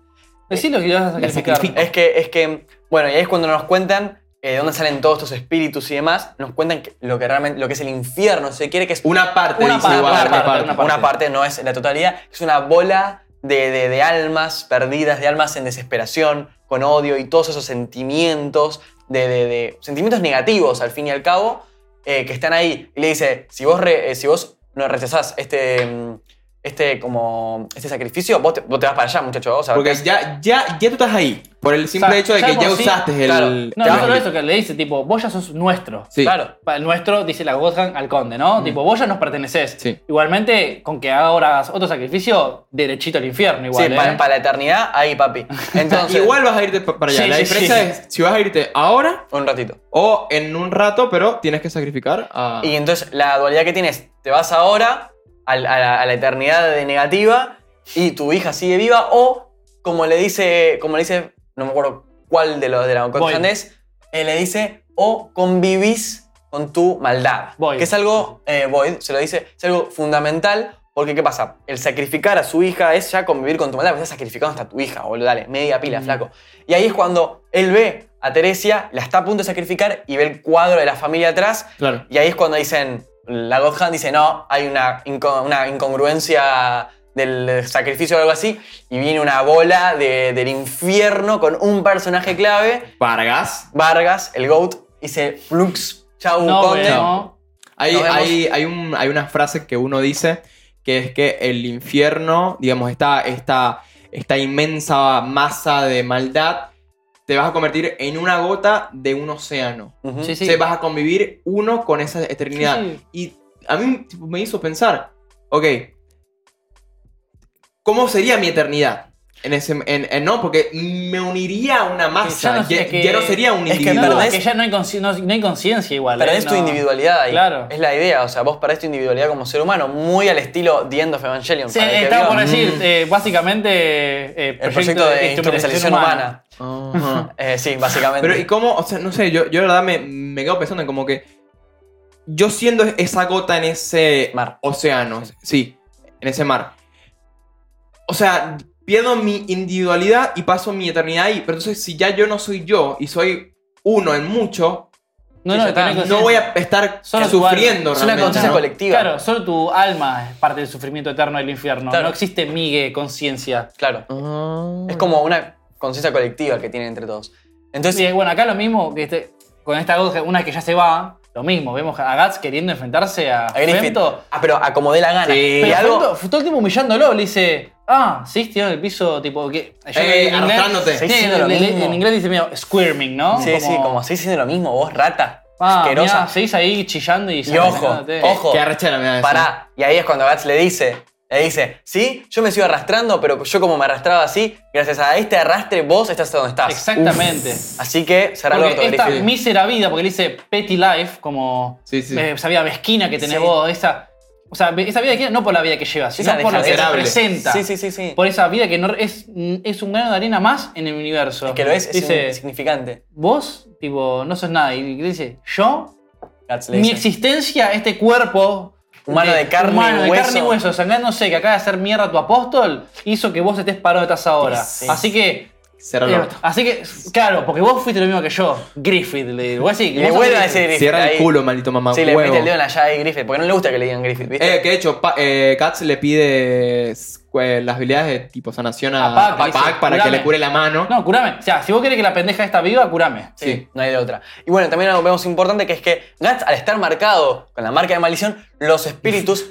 [SPEAKER 2] Decilo que lo vas a
[SPEAKER 1] La
[SPEAKER 2] sacrificar.
[SPEAKER 1] sacrifico.
[SPEAKER 3] Es que, es que, bueno, y ahí es cuando nos cuentan eh, de dónde salen todos estos espíritus y demás. Nos cuentan que- lo que realmente, lo que es el infierno. Se quiere que es
[SPEAKER 1] Una parte,
[SPEAKER 2] Una
[SPEAKER 1] dice
[SPEAKER 2] parte,
[SPEAKER 1] igual,
[SPEAKER 2] una
[SPEAKER 1] una
[SPEAKER 2] parte,
[SPEAKER 1] parte.
[SPEAKER 2] una
[SPEAKER 3] una parte, no es la totalidad, es una bola de, de- de almas perdidas, de almas en desesperación, con odio y todos esos sentimientos, de, de- de- sentimientos negativos al fin y al cabo, eh, que están ahí. Y le dice, si vos, re- eh, si vos no rechazás este, mm, este, como, este sacrificio, vos te, vos te vas para allá, muchacho. O sea,
[SPEAKER 1] Porque
[SPEAKER 3] te-
[SPEAKER 1] ya, ya, ya tú estás ahí. Por el simple
[SPEAKER 2] O sea,
[SPEAKER 1] hecho de
[SPEAKER 2] ya
[SPEAKER 1] que
[SPEAKER 2] por
[SPEAKER 1] ya
[SPEAKER 2] sí,
[SPEAKER 1] usaste el.
[SPEAKER 3] claro.
[SPEAKER 2] No,
[SPEAKER 1] te
[SPEAKER 2] no
[SPEAKER 1] vas
[SPEAKER 2] solo
[SPEAKER 1] a-
[SPEAKER 2] eso, que le dice, tipo, vos ya sos nuestro.
[SPEAKER 1] Sí. Mm.
[SPEAKER 3] Claro.
[SPEAKER 2] Pa- El nuestro, dice la Gotham, al conde, ¿no? Tipo, vos ya nos perteneces.
[SPEAKER 1] Sí.
[SPEAKER 2] Igualmente, con que ahora hagas otro sacrificio, derechito al infierno,
[SPEAKER 3] Sí,
[SPEAKER 2] igual. ¿eh?
[SPEAKER 3] para, para la eternidad, ahí, papi. Entonces,
[SPEAKER 1] Igual vas a irte pa- para allá.
[SPEAKER 2] Sí,
[SPEAKER 1] la
[SPEAKER 2] sí,
[SPEAKER 1] diferencia
[SPEAKER 2] sí.
[SPEAKER 1] es si vas a irte ahora
[SPEAKER 3] un ratito.
[SPEAKER 1] o en un rato, pero tienes que sacrificar a.
[SPEAKER 3] Y entonces la dualidad que tienes, te vas ahora al- a, la, a la eternidad de negativa y tu hija sigue viva o como le dice, como le dice, no me acuerdo cuál de los de la
[SPEAKER 2] Void.
[SPEAKER 3] Cotandés, le dice o convivís con tu maldad,
[SPEAKER 2] Void.
[SPEAKER 3] que es algo eh, void, se lo dice, es algo fundamental porque qué pasa, el sacrificar a su hija es ya convivir con tu maldad, porque estás sacrificando hasta tu hija, boludo, dale, media pila, flaco. Y ahí es cuando él ve a Teresia, la está a punto de sacrificar y ve el cuadro de la familia atrás
[SPEAKER 1] Claro.
[SPEAKER 3] y ahí es cuando dicen, la God Hand dice, no, hay una, inco- una incongruencia del sacrificio o algo así, y viene una bola de- del infierno con un personaje clave,
[SPEAKER 1] Vargas.
[SPEAKER 3] Vargas, el GOAT, dice, flux, chau,
[SPEAKER 2] No,
[SPEAKER 3] conde.
[SPEAKER 2] bueno.
[SPEAKER 1] Hay,
[SPEAKER 3] Nos vemos.
[SPEAKER 1] hay, hay, un, hay una frase que uno dice que es que el infierno, digamos, está esta, esta inmensa masa de maldad, te vas a convertir en una gota de un océano.
[SPEAKER 3] Ujú.
[SPEAKER 2] Sí, sí.
[SPEAKER 1] se vas a convivir uno con esa eternidad.
[SPEAKER 2] Sí,
[SPEAKER 1] Y a mí tipo, me hizo pensar, ok, ¿cómo sería mi eternidad? En ese, en, en- no, porque me uniría a una masa,
[SPEAKER 2] no-
[SPEAKER 1] ya,
[SPEAKER 2] es que-
[SPEAKER 1] ya no sería un
[SPEAKER 3] es que
[SPEAKER 1] individuo.
[SPEAKER 2] No,
[SPEAKER 3] perdés-
[SPEAKER 2] es que ya no hay, consci- no- no hay conciencia igual.
[SPEAKER 3] Perdés
[SPEAKER 2] ¿eh?
[SPEAKER 3] tu
[SPEAKER 2] No.
[SPEAKER 3] individualidad ahí.
[SPEAKER 2] Claro.
[SPEAKER 3] Es la idea, o sea, vos perdés tu individualidad como ser humano, muy al estilo The End of Evangelion.
[SPEAKER 2] Sí,
[SPEAKER 3] para el que
[SPEAKER 2] estaba
[SPEAKER 3] vio.
[SPEAKER 2] por decir,
[SPEAKER 1] Mm.
[SPEAKER 2] eh, básicamente, eh,
[SPEAKER 3] El proyecto de instrumentalización humana.
[SPEAKER 1] Ajá.
[SPEAKER 3] Eh, sí, básicamente.
[SPEAKER 1] Pero y cómo, o sea, no sé, yo, yo la verdad me, me quedo pensando en como que yo siendo esa gota en ese
[SPEAKER 3] Mar.
[SPEAKER 1] océano, sí, en ese mar. O sea, pierdo mi individualidad y paso mi eternidad ahí, pero entonces si ya yo no soy yo y soy uno en mucho,
[SPEAKER 2] No,
[SPEAKER 3] Sí,
[SPEAKER 2] no,
[SPEAKER 3] ya está.
[SPEAKER 2] tenés
[SPEAKER 1] no
[SPEAKER 2] conciencia.
[SPEAKER 1] voy a estar
[SPEAKER 2] Solo tu
[SPEAKER 1] sufriendo
[SPEAKER 3] es una
[SPEAKER 1] realmente,
[SPEAKER 3] conciencia
[SPEAKER 1] ¿no?
[SPEAKER 3] colectiva.
[SPEAKER 2] Claro, solo tu alma es parte del sufrimiento eterno del infierno.
[SPEAKER 3] Claro.
[SPEAKER 2] No existe migue, conciencia.
[SPEAKER 3] claro.
[SPEAKER 1] Ah.
[SPEAKER 3] Es como una conciencia colectiva que tienen entre todos. Entonces,
[SPEAKER 2] Sí, bueno, acá lo mismo, que este- con esta God, una que ya se va, lo mismo. Vemos a Guts queriendo enfrentarse a,
[SPEAKER 3] a Griffith.
[SPEAKER 2] Femto.
[SPEAKER 3] Ah, pero acomodé la gana.
[SPEAKER 1] Sí.
[SPEAKER 3] Y
[SPEAKER 2] Pero
[SPEAKER 3] Eh, algo.
[SPEAKER 2] Femto fue todo el tiempo humillándolo, le dice, ah, sí, tirando el piso, tipo, que... yo
[SPEAKER 1] Eh,
[SPEAKER 2] en inglés-
[SPEAKER 1] arrastrándote.
[SPEAKER 2] Sí,
[SPEAKER 3] Sí, sí,
[SPEAKER 2] le-
[SPEAKER 3] lo
[SPEAKER 2] le-
[SPEAKER 3] mismo.
[SPEAKER 2] en inglés dice, mira, squirming, ¿no?
[SPEAKER 3] sí, sí, como así diciendo lo mismo, vos, rata.
[SPEAKER 2] Ah,
[SPEAKER 3] asquerosa.
[SPEAKER 2] mirá, seguís ahí chillando y...
[SPEAKER 3] y ojo,
[SPEAKER 2] sangrándote.
[SPEAKER 3] ojo.
[SPEAKER 1] Qué arrechera me da eso.
[SPEAKER 3] Pará. Y ahí es cuando Gats le dice. Le dice, sí, yo me sigo arrastrando, pero yo como me arrastraba así, gracias a este arrastre vos estás donde estás.
[SPEAKER 2] Exactamente.
[SPEAKER 3] Así que cerrá el orto,
[SPEAKER 2] Porque esta
[SPEAKER 3] Griffith.
[SPEAKER 2] mísera vida, porque le dice petty life, como
[SPEAKER 1] Sí, sí.
[SPEAKER 2] eh, esa vida mezquina que tenés
[SPEAKER 3] Sí.
[SPEAKER 2] vos, esa, o sea, ve- esa vida que no por la vida que llevas, sino
[SPEAKER 3] Esa
[SPEAKER 2] por lo que
[SPEAKER 1] desagradable.
[SPEAKER 2] representa.
[SPEAKER 3] Sí, sí, sí, sí.
[SPEAKER 2] Por esa vida que no es, es un grano de arena más en el universo.
[SPEAKER 3] Es que lo es, es
[SPEAKER 2] Dice,
[SPEAKER 3] insignificante.
[SPEAKER 2] vos, tipo, no sos nada. Y dice, yo,
[SPEAKER 3] Guts le
[SPEAKER 2] mi
[SPEAKER 3] dice.
[SPEAKER 2] existencia, este cuerpo
[SPEAKER 3] humano de, carne
[SPEAKER 2] humano
[SPEAKER 3] y
[SPEAKER 2] de
[SPEAKER 3] hueso.
[SPEAKER 2] carne y hueso, sangrándose que acaba de hacer mierda a tu apóstol, hizo que vos estés parado detrás ahora.
[SPEAKER 3] Sí.
[SPEAKER 2] Así que.
[SPEAKER 1] Cierra el
[SPEAKER 2] eh,
[SPEAKER 1] orto.
[SPEAKER 2] así que, claro, porque vos fuiste lo mismo que yo. Griffith, le digo. Vos sí,
[SPEAKER 3] Le
[SPEAKER 2] vos
[SPEAKER 3] vuelve a
[SPEAKER 2] sos Griffith.
[SPEAKER 3] decir Griffith.
[SPEAKER 1] Cierra el
[SPEAKER 3] ahí.
[SPEAKER 1] culo, maldito mamá.
[SPEAKER 3] Sí, le
[SPEAKER 1] huevo.
[SPEAKER 3] mete el dedo en la llave de Griffith, porque no le gusta que le digan Griffith, ¿viste?
[SPEAKER 1] Eh, que de hecho, pa- eh, Guts le pide s- eh, las habilidades de tipo sanación a,
[SPEAKER 2] A Pac,
[SPEAKER 1] a
[SPEAKER 2] le dice,
[SPEAKER 1] Pac para que
[SPEAKER 2] curame.
[SPEAKER 1] le cure la mano.
[SPEAKER 2] No, curame. O sea, si vos querés que la pendeja está viva, curame.
[SPEAKER 3] Sí, no hay de otra. Y bueno, también algo que vemos importante que es que Guts, al estar marcado con la marca de maldición, los espíritus.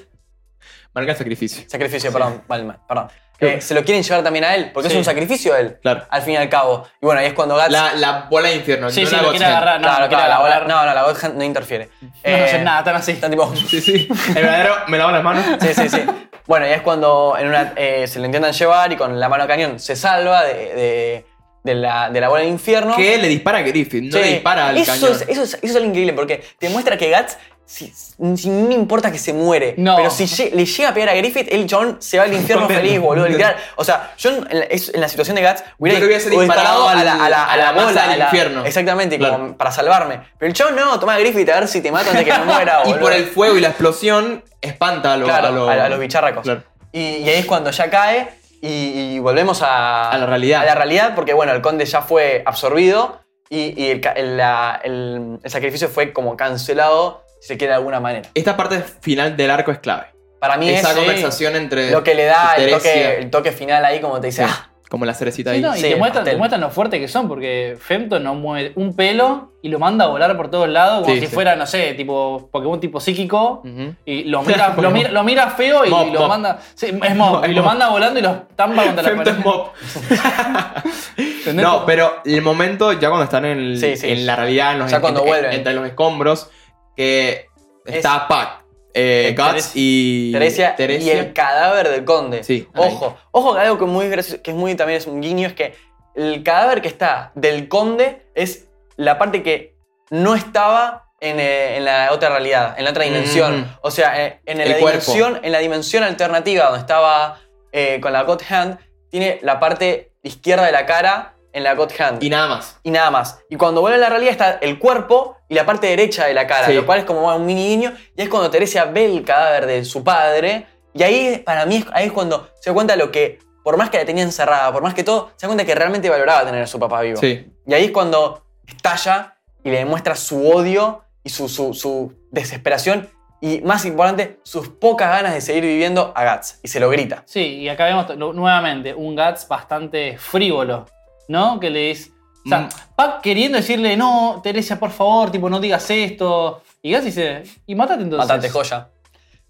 [SPEAKER 1] Marca el sacrificio.
[SPEAKER 3] sacrificio, perdón, mal, mal, perdón.
[SPEAKER 1] Qué
[SPEAKER 3] eh,
[SPEAKER 1] bueno.
[SPEAKER 3] se lo quieren llevar también a él, porque
[SPEAKER 2] Sí.
[SPEAKER 3] es un sacrificio a él.
[SPEAKER 1] Claro.
[SPEAKER 3] Al fin y al cabo. Y bueno, ahí es cuando Guts.
[SPEAKER 1] La, la bola de infierno.
[SPEAKER 2] Sí,
[SPEAKER 1] no
[SPEAKER 2] sí,
[SPEAKER 1] la
[SPEAKER 2] lo
[SPEAKER 1] God's
[SPEAKER 2] quiere
[SPEAKER 1] Hand.
[SPEAKER 2] agarrar. no,
[SPEAKER 3] claro,
[SPEAKER 2] no,
[SPEAKER 3] que la- la
[SPEAKER 2] claro,
[SPEAKER 3] bola-
[SPEAKER 2] claro.
[SPEAKER 3] No, no, la God Hand no interfiere.
[SPEAKER 2] No, no
[SPEAKER 3] Eh,
[SPEAKER 2] hacen nada, tan así.
[SPEAKER 3] Están tipo.
[SPEAKER 1] Sí, sí. El verdadero me lavo las manos.
[SPEAKER 3] Sí, sí, sí. Bueno, y es cuando en una, eh, se lo intentan llevar y con la mano cañón se salva de, de- de la, de la bola del infierno.
[SPEAKER 1] Que le dispara a Griffith, no
[SPEAKER 3] Sí.
[SPEAKER 1] le dispara al
[SPEAKER 3] eso
[SPEAKER 1] cañón.
[SPEAKER 3] Es, eso, es, eso es algo increíble porque te muestra que Guts, si, si- no importa que se muere,
[SPEAKER 2] No.
[SPEAKER 3] pero si lle- le llega a pegar a Griffith, el John se va al infierno
[SPEAKER 1] Contento.
[SPEAKER 3] feliz, boludo, literal. O sea, John en la, es- en la situación de Guts hubiera,
[SPEAKER 1] Yo creo que hubiese
[SPEAKER 3] hubiera
[SPEAKER 1] disparado
[SPEAKER 3] disparado a la, a la, a la
[SPEAKER 1] al- a la
[SPEAKER 3] bola
[SPEAKER 1] masa del
[SPEAKER 3] a la-
[SPEAKER 1] infierno.
[SPEAKER 3] Exactamente,
[SPEAKER 1] Claro.
[SPEAKER 3] como para salvarme. Pero el John no, toma a Griffith a ver si te mata antes que me muera,
[SPEAKER 1] y
[SPEAKER 3] boludo.
[SPEAKER 1] por el fuego y la explosión espanta a, lo-
[SPEAKER 3] Claro,
[SPEAKER 1] a, lo-
[SPEAKER 3] a- a los bicharracos.
[SPEAKER 1] Claro.
[SPEAKER 3] Y, y ahí es cuando ya cae y, y volvemos a,
[SPEAKER 1] A la realidad.
[SPEAKER 3] A la realidad, porque bueno, el conde ya fue absorbido y, y el, ca- el- la- el- el sacrificio fue como cancelado, si se quiere de alguna manera.
[SPEAKER 1] Esta parte final del arco es clave.
[SPEAKER 3] Para mí
[SPEAKER 1] Esa
[SPEAKER 3] es
[SPEAKER 1] conversación entre.
[SPEAKER 3] lo que le da el
[SPEAKER 1] Teresia,
[SPEAKER 3] toque, el toque final ahí, como te dice,
[SPEAKER 1] sí,
[SPEAKER 3] ah,
[SPEAKER 1] como la cerecita
[SPEAKER 2] Sí,
[SPEAKER 1] ahí.
[SPEAKER 2] no, y
[SPEAKER 3] Sí,
[SPEAKER 2] te, muestran,
[SPEAKER 3] pastel.
[SPEAKER 2] te muestran lo fuerte que son, porque Femto no mueve un pelo y lo manda a volar por todos lados como
[SPEAKER 1] Sí,
[SPEAKER 2] si
[SPEAKER 1] sí.
[SPEAKER 2] fuera, no sé, tipo Pokémon tipo psíquico.
[SPEAKER 3] Mm.
[SPEAKER 1] Ujú.
[SPEAKER 2] Y lo mira, lo
[SPEAKER 1] Pokémon.
[SPEAKER 2] mira, lo mira feo y
[SPEAKER 1] Mop,
[SPEAKER 2] lo
[SPEAKER 1] mop.
[SPEAKER 2] manda. Sí, es mop,
[SPEAKER 1] es
[SPEAKER 2] y lo
[SPEAKER 1] mop.
[SPEAKER 2] manda volando y lo estampa contra la
[SPEAKER 1] Femto es
[SPEAKER 2] pared.
[SPEAKER 1] mop.
[SPEAKER 2] ¿Entendés?
[SPEAKER 1] No, pero el momento ya cuando están en, el-
[SPEAKER 3] Sí, sí.
[SPEAKER 1] en la realidad, en los-
[SPEAKER 3] Ya cuando
[SPEAKER 1] en- en-
[SPEAKER 3] vuelven.
[SPEAKER 1] entre los escombros, que está Pac, eh,
[SPEAKER 3] Eh,
[SPEAKER 1] Guts
[SPEAKER 3] Teres-
[SPEAKER 1] y
[SPEAKER 3] Teresia, y
[SPEAKER 1] Teresia.
[SPEAKER 3] el cadáver del conde.
[SPEAKER 1] Sí, ahí.
[SPEAKER 3] ojo, ojo, que algo que, muy gracioso- que es muy también es un guiño es que el cadáver que está del conde es la parte que no estaba en, eh, en la otra realidad, en la otra dimensión.
[SPEAKER 1] Mm.
[SPEAKER 3] O sea, eh, en,
[SPEAKER 1] El
[SPEAKER 3] la
[SPEAKER 1] cuerpo.
[SPEAKER 3] dimensión, en la dimensión alternativa donde estaba eh, con la God Hand, tiene la parte izquierda de la cara en la God Hand.
[SPEAKER 1] Y nada más.
[SPEAKER 3] y nada más. Y cuando vuelve a la realidad está el cuerpo y la parte derecha de la cara,
[SPEAKER 1] Sí.
[SPEAKER 3] lo cual es como un mini guiño. Y es cuando Teresia ve el cadáver de su padre. Y ahí, para mí, es- ahí es cuando se da cuenta lo que, por más que la tenía encerrada, por más que todo, se da cuenta que realmente valoraba tener a su papá vivo.
[SPEAKER 1] Sí.
[SPEAKER 3] Y ahí es cuando estalla y le demuestra su odio y su, su- su desesperación. Y más importante, sus pocas ganas de seguir viviendo a Guts. Y se lo grita.
[SPEAKER 2] Sí, y acá vemos to- lo- nuevamente un Guts bastante frívolo, ¿no? Que le dice. O sea,
[SPEAKER 1] Mm.
[SPEAKER 2] Pac queriendo decirle, no, Teresia, por favor, tipo, no digas esto. Y Guts dice, y matate entonces.
[SPEAKER 3] Matate, joya.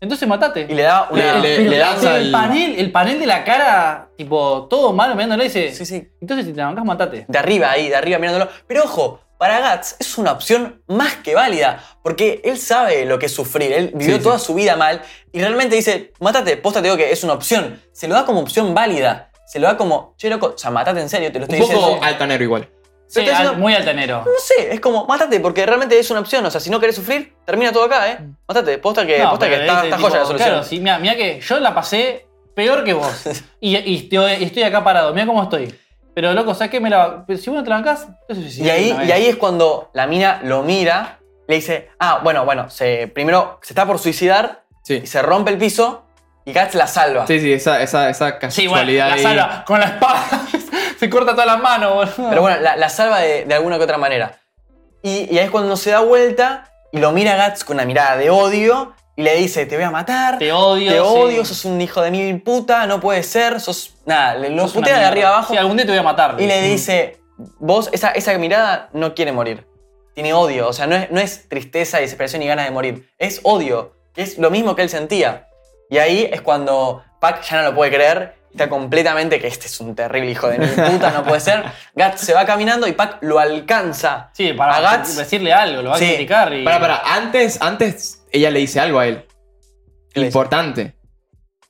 [SPEAKER 2] Entonces matate.
[SPEAKER 3] Y le da una.
[SPEAKER 1] Le- le- le
[SPEAKER 2] Pero pero
[SPEAKER 1] lanza
[SPEAKER 2] el,
[SPEAKER 1] el-
[SPEAKER 2] panel, el panel de la cara, tipo, todo malo mirándole, dice.
[SPEAKER 3] Sí, sí.
[SPEAKER 2] Entonces si te la bancás, matate.
[SPEAKER 3] de arriba ahí, de arriba mirándolo. Pero ojo, para Guts es una opción más que válida, porque él sabe lo que es sufrir, él vivió
[SPEAKER 1] Sí,
[SPEAKER 3] toda su vida mal y realmente dice, mátate, posta te digo que es una opción, se lo da como opción válida, se lo da como, che loco, o sea, matate en serio, te lo
[SPEAKER 1] Un
[SPEAKER 3] estoy
[SPEAKER 1] poco
[SPEAKER 3] diciendo.
[SPEAKER 1] altanero igual.
[SPEAKER 2] Sí,
[SPEAKER 3] estoy
[SPEAKER 2] al-
[SPEAKER 3] diciendo-
[SPEAKER 2] muy altanero.
[SPEAKER 3] No sé, es como, mátate, porque realmente es una opción, o sea, si no querés sufrir, termina todo acá, ¿eh? Mátate, posta que,
[SPEAKER 2] No,
[SPEAKER 3] posta
[SPEAKER 2] pero
[SPEAKER 3] que está,
[SPEAKER 2] dice,
[SPEAKER 3] está
[SPEAKER 2] tipo,
[SPEAKER 3] joya la solución.
[SPEAKER 2] Claro, sí, mira, que yo la pasé peor que vos. y, y estoy, y estoy acá parado, mira cómo estoy. Pero loco, ¿sabes qué? Me la, pero si vos no te la bancás, te suicidas
[SPEAKER 3] Y ahí,
[SPEAKER 2] una vez.
[SPEAKER 3] y ahí es cuando la mina lo mira, le dice, ah, bueno, bueno, se, primero se está por suicidar,
[SPEAKER 1] Sí.
[SPEAKER 3] y se rompe el piso, y Guts la salva.
[SPEAKER 1] Sí, sí, esa, esa, esa
[SPEAKER 2] Sí, bueno,
[SPEAKER 1] casualidad
[SPEAKER 2] la
[SPEAKER 1] ahí.
[SPEAKER 2] salva con la espada. Se corta todas las manos, boludo.
[SPEAKER 3] Pero bueno, la, la salva de, de alguna que otra manera. Y, y ahí es cuando se da vuelta y lo mira a Guts con una mirada de odio y le dice, te voy a matar,
[SPEAKER 2] Te odio,
[SPEAKER 3] te
[SPEAKER 2] sí.
[SPEAKER 3] odio, sos un hijo de mil puta, no puede ser, sos... Nada, le- lo
[SPEAKER 2] Sos una
[SPEAKER 3] putea de
[SPEAKER 2] mierda.
[SPEAKER 3] arriba abajo
[SPEAKER 2] Sí, algún día te voy a matar.
[SPEAKER 3] y le dice, vos, esa, esa mirada no quiere morir, tiene odio, o sea, no es, no es tristeza, desesperación y ganas de morir, es odio, que es lo mismo que él sentía. Y ahí es cuando Pac ya no lo puede creer, está completamente que este es un terrible hijo de mil puta, no puede ser. Guts se va caminando y Pac lo alcanza.
[SPEAKER 2] Sí, para
[SPEAKER 3] a Guts.
[SPEAKER 2] decirle algo, lo va
[SPEAKER 3] Sí.
[SPEAKER 2] a criticar. Y...
[SPEAKER 1] Para, para, antes, antes ella le dice algo a él.
[SPEAKER 3] ¿Qué le dice?
[SPEAKER 1] Importante.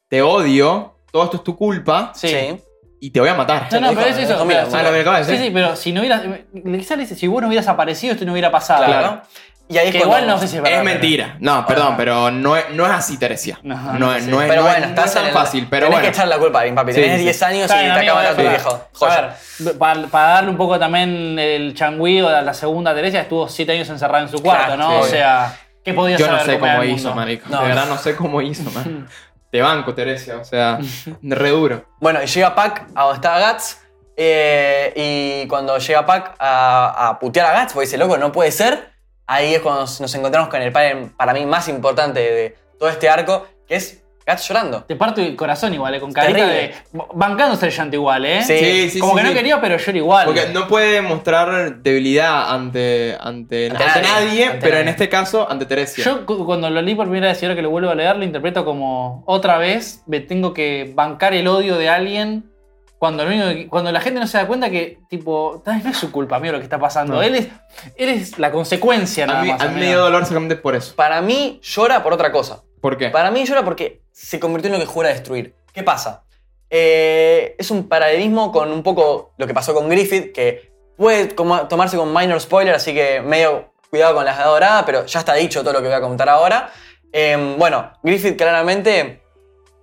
[SPEAKER 1] Te odio, todo esto es tu culpa
[SPEAKER 2] Sí.
[SPEAKER 1] y te voy a matar.
[SPEAKER 2] No, no,
[SPEAKER 3] Dijo,
[SPEAKER 2] pero es eso.
[SPEAKER 3] dijo, mira,
[SPEAKER 2] pero-
[SPEAKER 1] Ah, lo que acabas de
[SPEAKER 2] sí,
[SPEAKER 1] decir.
[SPEAKER 2] sí, pero si no hubieras. Quizás le dice, si vos no hubieras aparecido, esto no hubiera pasado.
[SPEAKER 3] Claro.
[SPEAKER 1] Claro.
[SPEAKER 3] Y ahí es
[SPEAKER 2] Que
[SPEAKER 3] cuando-
[SPEAKER 2] igual no sé si es verdad.
[SPEAKER 1] Es
[SPEAKER 2] pero-
[SPEAKER 1] mentira. No, perdón,
[SPEAKER 3] Ah.
[SPEAKER 1] pero no es, no es así, Teresia. No,
[SPEAKER 2] No,
[SPEAKER 1] no,
[SPEAKER 2] no
[SPEAKER 1] es,
[SPEAKER 2] sé.
[SPEAKER 1] no es,
[SPEAKER 3] Pero
[SPEAKER 1] no es-
[SPEAKER 3] bueno,
[SPEAKER 1] no
[SPEAKER 3] estás
[SPEAKER 1] es tan
[SPEAKER 3] en el-
[SPEAKER 1] fácil, pero
[SPEAKER 3] tenés
[SPEAKER 1] bueno.
[SPEAKER 3] que echar la culpa, papi, papi.
[SPEAKER 1] Sí,
[SPEAKER 3] Tenés
[SPEAKER 1] sí,
[SPEAKER 3] 10 años y
[SPEAKER 2] Está
[SPEAKER 3] te
[SPEAKER 2] bien, amigo,
[SPEAKER 3] acaba de matar tu
[SPEAKER 2] para-
[SPEAKER 3] viejo.
[SPEAKER 2] A
[SPEAKER 3] Joya.
[SPEAKER 2] ver, para, para darle un poco también el changüí o la segunda Teresa, estuvo siete años encerrada en su cuarto,
[SPEAKER 3] Claro,
[SPEAKER 2] ¿no?
[SPEAKER 3] sí.
[SPEAKER 2] O sea, ¿Qué podía
[SPEAKER 1] Yo no
[SPEAKER 2] saber
[SPEAKER 1] sé
[SPEAKER 2] cómo era
[SPEAKER 1] cómo
[SPEAKER 2] el
[SPEAKER 1] hizo,
[SPEAKER 2] mundo?
[SPEAKER 1] marico.
[SPEAKER 3] No.
[SPEAKER 1] De verdad no sé cómo hizo, man. Te banco, Teresia. O sea, re duro.
[SPEAKER 3] Bueno, y llega Pac a donde está Guts. eh, y cuando llega Pac a, a putear a Guts, porque dice, loco, no puede ser. Ahí es cuando nos, nos encontramos con el panel para mí más importante de todo este arco, que es Guts llorando.
[SPEAKER 2] Te parto el corazón igual, eh, con carita
[SPEAKER 3] Terrible.
[SPEAKER 2] de. Bancándose el llanto igual, ¿eh?
[SPEAKER 3] Sí.
[SPEAKER 1] Sí, sí,
[SPEAKER 2] Como
[SPEAKER 1] sí,
[SPEAKER 2] que no
[SPEAKER 1] sí.
[SPEAKER 2] quería, pero llora igual.
[SPEAKER 1] Porque no puede mostrar debilidad ante, ante,
[SPEAKER 3] Ante
[SPEAKER 1] ante
[SPEAKER 3] nadie,
[SPEAKER 1] nadie,
[SPEAKER 3] ante
[SPEAKER 1] pero en
[SPEAKER 3] nadie.
[SPEAKER 1] este caso ante Teresia.
[SPEAKER 2] Yo cu- cuando lo leí por primera vez y ahora que lo vuelvo a leer, lo interpreto como otra vez me tengo que bancar el odio de alguien cuando, lo único que- cuando la gente no se da cuenta que, tipo, tal vez no es su culpa, amigo, lo que está pasando.
[SPEAKER 1] No.
[SPEAKER 2] Él, es, él es la consecuencia nada
[SPEAKER 1] a mí,
[SPEAKER 2] más.
[SPEAKER 1] a mí me
[SPEAKER 2] amigo.
[SPEAKER 1] dio dolor exactamente por eso.
[SPEAKER 3] Para mí llora por otra cosa.
[SPEAKER 1] ¿Por qué?
[SPEAKER 3] Para mí llora porque se convirtió en lo que jura destruir. ¿Qué pasa? Eh, es un paralelismo con un poco lo que pasó con Griffith, que puede como- tomarse con minor spoiler, así que medio cuidado con la edad dorada, pero ya está dicho todo lo que voy a contar ahora. Eh, bueno, Griffith claramente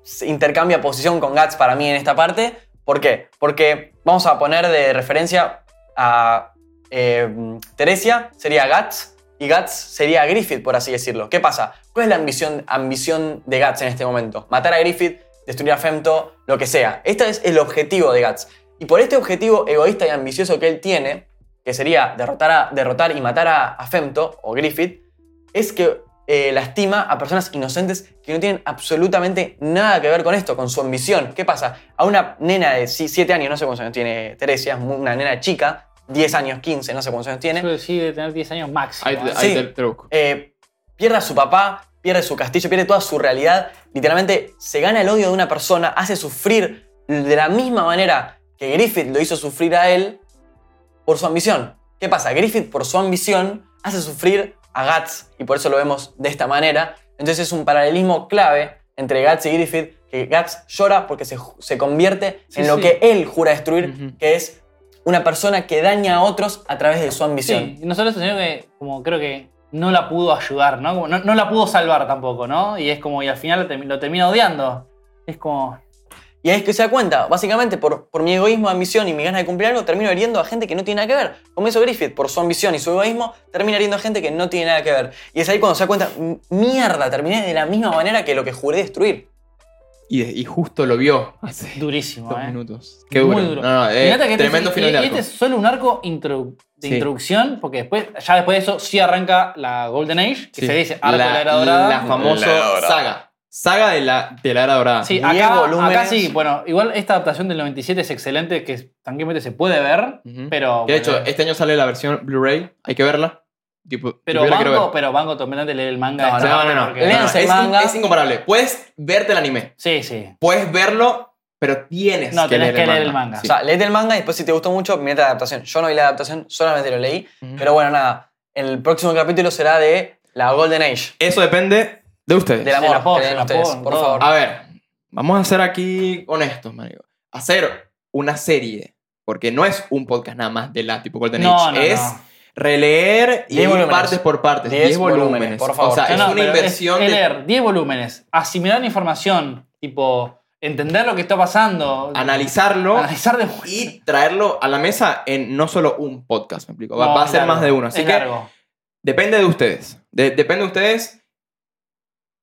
[SPEAKER 3] se intercambia posición con Guts para mí en esta parte. ¿Por qué? Porque vamos a poner de referencia a eh, Teresia, sería Guts, y Guts sería Griffith, por así decirlo. ¿Qué pasa? ¿Cuál es la ambición, ambición de Guts en este momento? Matar a Griffith, destruir a Femto, lo que sea. Este es el objetivo de Guts. Y por este objetivo egoísta y ambicioso que él tiene, que sería derrotar, a- derrotar y matar a, a Femto o Griffith, es que eh, lastima a personas inocentes que no tienen absolutamente nada que ver con esto, con su ambición. ¿Qué pasa? A una nena de 7 años, no sé cuántos años tiene Teresia, es mu- una nena chica, 10 años, 15, no sé cuántos años tiene,
[SPEAKER 2] Yo decidí de tener 10 años máximo.
[SPEAKER 1] Ahí, te,
[SPEAKER 2] ¿eh?
[SPEAKER 1] ahí
[SPEAKER 3] Sí.
[SPEAKER 1] te- te lo busco.
[SPEAKER 3] eh, pierde a su papá, pierde su castillo, pierde toda su realidad. Literalmente se gana el odio de una persona, hace sufrir de la misma manera que Griffith lo hizo sufrir a él por su ambición. ¿Qué pasa? Griffith por su ambición hace sufrir a Guts y por eso lo vemos de esta manera. Entonces es un paralelismo clave entre Guts y Griffith, que Guts llora porque se, ju- se convierte
[SPEAKER 2] Sí,
[SPEAKER 3] en lo
[SPEAKER 2] sí.
[SPEAKER 3] que él jura destruir,
[SPEAKER 1] Ujú.
[SPEAKER 3] que es una persona que daña a otros a través de su ambición.
[SPEAKER 2] Sí, y nosotros señor que como creo que no la pudo ayudar, ¿no? Como no, no la pudo salvar tampoco, ¿no? Y es como, y al final lo, termi- lo termina odiando. Es como,
[SPEAKER 3] Y ahí es que se da cuenta, básicamente por, por mi egoísmo, ambición y mi ganas de cumplir algo, termino hiriendo a gente que no tiene nada que ver. Como hizo Griffith, por su ambición y su egoísmo, termina hiriendo a gente que no tiene nada que ver. Y es ahí cuando se da cuenta, "M- mierda, terminé de la misma manera que lo que juré destruir.
[SPEAKER 1] Y, de- y justo lo vio hace
[SPEAKER 2] durísimo,
[SPEAKER 1] dos
[SPEAKER 2] ¿eh?
[SPEAKER 1] minutos. Qué duro.
[SPEAKER 2] Muy duro.
[SPEAKER 1] No, no, eh,
[SPEAKER 2] Fíjate que este
[SPEAKER 1] tremendo
[SPEAKER 2] es-
[SPEAKER 1] final de
[SPEAKER 2] y- y
[SPEAKER 1] arco.
[SPEAKER 2] Este es solo un arco introdu- de
[SPEAKER 1] Sí.
[SPEAKER 2] introducción, porque después, ya después de eso, sí arranca la Golden Age, que
[SPEAKER 1] Sí.
[SPEAKER 2] se dice arco
[SPEAKER 1] la,
[SPEAKER 2] de la era dorada.
[SPEAKER 1] La famosa
[SPEAKER 3] La era dorada.
[SPEAKER 1] saga. Saga de la, de la era dorada.
[SPEAKER 2] Sí,
[SPEAKER 3] diez
[SPEAKER 2] acá,
[SPEAKER 3] volúmenes.
[SPEAKER 2] acá sí, bueno, igual esta adaptación del 97 es excelente, que tranquilamente se puede ver,
[SPEAKER 1] Ujú.
[SPEAKER 2] pero.
[SPEAKER 1] Que de hecho,
[SPEAKER 2] bueno,
[SPEAKER 1] este año sale la versión Blu-ray. Hay que verla. Tipo,
[SPEAKER 2] pero
[SPEAKER 1] yo la quiero
[SPEAKER 2] Bango,
[SPEAKER 1] ver.
[SPEAKER 2] pero Bango totalmente leer el manga.
[SPEAKER 3] No,
[SPEAKER 2] de esta
[SPEAKER 1] No, no, no.
[SPEAKER 2] porque-
[SPEAKER 1] no, no,
[SPEAKER 3] Léanse el
[SPEAKER 1] es,
[SPEAKER 3] manga.
[SPEAKER 1] es incomparable. Puedes verte el anime.
[SPEAKER 2] Sí, sí.
[SPEAKER 1] Puedes verlo, pero tienes
[SPEAKER 2] No,
[SPEAKER 1] que
[SPEAKER 2] tenés
[SPEAKER 1] leer el
[SPEAKER 2] que
[SPEAKER 1] manga.
[SPEAKER 2] leer el manga.
[SPEAKER 1] Sí.
[SPEAKER 3] O sea, leete el manga y después si te gustó mucho, mirate la adaptación. Yo no vi la adaptación, solamente lo leí.
[SPEAKER 1] Ujú.
[SPEAKER 3] Pero bueno, nada, el próximo capítulo será de la Golden Age.
[SPEAKER 1] Eso depende de ustedes.
[SPEAKER 3] Del
[SPEAKER 2] la-
[SPEAKER 3] amor,
[SPEAKER 2] apoyo,
[SPEAKER 3] que den
[SPEAKER 2] del
[SPEAKER 3] ustedes,
[SPEAKER 2] apoyo,
[SPEAKER 3] por
[SPEAKER 2] todo.
[SPEAKER 3] favor.
[SPEAKER 1] A ver, vamos a ser aquí honestos, marico. Hacer una serie, porque no es un podcast nada más de la tipo Golden
[SPEAKER 2] No,
[SPEAKER 1] Age,
[SPEAKER 2] no,
[SPEAKER 1] es
[SPEAKER 2] no.
[SPEAKER 1] releer y
[SPEAKER 3] Diez
[SPEAKER 1] ir
[SPEAKER 3] volúmenes.
[SPEAKER 1] partes por partes,
[SPEAKER 3] Diez
[SPEAKER 1] 10 volúmenes,
[SPEAKER 3] volúmenes, por favor.
[SPEAKER 1] O sea,
[SPEAKER 2] No,
[SPEAKER 1] es
[SPEAKER 2] no,
[SPEAKER 1] una
[SPEAKER 2] pero
[SPEAKER 1] inversión
[SPEAKER 2] es
[SPEAKER 1] de
[SPEAKER 2] leer 10 volúmenes, asimilar la información, tipo, entender lo que está pasando.
[SPEAKER 1] analizarlo
[SPEAKER 2] Analizar de
[SPEAKER 1] y traerlo a la mesa en no solo un podcast, me explico. Va,
[SPEAKER 2] No,
[SPEAKER 1] va a
[SPEAKER 2] es
[SPEAKER 1] ser
[SPEAKER 2] largo,
[SPEAKER 1] más de uno. Así
[SPEAKER 2] es
[SPEAKER 1] que
[SPEAKER 2] largo.
[SPEAKER 1] depende de ustedes. De- depende de ustedes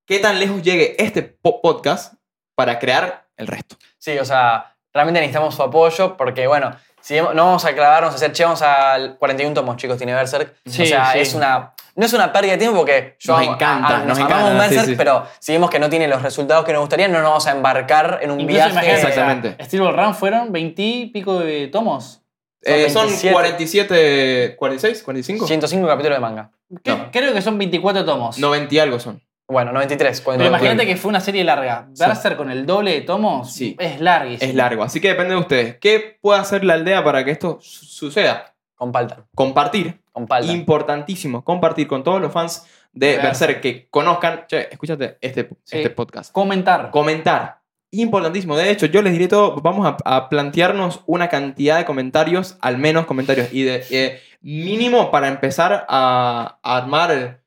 [SPEAKER 1] qué tan lejos llegue este po- podcast para crear el resto.
[SPEAKER 3] Sí, o sea, realmente necesitamos su apoyo porque, bueno, si no vamos a clavarnos a hacer, che, vamos al 41 tomos, chicos, tiene Berserk.
[SPEAKER 2] Sí,
[SPEAKER 3] o sea,
[SPEAKER 2] sí.
[SPEAKER 3] es una. No es una pérdida de tiempo porque yo
[SPEAKER 1] Nos
[SPEAKER 3] amo-
[SPEAKER 1] encanta,
[SPEAKER 3] a- a-
[SPEAKER 1] nos
[SPEAKER 3] amamos
[SPEAKER 1] encanta,
[SPEAKER 3] Berserk,
[SPEAKER 1] sí, sí.
[SPEAKER 3] pero si vemos que no tiene los resultados que nos gustarían, no nos vamos a embarcar en un
[SPEAKER 2] Incluso
[SPEAKER 3] viaje.
[SPEAKER 2] imagínate,
[SPEAKER 1] Exactamente.
[SPEAKER 2] Steel Ball Run fueron 20 y pico de tomos.
[SPEAKER 3] Son
[SPEAKER 1] Eh, Son,
[SPEAKER 3] 27.
[SPEAKER 1] 47, 46, 45.
[SPEAKER 3] 105 capítulos de manga.
[SPEAKER 2] Que-
[SPEAKER 1] No.
[SPEAKER 2] Creo que son 24 tomos.
[SPEAKER 1] 90 y algo son.
[SPEAKER 3] Bueno, 93.
[SPEAKER 2] Pero
[SPEAKER 3] 42.
[SPEAKER 2] imagínate que fue una serie larga.
[SPEAKER 1] Sí.
[SPEAKER 2] Berser con el doble de tomos
[SPEAKER 1] Sí.
[SPEAKER 2] es larguísimo.
[SPEAKER 1] Es largo. Así que depende de ustedes. ¿Qué puede hacer la aldea para que esto su- suceda?
[SPEAKER 3] Con palta.
[SPEAKER 1] Compartir.
[SPEAKER 3] Con palta.
[SPEAKER 1] Importantísimo. Compartir con todos los fans de
[SPEAKER 2] Claro.
[SPEAKER 1] Berserk que conozcan. Che, escúchate este,
[SPEAKER 2] Sí.
[SPEAKER 1] este podcast.
[SPEAKER 2] Comentar.
[SPEAKER 1] Comentar. Importantísimo. De hecho, yo les diré todo. Vamos a, a plantearnos una cantidad de comentarios, al menos comentarios. Y de eh, mínimo para empezar a, a armar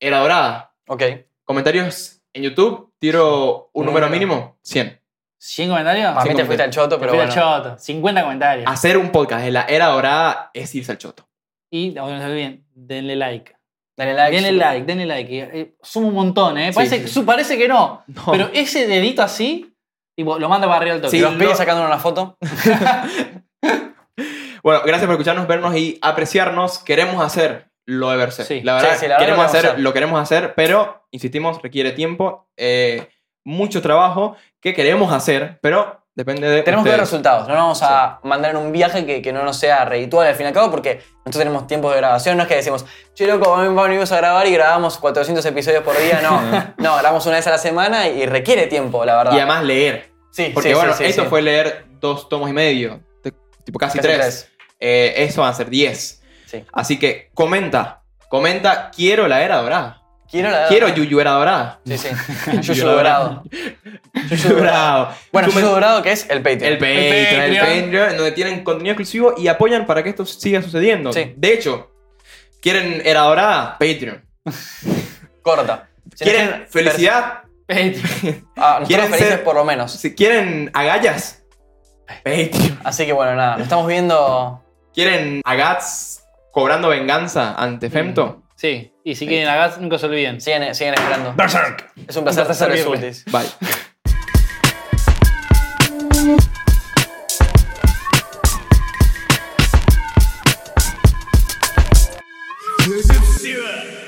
[SPEAKER 1] Era Dorada.
[SPEAKER 3] Ok.
[SPEAKER 1] Comentarios en YouTube, tiro un
[SPEAKER 3] Un
[SPEAKER 1] número
[SPEAKER 3] número.
[SPEAKER 1] mínimo, 100.
[SPEAKER 2] 100 comentarios.
[SPEAKER 3] Para mí te
[SPEAKER 1] comentarios.
[SPEAKER 3] fuiste al choto, pero
[SPEAKER 2] Fui
[SPEAKER 3] bueno.
[SPEAKER 2] al choto. 50 comentarios.
[SPEAKER 1] Hacer un podcast de la era dorada es irse al choto.
[SPEAKER 2] Y, no se olviden, denle like.
[SPEAKER 3] Dale like.
[SPEAKER 2] Denle
[SPEAKER 3] sub-
[SPEAKER 2] like, denle like. eh, eh, Suma un montón, ¿eh?
[SPEAKER 1] Sí,
[SPEAKER 2] Parece,
[SPEAKER 1] sí, sí.
[SPEAKER 2] su- parece que no,
[SPEAKER 1] No.
[SPEAKER 2] Pero ese dedito así, tipo, lo manda para arriba del toque.
[SPEAKER 1] Sí,
[SPEAKER 3] Los pibes
[SPEAKER 1] lo-
[SPEAKER 3] sacándonos una foto.
[SPEAKER 1] Bueno, gracias por escucharnos, vernos y apreciarnos. Queremos hacer lo de verse.
[SPEAKER 2] Sí.
[SPEAKER 1] La verdad,
[SPEAKER 3] Sí, sí, la verdad
[SPEAKER 1] queremos
[SPEAKER 3] lo
[SPEAKER 1] hacer,
[SPEAKER 3] queremos hacer.
[SPEAKER 1] lo queremos hacer, pero insistimos, requiere tiempo, eh, mucho trabajo que queremos hacer, pero depende de.
[SPEAKER 3] Tenemos que ver
[SPEAKER 1] ustedes.
[SPEAKER 3] resultados. No nos vamos a mandar en un viaje que, que no nos sea redituable al fin y al cabo, porque nosotros tenemos tiempos de grabación. No es que decimos, che, loco, vamos venimos a grabar y grabamos 400 episodios por día. No, no, grabamos una vez a la semana y requiere tiempo, la verdad.
[SPEAKER 1] Y además leer.
[SPEAKER 3] sí,
[SPEAKER 1] Porque
[SPEAKER 3] sí,
[SPEAKER 1] bueno,
[SPEAKER 3] sí, sí,
[SPEAKER 1] esto
[SPEAKER 3] sí.
[SPEAKER 1] fue leer dos tomos y medio, te- tipo casi,
[SPEAKER 3] Casi
[SPEAKER 1] tres.
[SPEAKER 3] tres.
[SPEAKER 1] Eh, eso van a ser diez.
[SPEAKER 3] Sí.
[SPEAKER 1] Así que comenta, comenta, quiero la era dorada.
[SPEAKER 3] Quiero la
[SPEAKER 1] Quiero Yuyu era dorada.
[SPEAKER 3] Sí, sí. Yuyu Dorado.
[SPEAKER 1] Yuyu dorado.
[SPEAKER 3] Bueno,
[SPEAKER 1] Comen-
[SPEAKER 3] Yuyu Dorado, que es el Patreon.
[SPEAKER 1] El Patreon, el
[SPEAKER 2] Patreon.
[SPEAKER 1] Patreon, donde tienen contenido exclusivo y apoyan para que esto siga sucediendo.
[SPEAKER 3] Sí.
[SPEAKER 1] De hecho, quieren era dorada, Patreon.
[SPEAKER 3] Corta. Si no
[SPEAKER 1] Quieren felicidad,
[SPEAKER 3] Ah, nosotros
[SPEAKER 1] quieren
[SPEAKER 3] felices
[SPEAKER 1] ser-
[SPEAKER 3] por lo menos.
[SPEAKER 1] si quieren agallas, Patreon.
[SPEAKER 3] Así que bueno, nada, nos estamos viendo.
[SPEAKER 1] Quieren agats cobrando venganza ante Femto.
[SPEAKER 2] Sí, y si quieren a Gats, nunca se olviden.
[SPEAKER 3] Siguen, siguen esperando. Es un
[SPEAKER 2] Un
[SPEAKER 3] placer
[SPEAKER 2] placer
[SPEAKER 3] hacerles
[SPEAKER 2] servirles.
[SPEAKER 3] ultis.
[SPEAKER 1] Bye.
[SPEAKER 4] Decepción.